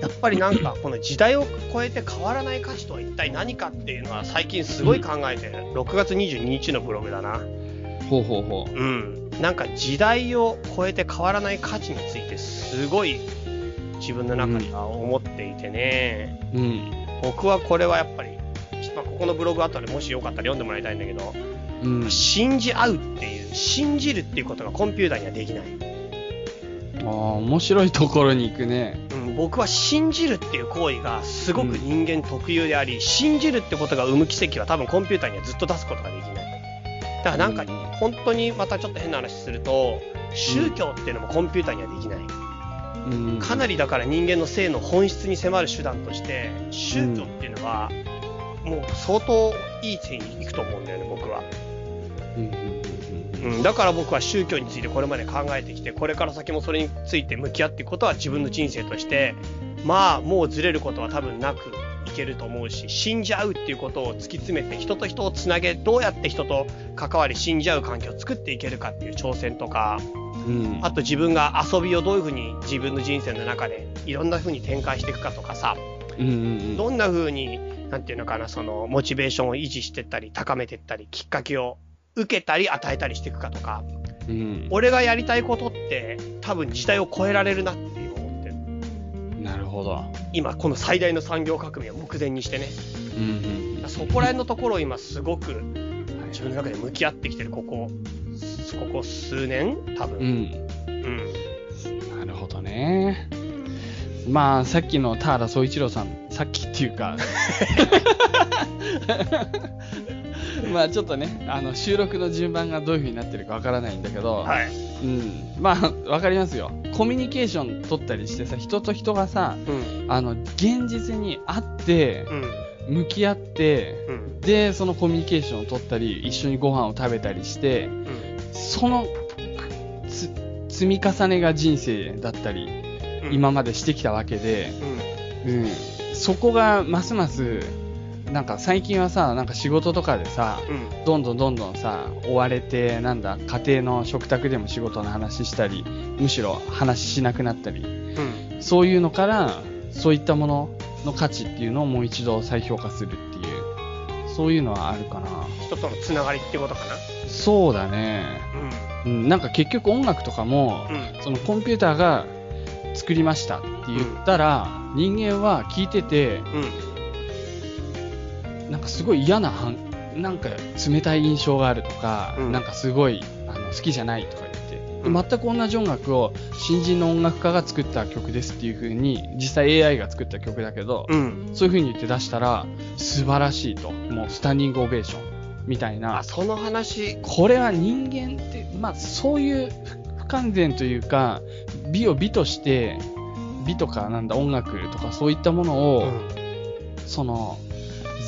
Speaker 1: やっぱりなん
Speaker 2: (laughs)
Speaker 1: か、この時代を超えて変わらない価値とは一体何かっていうのは、最近すごい考えてる、6月22日のブログだな。
Speaker 2: ほうほうほう。
Speaker 1: うん。なんか、時代を超えて変わらない価値について、すごい自分の中では思っていてね、
Speaker 2: うん。
Speaker 1: 僕はこれはやっぱり、まあ、ここのブログ後でもしよかったら読んでもらいたいんだけど、
Speaker 2: うん。
Speaker 1: 信じ合うっていう信じるっていうことがコンピューターにはできない、
Speaker 2: ああ、面白いところに行くね。
Speaker 1: うん、も僕は信じるっていう行為がすごく人間特有であり、信じるってことが生む奇跡は多分コンピューターにはずっと出すことができない。だからなんか、
Speaker 4: うん
Speaker 1: 本当にまたちょっと変な話すると、宗教っていうのもコンピューターにはできない。
Speaker 2: うん
Speaker 1: かなりだから人間の性の本質に迫る手段として、宗教っていうのは、もう相当いい点に行くと思うんだよね、僕は。
Speaker 2: うんうんうんうん
Speaker 1: うん、だから僕は宗教についてこれまで考えてきてこれから先もそれについて向き合っていくことは自分の人生としてまあもうずれることは多分なくいけると思うし信じ合うっていうことを突き詰めて人と人をつなげどうやって人と関わり信じ合う環境を作っていけるかっていう挑戦とか
Speaker 2: うん
Speaker 1: あと自分が遊びをどういうふうに自分の人生の中でいろんなふうに展開していくかとかさ
Speaker 2: うんうん
Speaker 1: どんな風に、なんていうのかな、その、モチベーションを維持してったり、高めてったり、きっかけを受けたり、与えたりしていくかとか、
Speaker 2: うん
Speaker 1: 俺がやりたいことって、多分時代を超えられるなっていう思ってる。
Speaker 2: なるほど
Speaker 1: 今、この最大の産業革命を目前にしてね。
Speaker 2: うんうん
Speaker 1: そこら辺のところを今、すごく、自分の中で向き合ってきてる、ここ、ここ数年多
Speaker 2: う
Speaker 1: 分。
Speaker 2: ん
Speaker 1: うん。
Speaker 2: なるほどね。まあ、さっきの田原総一郎さん、さっきっていう (laughs) か、まあちょっとね、あの収録の順番がどういう風になってるかわからないんだけど、
Speaker 1: はい。
Speaker 2: うん、まあ (laughs) わかりますよ。コミュニケーション取ったりしてさ、人と人がさ、
Speaker 1: うん。
Speaker 2: あの現実に会って、
Speaker 1: うん。
Speaker 2: 向き合って、
Speaker 1: うん。
Speaker 2: で、そのコミュニケーションを取ったり、一緒にご飯を食べたりして、
Speaker 1: うん。
Speaker 2: そのつ積み重ねが人生だったり、
Speaker 1: うん。
Speaker 2: 今までしてきたわけで、
Speaker 1: うん。
Speaker 2: うん、そこがますますなんか最近はさなんか仕事とかでさ
Speaker 1: うん。
Speaker 2: どんどんどんどんさ追われてなんだ家庭の食卓でも仕事の話したりむしろ話しなくなったり
Speaker 1: うん。
Speaker 2: そういうのからそういったものの価値っていうのをもう一度再評価するっていうそういうのはあるかな
Speaker 1: 人とのつながりってことかな。
Speaker 2: そうだね、うん、なんか結局音楽とかも
Speaker 1: うん。うん。
Speaker 2: そのコンピューターが作りましたって言ったら、人間は聞いてて
Speaker 1: うん。
Speaker 2: なんかすごい嫌な反なんか冷たい印象があるとか、
Speaker 1: うん
Speaker 2: なんかすごいあの好きじゃないとか言って。で
Speaker 1: うん
Speaker 2: 全く同じ音楽を新人の音楽家が作った曲ですっていう風に実際 AI が作った曲だけど、
Speaker 1: うん。
Speaker 2: そういう風に言って出したら素晴らしいともうスタンディングオベーションみたいな
Speaker 1: あ、その話、
Speaker 2: これは人間って、まあ、そういう不完全というか美を美として美とかなんだ音楽とかそういったもの
Speaker 1: う
Speaker 2: を、その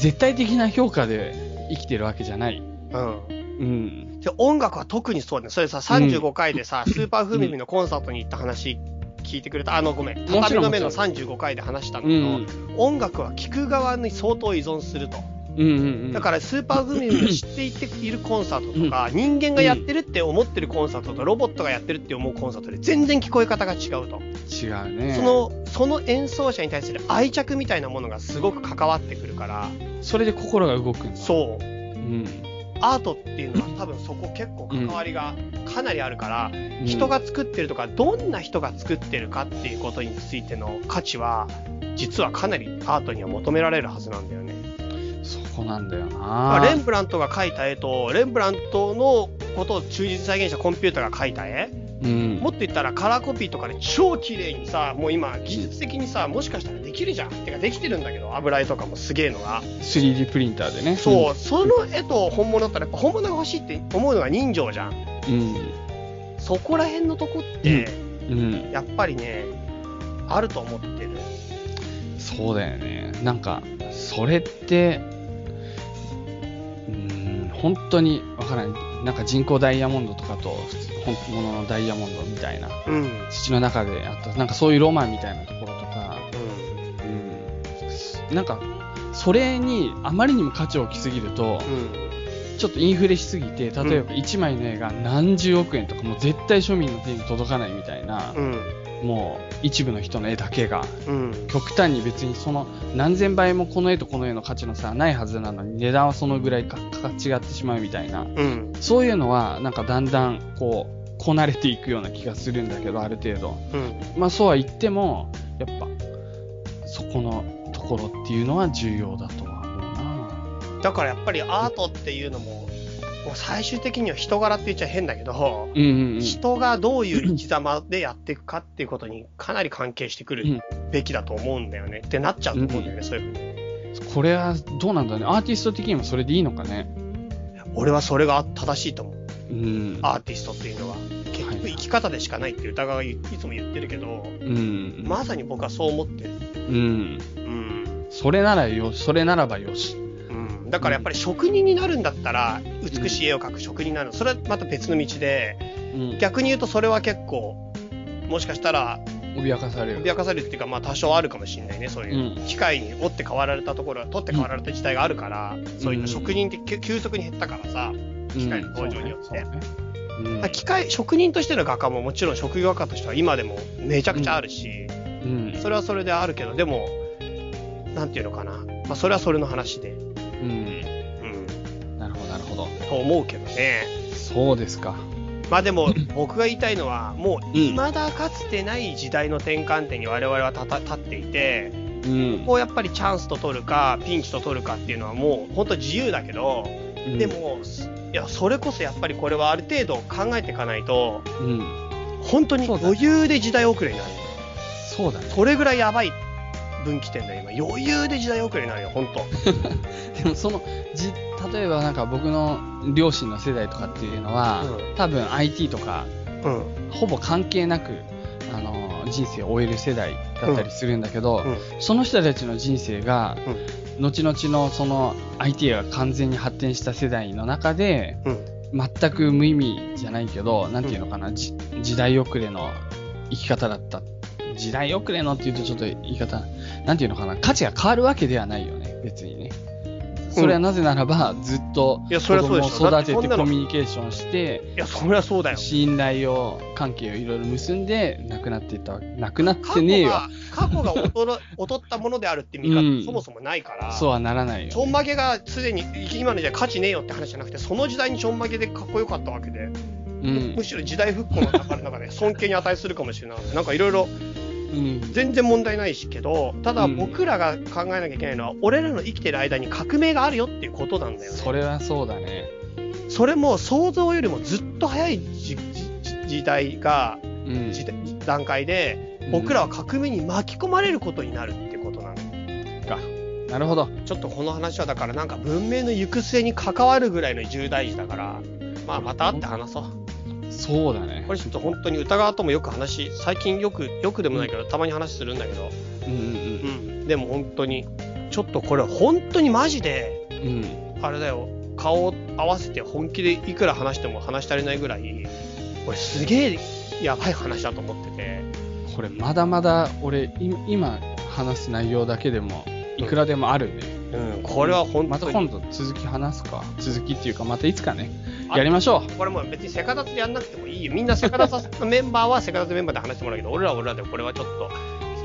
Speaker 2: 絶対的な評価で生きてるわけじゃない。
Speaker 1: ん。
Speaker 2: うん、
Speaker 1: で音楽は特にそうね。それさ、35回でさ、スーパーフーミミのコンサートに行った話聞いてくれた。あの、ごめん。
Speaker 2: ちろん
Speaker 1: 畳の目の35回で話したんだけど、
Speaker 2: うん
Speaker 1: 音楽は聴く側に相当依存すると。
Speaker 2: うんうんうん、
Speaker 1: だから、スーパーフーミミの知っていっているコンサートとか、人間がやってるって思ってるコンサートと、ロボットがやってるって思うコンサートで、全然聞こえ方が違うと。
Speaker 2: 違うね
Speaker 1: その、その演奏者に対する愛着みたいなものがすごく関わってくるから、
Speaker 2: それで心が動くんだ
Speaker 1: そう。
Speaker 2: う、ん、
Speaker 1: アートっていうのは多分そこ結構関わりがかなりあるから、人が作ってるとかどんな人が作ってるかっていうことについての価値は実はかなりアートには求められるはずなんだよね。
Speaker 2: そこなんだよ
Speaker 1: ま
Speaker 2: な
Speaker 1: あ、レンブラントが描いた絵とレンブラントのことを忠実に再現したコンピューターが描いた絵
Speaker 2: うん、
Speaker 1: もっと言ったらカラーコピーとかで超綺麗にさもう今技術的にさもしかしたらできるじゃんてかできてるんだけど油絵とかもすげえのが
Speaker 2: 3D プリンターでね
Speaker 1: そうその絵と本物だったらやっぱ本物が欲しいって思うのが人情じゃん
Speaker 2: うん、
Speaker 1: そこら辺のとこって、
Speaker 2: うんうん、
Speaker 1: やっぱりね、あると思ってる。
Speaker 2: そうだよね。なんか、それって、うーん、本当にわからない。なんか人工ダイヤモンドとかと、普通本物のダイヤモンドみたいな、
Speaker 1: うん。
Speaker 2: 土の中であった、なんかそういうロマンみたいなところとか、うん、なんか、それにあまりにも価値を置きすぎると、ちょっとインフレしすぎて、例えば1枚の絵が何十億円とか、もう絶対庶民の手に届かないみたいな
Speaker 1: う、ん。
Speaker 2: もう一部の人の絵だけが
Speaker 1: うん。
Speaker 2: 極端に別にその何千倍もこの絵とこの絵の価値の差はないはずなのに値段はそのぐらいかか違ってしまうみたいな
Speaker 1: うん。
Speaker 2: そういうのはなんかだんだんこうこなれていくような気がするんだけどある程度
Speaker 1: うん。
Speaker 2: まあそうは言ってもやっぱそこのところっていうのは重要だとは思うな
Speaker 1: だからやっぱりアートっていうのも、もう最終的には人柄って言っちゃ変だけど、
Speaker 2: うんうんうん。
Speaker 1: 人がどういう生き様でやっていくかっていうことにかなり関係してく
Speaker 2: うん
Speaker 1: るべきだと思うんだよね、ってなっちゃうと思うんだよね、そういうふうに。
Speaker 2: これはどうなんだろうね。アーティスト的にもそれでいいのかね。
Speaker 1: 俺はそれが正しいと思う。
Speaker 2: うん。
Speaker 1: アーティストっていうのは結局生き方でしかないって歌川がいつも言ってるけど
Speaker 2: うん。
Speaker 1: まさに僕はそう思ってる、
Speaker 2: うん。
Speaker 1: うん
Speaker 2: それならよ、それならばよし。
Speaker 1: うん、だからやっぱり職人になるんだったら美しい絵を描く職人になるそれはまた別の道で
Speaker 2: うん。
Speaker 1: 逆に言うとそれは結構もしかしたら
Speaker 2: 脅かされる。
Speaker 1: 脅かされるっていうかまあ多少あるかもしれないねそういう
Speaker 2: うん
Speaker 1: 機械に折って変わられたところは取って変わられた時代があるからそういう
Speaker 2: う
Speaker 1: の
Speaker 2: ん
Speaker 1: 職人って急急速に減ったからさ機械の向上によって
Speaker 2: うんそうねそうね
Speaker 1: まあ機械職人としての画家ももちろん職業画家としては今でもめちゃくちゃあるし、
Speaker 2: うん。
Speaker 1: それはそれであるけど、でも、なんていうのかな。まあ、それはそれの話で、
Speaker 2: うん。
Speaker 1: うん、
Speaker 2: うん。なるほど、なるほど。
Speaker 1: と思うけどね。
Speaker 2: そうですか。
Speaker 1: まあでも、僕が言いたいのは、もう、
Speaker 2: うん
Speaker 1: 未だかつてない時代の転換点に我々はたた立っていて、
Speaker 2: うん。
Speaker 1: こうやっぱりチャンスと取るか、ピンチと取るかっていうのはもう、本当自由だけど、
Speaker 2: うん
Speaker 1: で、も、いや、それこそやっぱりこれはある程度考えていかないと、
Speaker 2: うん。
Speaker 1: 本当に
Speaker 2: そうだ
Speaker 1: 余裕で時代遅れになる。
Speaker 2: そうだね。
Speaker 1: それぐらいやばい分岐点だよ、今。余裕で時代遅れになるよ、本当。
Speaker 2: でもそのじ例えばなんか僕の両親の世代とかっていうのは、
Speaker 1: う
Speaker 2: 多分 IT とか
Speaker 1: うん。
Speaker 2: ほぼ関係なくあの人生を終える世代だったりするんだけど、
Speaker 1: うん。
Speaker 2: その人たちの人生が、後々のその IT が完全に発展した世代の中で
Speaker 1: うん。
Speaker 2: 全く無意味じゃないけどなんていうのかな、じ時代遅れの生き方だった時代遅れのっていうとちょっと言い方なんていうのかな価値が変わるわけではないよね別にねそれはなぜならば、ずっと
Speaker 1: い
Speaker 2: 子
Speaker 1: やそりゃそう
Speaker 2: 供
Speaker 1: で
Speaker 2: を
Speaker 1: しょだって
Speaker 2: 育て
Speaker 1: そん
Speaker 2: て
Speaker 1: なの
Speaker 2: コミュニケーションして
Speaker 1: いや、そりゃそうだよ。
Speaker 2: 信頼を関係をいろいろ結んでなくなっていったわけなくなってねえよ
Speaker 1: 過去が、過去 (laughs) が劣る劣ったものであるって見方、
Speaker 2: うん
Speaker 1: そもそもないから、
Speaker 2: そうはならない
Speaker 1: ちょ
Speaker 2: よ
Speaker 1: んまげがすでに、今の時代価値ねえよって話じゃなくて、その時代にちょんまげでかっこよかったわけで、
Speaker 2: うん
Speaker 1: むしろ時代復興の中の中で尊敬に値するかもしれない。なんかいろいろ
Speaker 2: うん
Speaker 1: 全然問題ないしけど、ただ
Speaker 2: うん
Speaker 1: 僕らが考えなきゃいけないのは、俺らの生きてる間に革命があるよっていうことなんだよね。
Speaker 2: それはそうだね
Speaker 1: それも想像よりもずっと早いじじじ時代が、
Speaker 2: うん
Speaker 1: 時代段階で、僕らは革命に巻き込まれることになるってことなの
Speaker 2: うんかなるほど
Speaker 1: ちょっとこの話はだからなんか文明の行く末に関わるぐらいの重大事だからまあまた会って話そう
Speaker 2: そうだね
Speaker 1: これちょっと本当に歌川ともよく話最近よくよくでもないけどたまに話するんだけど
Speaker 2: うん
Speaker 1: うんでも本当にちょっとこれ本当にマジで
Speaker 2: うんうんうん
Speaker 1: あれだよ顔を合わせて本気でいくら話しても話し足りないぐらいこれすげえやばい話だと思ってて
Speaker 2: これまだまだ俺い今話す内容だけでもいくらでもあるね
Speaker 1: うんこれは本
Speaker 2: ま
Speaker 1: 当
Speaker 2: た
Speaker 1: に
Speaker 2: 今度続き話すか続きっていうかまたいつかね
Speaker 1: あ
Speaker 2: やりましょ
Speaker 1: これもう別にセカダツでやんなくてもいいよ。みんなセカダツ (laughs) のメンバーはセカダツメンバーで話してもらうけど、俺らは俺らでこれはちょっと、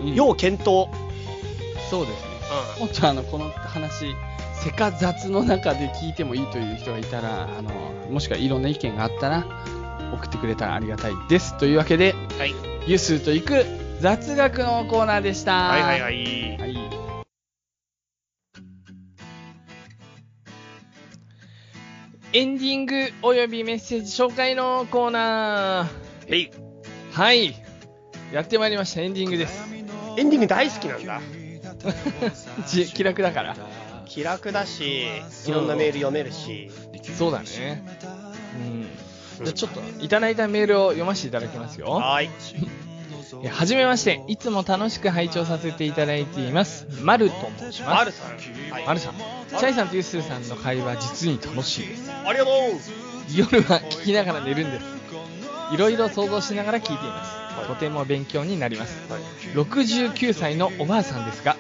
Speaker 2: う、
Speaker 1: 要検討。
Speaker 2: そうですね
Speaker 1: う
Speaker 2: もっとあのこの話せか雑の中で聞いてもいいという人がいたらあのもしくはいろんな意見があったら送ってくれたらありがたいですというわけで
Speaker 1: ん。はい。
Speaker 2: ゆすーと行く雑学のコーナーでした、
Speaker 1: はいはいはいい。
Speaker 2: はい
Speaker 4: エンディングおよびメッセージ紹介のコーナ
Speaker 1: えい。
Speaker 4: ー。はい。やってまいりました、エンディングです。
Speaker 1: エンディング大好きなんだ。
Speaker 4: じ (laughs) 気楽だから。
Speaker 1: 気楽だし、いろんなメール読めるし。
Speaker 4: そうだね。うん。
Speaker 1: うん
Speaker 4: じゃあちょっと、いただいたメールを読ませていただきますよ。
Speaker 1: はーい。
Speaker 4: えはじめまして、いつも楽しく拝聴させていただいています。まると申します。
Speaker 1: マルさん。はい。
Speaker 4: まるさん。チャイさんとゆっすーさんの会話、実に楽しいです。
Speaker 1: ありがとう。
Speaker 4: 夜は聞きながら寝るんですいろいろ想像しながら聞いていますとても勉強になります、69歳のおばあさんですが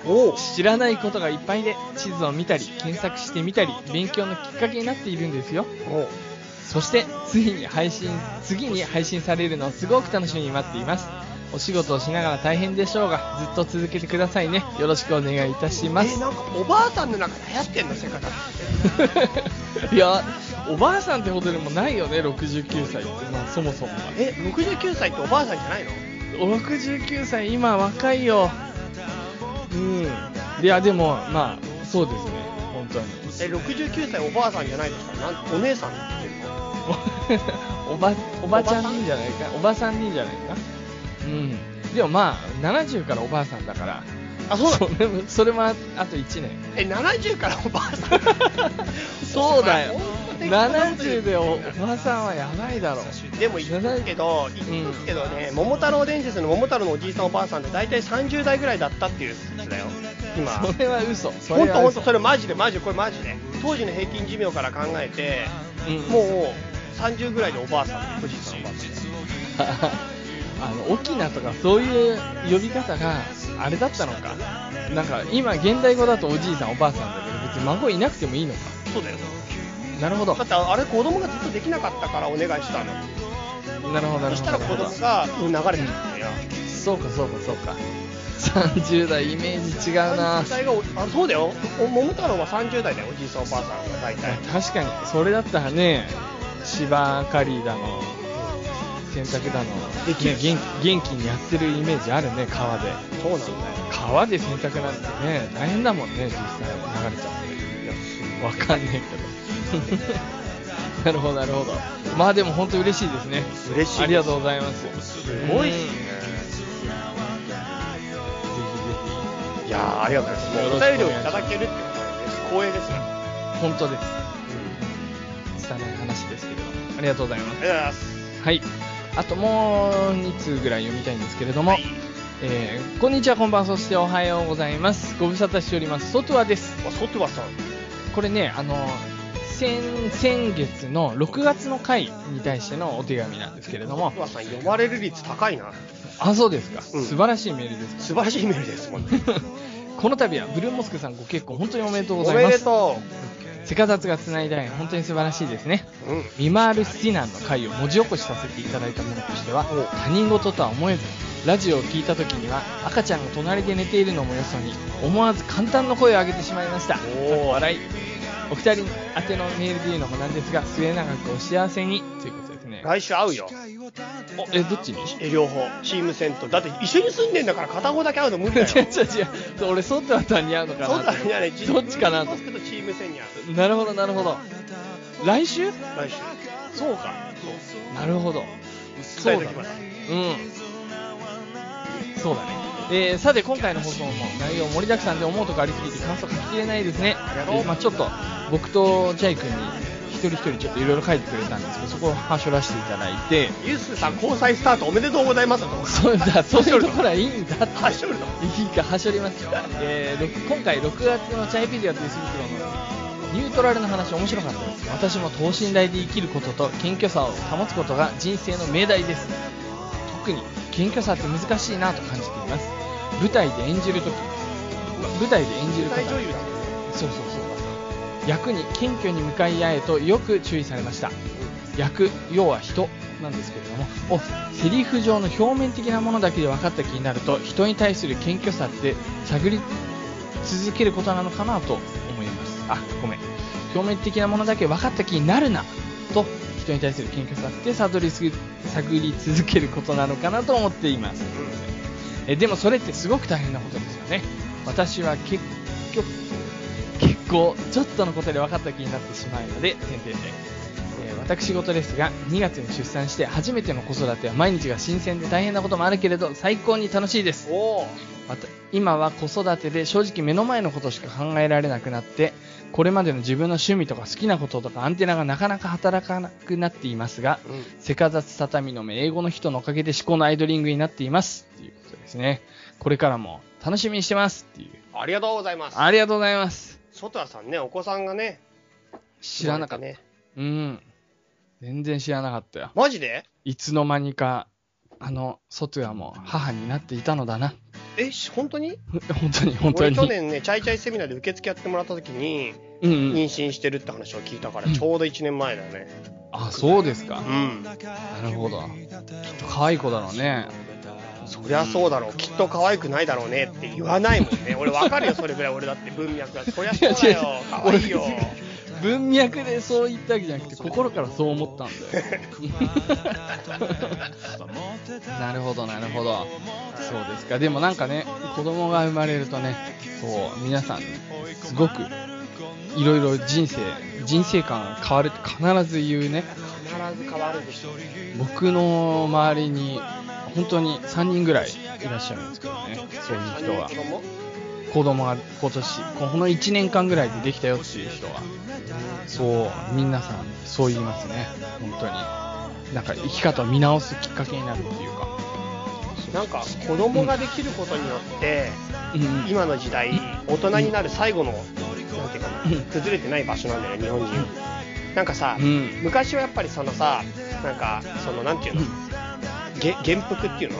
Speaker 4: 知らないことがいっぱいで地図を見たり検索してみたり勉強のきっかけになっているんですよそしてついに配信次に配信されるのをすごく楽しみに待っていますお仕事をしながら大変でしょうがずっと続けてくださいねよろしくお願いいたしま
Speaker 1: え
Speaker 4: す
Speaker 1: なんかおばあさんの中で流行ってんの、セカダツって。
Speaker 2: (laughs)
Speaker 4: いやおばあさんってことでもないよね69歳って、まあ、そもそもは
Speaker 1: え、69歳っておばあさんじゃないの
Speaker 4: 69歳今若いようんいやでもまあそうですね本
Speaker 2: 本当に (laughs)
Speaker 1: え、69歳おばあさんじゃないとしたら、なんお姉さんって言ってるの
Speaker 2: おばおばちゃんでいいんじゃないかおばさんでいいんじゃないかうんでもまあ70からおばあさんだから
Speaker 1: あ、そうなの
Speaker 2: それもそれもああと1年
Speaker 1: え、70からおばあさん
Speaker 2: (laughs) そうだよ
Speaker 1: お前本当に
Speaker 2: 70でおおばさんはやばいだろ
Speaker 1: でも言っとくけど、言っとくけどね、桃太郎伝説の桃太郎のおじいさんおばあさんって大体30代ぐらいだったっていう説だよ、今。
Speaker 2: それは嘘そ
Speaker 1: 本
Speaker 2: れ
Speaker 1: 当
Speaker 2: は
Speaker 1: 本
Speaker 2: 嘘
Speaker 1: 当それマジでマジでこれマジで当時の平均寿命から考えて、
Speaker 2: うん
Speaker 1: もう30ぐらいでおばあさんおじいさんおばあさん
Speaker 2: (laughs) あの沖縄とかそういう呼び方があれだったのかなんか今現代語だとおじいさんおばあさんだけど別に孫いなくてもいいのか
Speaker 1: そうだよ
Speaker 2: なるほど
Speaker 1: だってあれ子供がずっとできなかったからお願いしたの
Speaker 2: なるほどなるほど
Speaker 1: そしたら子供がうん流れてきたんだよ
Speaker 2: そうかそうかそうか30代イメージ違うな
Speaker 1: 30代がおあそうだよお桃太郎は30代だよおじいさんおばあさんが大体
Speaker 2: 確かにそれだったらね芝刈りだの洗濯だの、
Speaker 1: できる
Speaker 2: ね、元気元気にやってるイメージあるね川で
Speaker 1: そうなんだよ
Speaker 2: 川で洗濯なんてね大変だもんね実際流れちゃっていやわかんねえけどなるほど (laughs) なるほどまあでも本当嬉しいですね
Speaker 1: 嬉しい
Speaker 2: ありがとうございます
Speaker 1: すごいっすねいやーありがとうございますもうお便りをいただけるってことは光栄ですよあ
Speaker 2: 本当です拙い話ですけれどありがとうございます
Speaker 1: りがとうございます
Speaker 2: はいあともう2通ぐらい読みたいんですけれども、
Speaker 1: はい
Speaker 2: えーこんにちはこんばんそしておはようございますご無沙汰しておりますソトワです
Speaker 1: あソトワさん
Speaker 2: これねあの先先月の6月の回に対してのお手紙なんですけれども
Speaker 1: ソトワさん呼ばれる率高いな
Speaker 2: あそうですか、
Speaker 1: うん
Speaker 2: 素晴らしいメールです
Speaker 1: 素晴らしいメールですもんね
Speaker 2: (laughs) この度はブルーモスクさんご結婚本当におめでとうご
Speaker 1: お
Speaker 2: ざい
Speaker 1: め
Speaker 2: ま
Speaker 1: ですと
Speaker 2: セカザツがつないだ縁本当に素晴らしいですね
Speaker 1: う、うん、
Speaker 2: ミマール・スティナンの回を文字起こしさせていただいたものとしては他人事とは思えずラジオを聞いた時には赤ちゃんが隣で寝ているのもよそに思わず簡単な声を上げてしまいました
Speaker 1: おー
Speaker 2: 笑いお二人宛てのメールで言うのもなんですが末永くお幸せにということですね
Speaker 1: 来週会うよ
Speaker 2: おえどっちに
Speaker 1: え両方チーム戦とだって一緒に住んでんだから片方だけ会うの無理だよ
Speaker 2: 違 (laughs) う違う違う俺ソットは他に合うのか
Speaker 1: そう
Speaker 2: な
Speaker 1: だねあれ
Speaker 2: どっちかな
Speaker 1: と
Speaker 2: と
Speaker 1: チーム戦に会
Speaker 2: なるほどなるほど来週
Speaker 1: う来週そうか
Speaker 2: なるほど
Speaker 1: そう伝えときます
Speaker 2: うん。そうだね。えーさて今回の放送も内容盛りだくさんで思うとこありすぎて感想書ききれないですね。
Speaker 1: りがとう
Speaker 2: えーまあちょっと僕とジャイ君に一人一人ちょっといろいろ書いてくれたんですけど、そこをはしょらせていただいて、
Speaker 1: ユースさん交際スタートおめでとうございます
Speaker 2: そうだ、そういうところはいいんだって。
Speaker 1: はしょるの
Speaker 2: いいか、はしょりますよ。えー、ろく今回6月のチャイピディアというスリプロのニュートラルな話面白かったです。私も等身大で生きることと謙虚さを保つことが人生の命題です。特に謙虚さって難しいなと感じています。舞台で演じるとき、舞台で演じる
Speaker 1: 大
Speaker 2: 方
Speaker 1: 女優だ
Speaker 2: そうそうそう役に謙虚に向かい合えとよく注意されました役要は人なんですけれどもをセリフ上の表面的なものだけで分かった気になると人に対する謙虚さって探り続けることなのかなと思いますあごめん表面的なものだけ分かった気になるなと人に対する謙虚さって探りすぎ探り続けることなのかなと思っていますえでもそれってすごく大変なことですよね私は結局結構ちょっとのことで分かった気になってしまうので点々点えー私事ですが2月に出産して初めての子育ては毎日が新鮮で大変なこともあるけれど最高に楽しいです
Speaker 1: うんおお
Speaker 2: また今は子育てで正直目の前のことしか考えられなくなってこれまでの自分の趣味とか好きなこととかアンテナがなかなか働かなくなっていますがせかざつ畳の目英語の人のおかげで思考のアイドリングになっていますっていうことですねこれからも楽しみにしてますっていう
Speaker 1: ありがとうございます
Speaker 2: ありがとうございます
Speaker 1: ソトワさんねお子さんがね
Speaker 2: 知らなかっ
Speaker 1: 生
Speaker 2: た、
Speaker 1: まれてね
Speaker 2: うん全然知らなかったよ
Speaker 1: マジで
Speaker 2: いつの間にかあのソトヤも母になっていたのだな
Speaker 1: えし本当に
Speaker 2: 本当に本当
Speaker 1: 俺
Speaker 2: に
Speaker 1: 去年ねチャイチャイセミナーで受付やってもらった時に
Speaker 2: うんう
Speaker 1: 妊
Speaker 2: ん、
Speaker 1: 娠してるって話を聞いたからちょうど1年前だよね
Speaker 2: あそうですか
Speaker 1: うん
Speaker 2: なるほどきっと可愛い子だろうね
Speaker 1: そりゃそうだろう、きっと可愛くないだろうねって言わないもんね俺わかるよそれぐらい俺だって文脈がそりゃそうだよ
Speaker 2: いや違う
Speaker 1: 可愛いよ
Speaker 2: 俺文脈でそう言ったわけじゃなくて心からそう思ったんだよ (laughs) なるほどなるほどそうですかでもなんかね子供が生まれるとねそう皆さんすごくいろいろ人生人生観変わるって必ず言うね
Speaker 1: 必ず変わるでしょう
Speaker 2: 僕の周りに本当に3人ぐらいいらっしゃるんですけどねそういう人は
Speaker 1: 子供
Speaker 2: 子供が今年この1年間ぐらいでできたよっていう人はそう皆さんそう言いますね本当になんか生き方を見直すきっかけになるっていうか
Speaker 1: なんか子供ができることによって、
Speaker 2: うんうん
Speaker 1: 今の時代大人になる最後の、なんていうかな
Speaker 2: うん
Speaker 1: 崩れてない場所なんだよね日本人なんかさ、
Speaker 2: うん
Speaker 1: 昔はやっぱりそのさなんかそのなんていうの、げ元服っていうの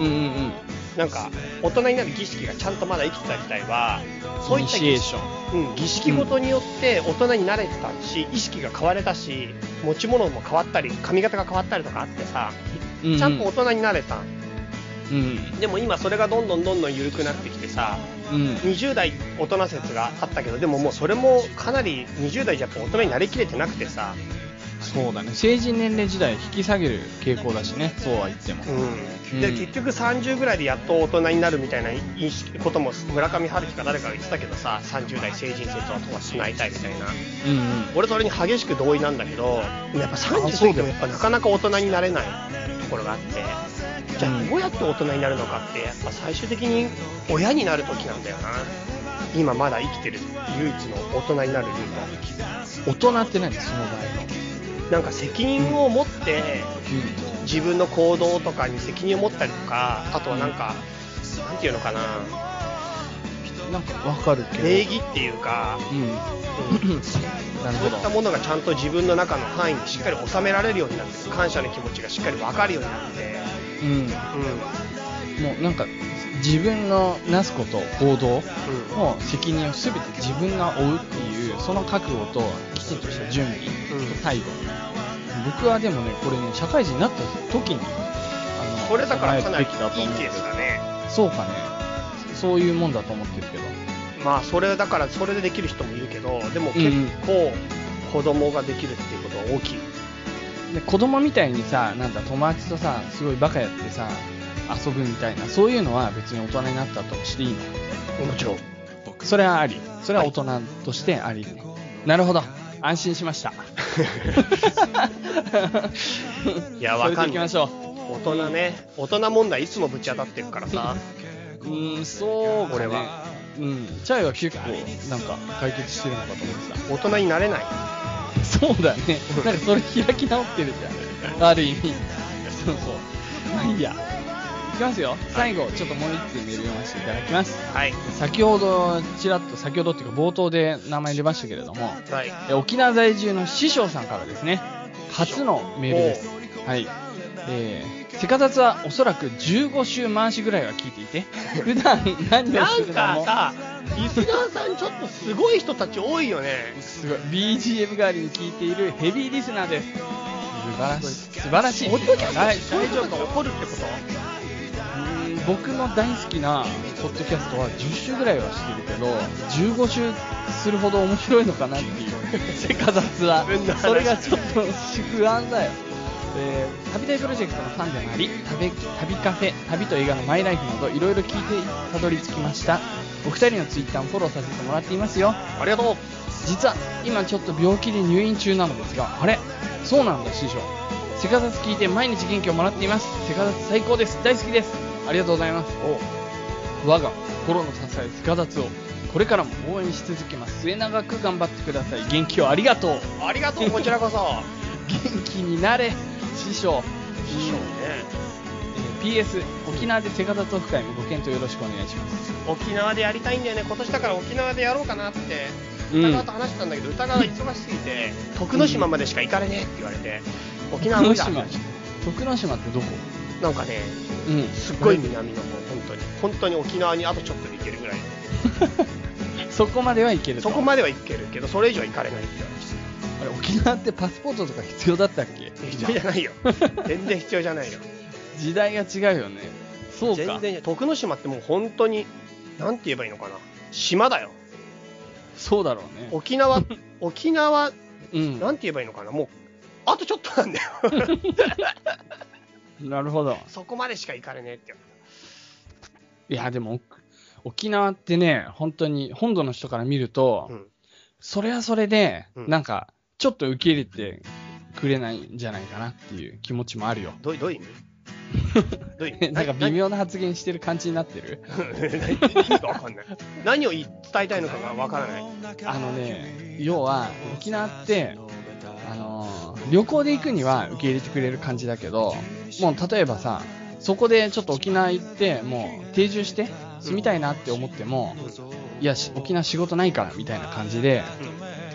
Speaker 2: うんうんうん
Speaker 1: なんか大人になる儀式がちゃんとまだ生きてた時代はそういった
Speaker 2: イニシエ
Speaker 1: 儀
Speaker 2: ー
Speaker 1: 式
Speaker 2: ション
Speaker 1: うん、儀式ごとによって大人になれてたし意識が変われたし持ち物も変わったり髪型が変わったりとかあってさ
Speaker 2: う
Speaker 1: ちゃんと大人になれた、
Speaker 2: うん
Speaker 1: でも今それがどんどんどんどん緩くなってきてさ
Speaker 2: うん
Speaker 1: 20代大人説があったけどでももうそれもかなり20代じゃやっぱ大人になりきれてなくてさ、
Speaker 2: そうだね成人年齢時代引き下げる傾向だしねそうは言っても
Speaker 1: うん、
Speaker 2: ん
Speaker 1: で結局30ぐらいでやっと大人になるみたいな意識ことも村上春樹か誰かが言ってたけどさ30代成人説はとはしないたいみたいな
Speaker 2: うんうん
Speaker 1: 俺それに激しく同意なんだけどでもやっぱ
Speaker 2: あ
Speaker 1: 30過
Speaker 2: そ
Speaker 1: ぎ
Speaker 2: う
Speaker 1: て
Speaker 2: だよ
Speaker 1: もやっぱなかなか大人になれないところがあってじゃあどうやって大人になるのかってやっぱ最終的に親になる時なんだよな今まだ生きてる唯一の大人になるルート
Speaker 2: 大人って何その場合の
Speaker 1: なんか責任を持って自分の行動とかに責任を持ったりとかあとはなんかなんていうのかな
Speaker 2: うんなんかわかるけど
Speaker 1: 礼儀っていうか、
Speaker 2: うん
Speaker 1: うん
Speaker 2: なる
Speaker 1: そう
Speaker 2: ほ
Speaker 1: いった
Speaker 2: ど
Speaker 1: ものがちゃんと自分の中の範囲にしっかり収められるようになって感謝の気持ちがしっかり分かるようになって、
Speaker 2: うん
Speaker 1: うんうん、
Speaker 2: もうなんか自分のなすこと行動の責任を全て自分が負うっていうその覚悟ときちんとした準備
Speaker 1: うん
Speaker 2: と態度、僕はでもねこれね社会人になった時にあ
Speaker 1: これだからかなりいい
Speaker 2: 考
Speaker 1: ケ
Speaker 2: えるべきだと思うけ
Speaker 1: ー
Speaker 2: ど
Speaker 1: スだね
Speaker 2: そうかねそういうもんだと思ってるけど
Speaker 1: まあそれだからそれでできる人もいるけどでも結構子供ができるっていうことは大きい、
Speaker 2: で子供みたいにさなんだ友達とさすごいバカやってさ遊ぶみたいなそういうのは別に大人になったとしていいの
Speaker 1: もちろん
Speaker 2: それはありそれは大人としてあり、ねなるほど安心しま (laughs) した
Speaker 1: いや
Speaker 2: そ
Speaker 1: わ
Speaker 2: れ
Speaker 1: か
Speaker 2: で
Speaker 1: ん
Speaker 2: いき
Speaker 1: ない
Speaker 2: ましょ
Speaker 1: 大人ね大人問題いつもぶち当たってるからさ
Speaker 2: ううんそうこ
Speaker 1: 俺
Speaker 2: れ
Speaker 1: は
Speaker 2: はうんチャイは結構なんか解決してるのかと思って
Speaker 1: 大人になれない
Speaker 2: たそうだね (laughs) なんかそれ開き直ってるじゃんある意味そうそうまあいいやいきますよ最後ちょっともう一通メール読ませていただきます
Speaker 1: はい
Speaker 2: 先ほどちらっと先ほどっていうか冒頭で名前出ましたけれども
Speaker 1: はい
Speaker 2: え沖縄在住の師匠さんからですね初のメールですはいえー、セカタツはおそらく15周回しぐらいは聞いてい (laughs) て普段何を
Speaker 1: な
Speaker 2: す
Speaker 1: ん
Speaker 2: るの
Speaker 1: か
Speaker 2: も
Speaker 1: さリスナーさんちょっとすごい人たち多いよね
Speaker 2: すごい BGM 代わりに聞いているヘビーリスナーです素晴らしい素晴らしい
Speaker 1: ポッドキャスト
Speaker 2: はい
Speaker 1: 大丈夫が起こるってこと
Speaker 2: うん僕の大好きなポッドキャストは10周ぐらいはしてるけど15周するほど面白いのかなっていう (laughs) せかざつは
Speaker 1: 自分の話
Speaker 2: それがちょっと不安だよ、えー旅大プロジェクトのファンでもあり旅旅カフェ旅と映画のマイライフなどいろいろ聞いてたどり着きましたお二人のツイッターもフォローさせてもらっていますよ
Speaker 1: ありがとう
Speaker 2: 実は今ちょっと病気で入院中なのですがあれそうなんだ師匠セカザツ聞いて毎日元気をもらっていますセカザツ最高です大好きですありがとうございます我が心の支えセカザツをこれからも応援し続けます末永く頑張ってください元気をありがとう
Speaker 1: ありがとうこちらこそ
Speaker 2: 元気になれ師匠師匠
Speaker 1: ね
Speaker 2: えー PS 沖縄でセカザツオフ会もご検討よろしくお願いします
Speaker 1: 沖縄でやりたいんだよね今年だから沖縄でやろうかなって
Speaker 2: うん
Speaker 1: 歌川と話してたんだけど、歌川が忙しすぎて徳之島までしか行かれねえって言われて沖縄無理だ
Speaker 2: 徳之島徳之島ってどこ
Speaker 1: なんかね
Speaker 2: うん
Speaker 1: すっごい南の方本当に本当に沖縄にあとちょっとで行けるぐらい
Speaker 2: (laughs) そこまではいけると
Speaker 1: そこまでは行けるけどそれ以上は行かれないって言われて
Speaker 2: あれ沖縄ってパスポートとか必要だったっけ
Speaker 1: 必要じゃないよ全然必要じゃないよ
Speaker 2: (laughs) 時代が違うよねそう
Speaker 1: 全
Speaker 2: か
Speaker 1: 然徳之島ってもう本当になんて言えばいいのかな島だよ
Speaker 2: そうだろうね
Speaker 1: 沖
Speaker 2: (laughs)
Speaker 1: 縄沖縄
Speaker 2: うん
Speaker 1: なんて言えばいいのかなもうあとちょっとなんだよ (laughs)
Speaker 2: なるほど
Speaker 1: そこまでしか行かれねえって
Speaker 2: いやでも沖沖縄ってね本当に本土の人から見ると、
Speaker 1: うん
Speaker 2: それはそれで、
Speaker 1: うん
Speaker 2: なんか、ちょっと受け入れてくれないんじゃないかなっていう気持ちもあるよ。 (laughs)
Speaker 1: どうどういう意味どういう意
Speaker 2: え
Speaker 1: 味
Speaker 2: なんか
Speaker 1: な
Speaker 2: 微妙な発言してる感じになってる
Speaker 1: 何意味がわかんない。 (laughs) 何を言い伝えたいのかがわからない。
Speaker 2: あのね、要は、沖縄って、あのー旅行で行くには受け入れてくれる感じだけど、もう例えばさ、そこでちょっと沖縄行って、もう定住して住みたいなって思っても、いや、し沖縄仕事ないからみたいな感じで、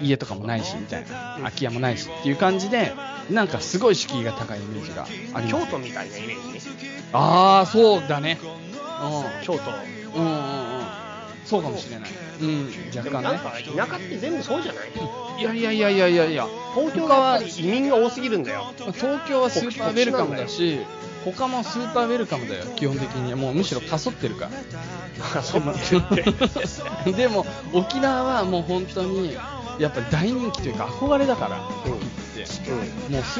Speaker 2: 家とかもないしみたいな、空き家もないしっていう感じで、なんかすごい敷居が高いイメージがありま
Speaker 1: 京
Speaker 2: す。
Speaker 1: 都みたいなイメージね。
Speaker 2: ああ、そうだね。
Speaker 1: 京都。
Speaker 2: うん、うん、うんうんうん。そうかもしれない。うん、
Speaker 1: で
Speaker 2: 若
Speaker 1: も
Speaker 2: 干
Speaker 1: なん
Speaker 2: ね。
Speaker 1: か田舎って全部そうじゃない
Speaker 2: いやいやいやいやいやいや。
Speaker 1: 東京がやっぱり移民が多すぎるんだよ。
Speaker 2: 東京はスーパーウェルカムだし他もスーパーウェルカムだよ基本的にもうむしろかそってるから (laughs)
Speaker 1: まあそうなんですよね
Speaker 2: でも沖縄はもう本当にやっぱ大人気というか憧れだから
Speaker 1: うん
Speaker 2: もう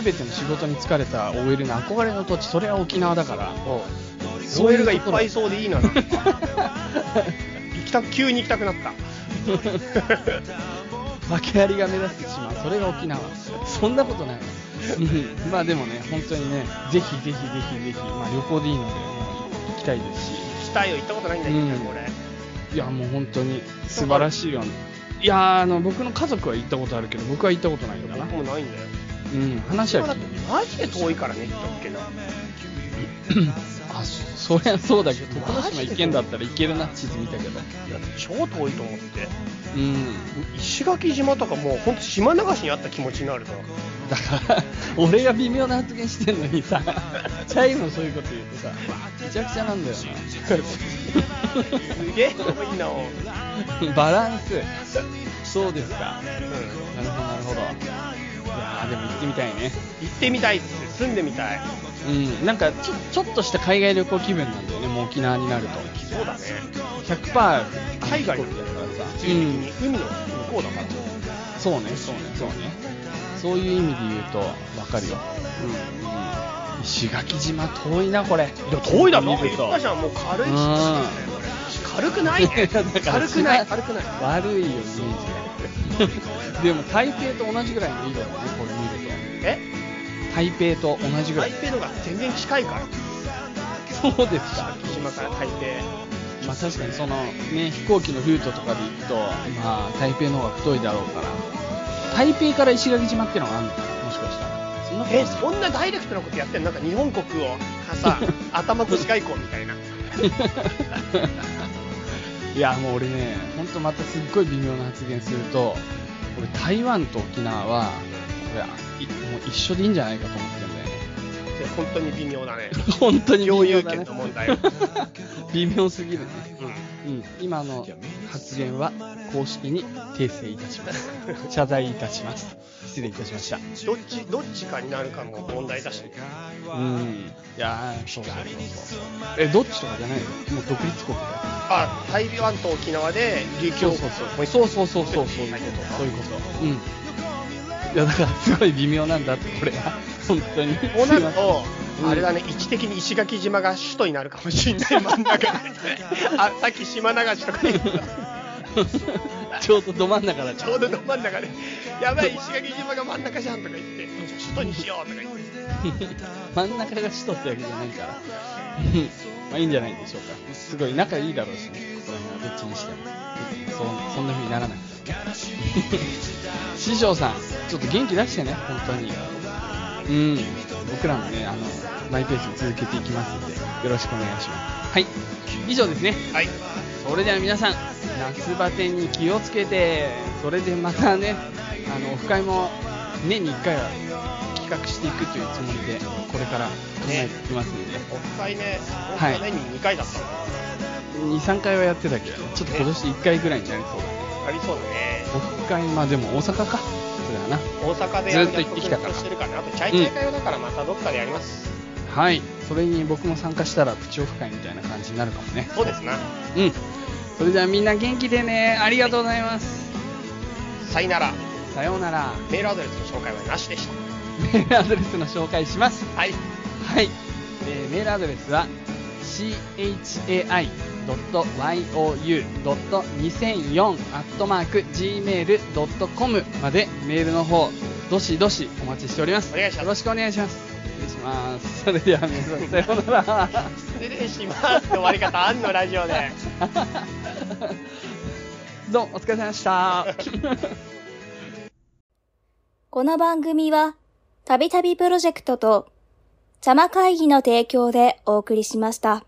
Speaker 2: 全ての仕事に疲れた OL の憧れの土地それは沖縄だから
Speaker 1: うん。OL がいっぱいい
Speaker 2: そ
Speaker 1: そうでいい
Speaker 2: (laughs)
Speaker 1: な。行きた急に行きたくなった。
Speaker 2: 訳ありが目立つ島それが沖縄そんなことないわうんまあでもね本当にねぜひぜひぜひぜひ、まあ、旅行でいいのでもう行きたいですし
Speaker 1: 行きたいよ行ったことないんだよ、
Speaker 2: うん
Speaker 1: これ。
Speaker 2: いやもう本当に素晴らしいよねいやーあの僕の家族は行ったことあるけど僕は行ったことないんだな
Speaker 1: 僕もないんだよ。
Speaker 2: うん話は
Speaker 1: だ
Speaker 2: 聞
Speaker 1: っ
Speaker 2: い
Speaker 1: てマジで遠いからね行ったっけな。
Speaker 2: たあそそりゃそうだけど徳之島行けんだったら行けるな地図見たけど
Speaker 1: いや超遠いと思って。
Speaker 2: うん
Speaker 1: 石垣島とかもう本当島流しにあった気持ちになるの。
Speaker 2: だから俺が微妙な発言してんのにさチャイもそういうこと言うとさめちゃくちゃなんだよ
Speaker 1: すげえ遠いな。うん
Speaker 2: なバランスそうですかなるほどなるほどいやーでも行ってみたいね
Speaker 1: 行ってみたいっす住んでみたい
Speaker 2: うん、なんかちょちょっとした海外旅行気分なんだよね、もう沖縄になると。
Speaker 1: そうだね
Speaker 2: 100%
Speaker 1: 海外
Speaker 2: う
Speaker 1: の
Speaker 2: ん、
Speaker 1: 海の向こうだから
Speaker 2: そうね、そうね、そうね。そういう意味で言うと、わかるよ。うん、石垣島遠いな、これ。
Speaker 1: 遠いだろ
Speaker 2: 見ると
Speaker 1: 言ったじゃんもう軽い
Speaker 2: うん
Speaker 1: 軽くない
Speaker 2: (laughs)
Speaker 1: ね軽くない軽くない
Speaker 2: 悪いよ、イメージが。でも台北と同じぐらいの色だね、これ見る
Speaker 1: え
Speaker 2: と。台北と同じぐら
Speaker 1: 台
Speaker 2: い。
Speaker 1: 北のが全然近いから
Speaker 2: そうですか。
Speaker 1: 石垣島から台
Speaker 2: まあ確かにそのね飛行機のルートとかで行くとまあ台北の方が太いだろうから台北から石垣島ってのがあるのかなもしかしたらそんなこ
Speaker 1: 北えそんなダイレクトなことやってんのなんか日本国を
Speaker 2: (laughs)
Speaker 1: さ頭越し外交みたいな (laughs)
Speaker 2: とないいやもう俺ね本当またすっごい微妙な発言すると俺台湾と沖縄はこれいもう一緒でいいんじゃないかと思ってるんだよね
Speaker 1: で本当に微妙だね
Speaker 2: (laughs) 本当に
Speaker 1: 共
Speaker 2: 微
Speaker 1: 有
Speaker 2: 妙だね
Speaker 1: 権の問題を
Speaker 2: 微妙すぎるね
Speaker 1: うん
Speaker 2: うん、今の発言は公式に訂正いたします謝罪いたします失礼いたしました
Speaker 1: どっちどっちかになるかも問題だし
Speaker 2: うんいやーそうそうそうそうえどっちとかじゃないよもう独立国だよ
Speaker 1: あ台湾と沖縄で琉球
Speaker 2: そ
Speaker 1: を
Speaker 2: うそうそうそうそうそうそうそういうことそういうことうんいやだからすごい微妙なんだってこれは本当に
Speaker 1: こうなる
Speaker 2: すいま
Speaker 1: と、あれだね、位置的に石垣島が首都になるかもしれない、真ん中で。あ、さっき島流しとか言った。
Speaker 2: (laughs) せんちょうどど真ん中だ
Speaker 1: ちょうどど真ん中で、やばい、石垣島が真ん中じゃんとか言って、じゃあ首都にしようとか言って。
Speaker 2: (laughs) 真ん中が首都ってわけじゃないから (laughs) まあいいんじゃないでしょうかすごい仲いいだろうしねここら辺はどっちにしても別にそんそんな風にならなくてもね (laughs) 師匠さんちょっと元気出してね本当にうん僕らもねあのマイペースに続けていきますんでよろしくお願いしますはい以上ですね
Speaker 1: はい、
Speaker 2: それでは皆さん夏バテに気をつけてそれでまたねあのオフ会も年に1回は企画していくというつもりでこれから考えていきますので、
Speaker 1: おっぱいね、
Speaker 2: は
Speaker 1: はいい、年に2回だったの
Speaker 2: 23回はやってたけどちょっと今年1回ぐらいになりそうだね
Speaker 1: ありそうだね。
Speaker 2: オフ会まあでも大阪かそうだな
Speaker 1: 大阪で
Speaker 2: ず
Speaker 1: や
Speaker 2: っ
Speaker 1: る
Speaker 2: と行ってきたから
Speaker 1: 約束してるから、あとチャイチャイ会はだからまたどっかでやります。
Speaker 2: はいそれに僕も参加したらプチオフ会みたいな感じになるかもね
Speaker 1: そうですな。
Speaker 2: うんそれではみんな元気でねありがとうございます
Speaker 1: さいなら、
Speaker 2: さようなら
Speaker 1: メールアドレスの紹介はなしでした。
Speaker 2: メールアドレスの紹介します
Speaker 1: はい。
Speaker 2: はい、えーメールアドレスは c chai.you.2004-gmail.com までメールの方、どしどしお待ちしております。
Speaker 1: お願いします
Speaker 2: よろしくお願いします。失礼します。それでは皆さん、さよう
Speaker 1: (laughs)
Speaker 2: なら。
Speaker 1: 失礼しますって終わり方あんのラジオで。
Speaker 2: どうも、お疲れ様でした。
Speaker 5: この番組は、たびたびプロジェクトと、茶間会議の提供でお送りしました。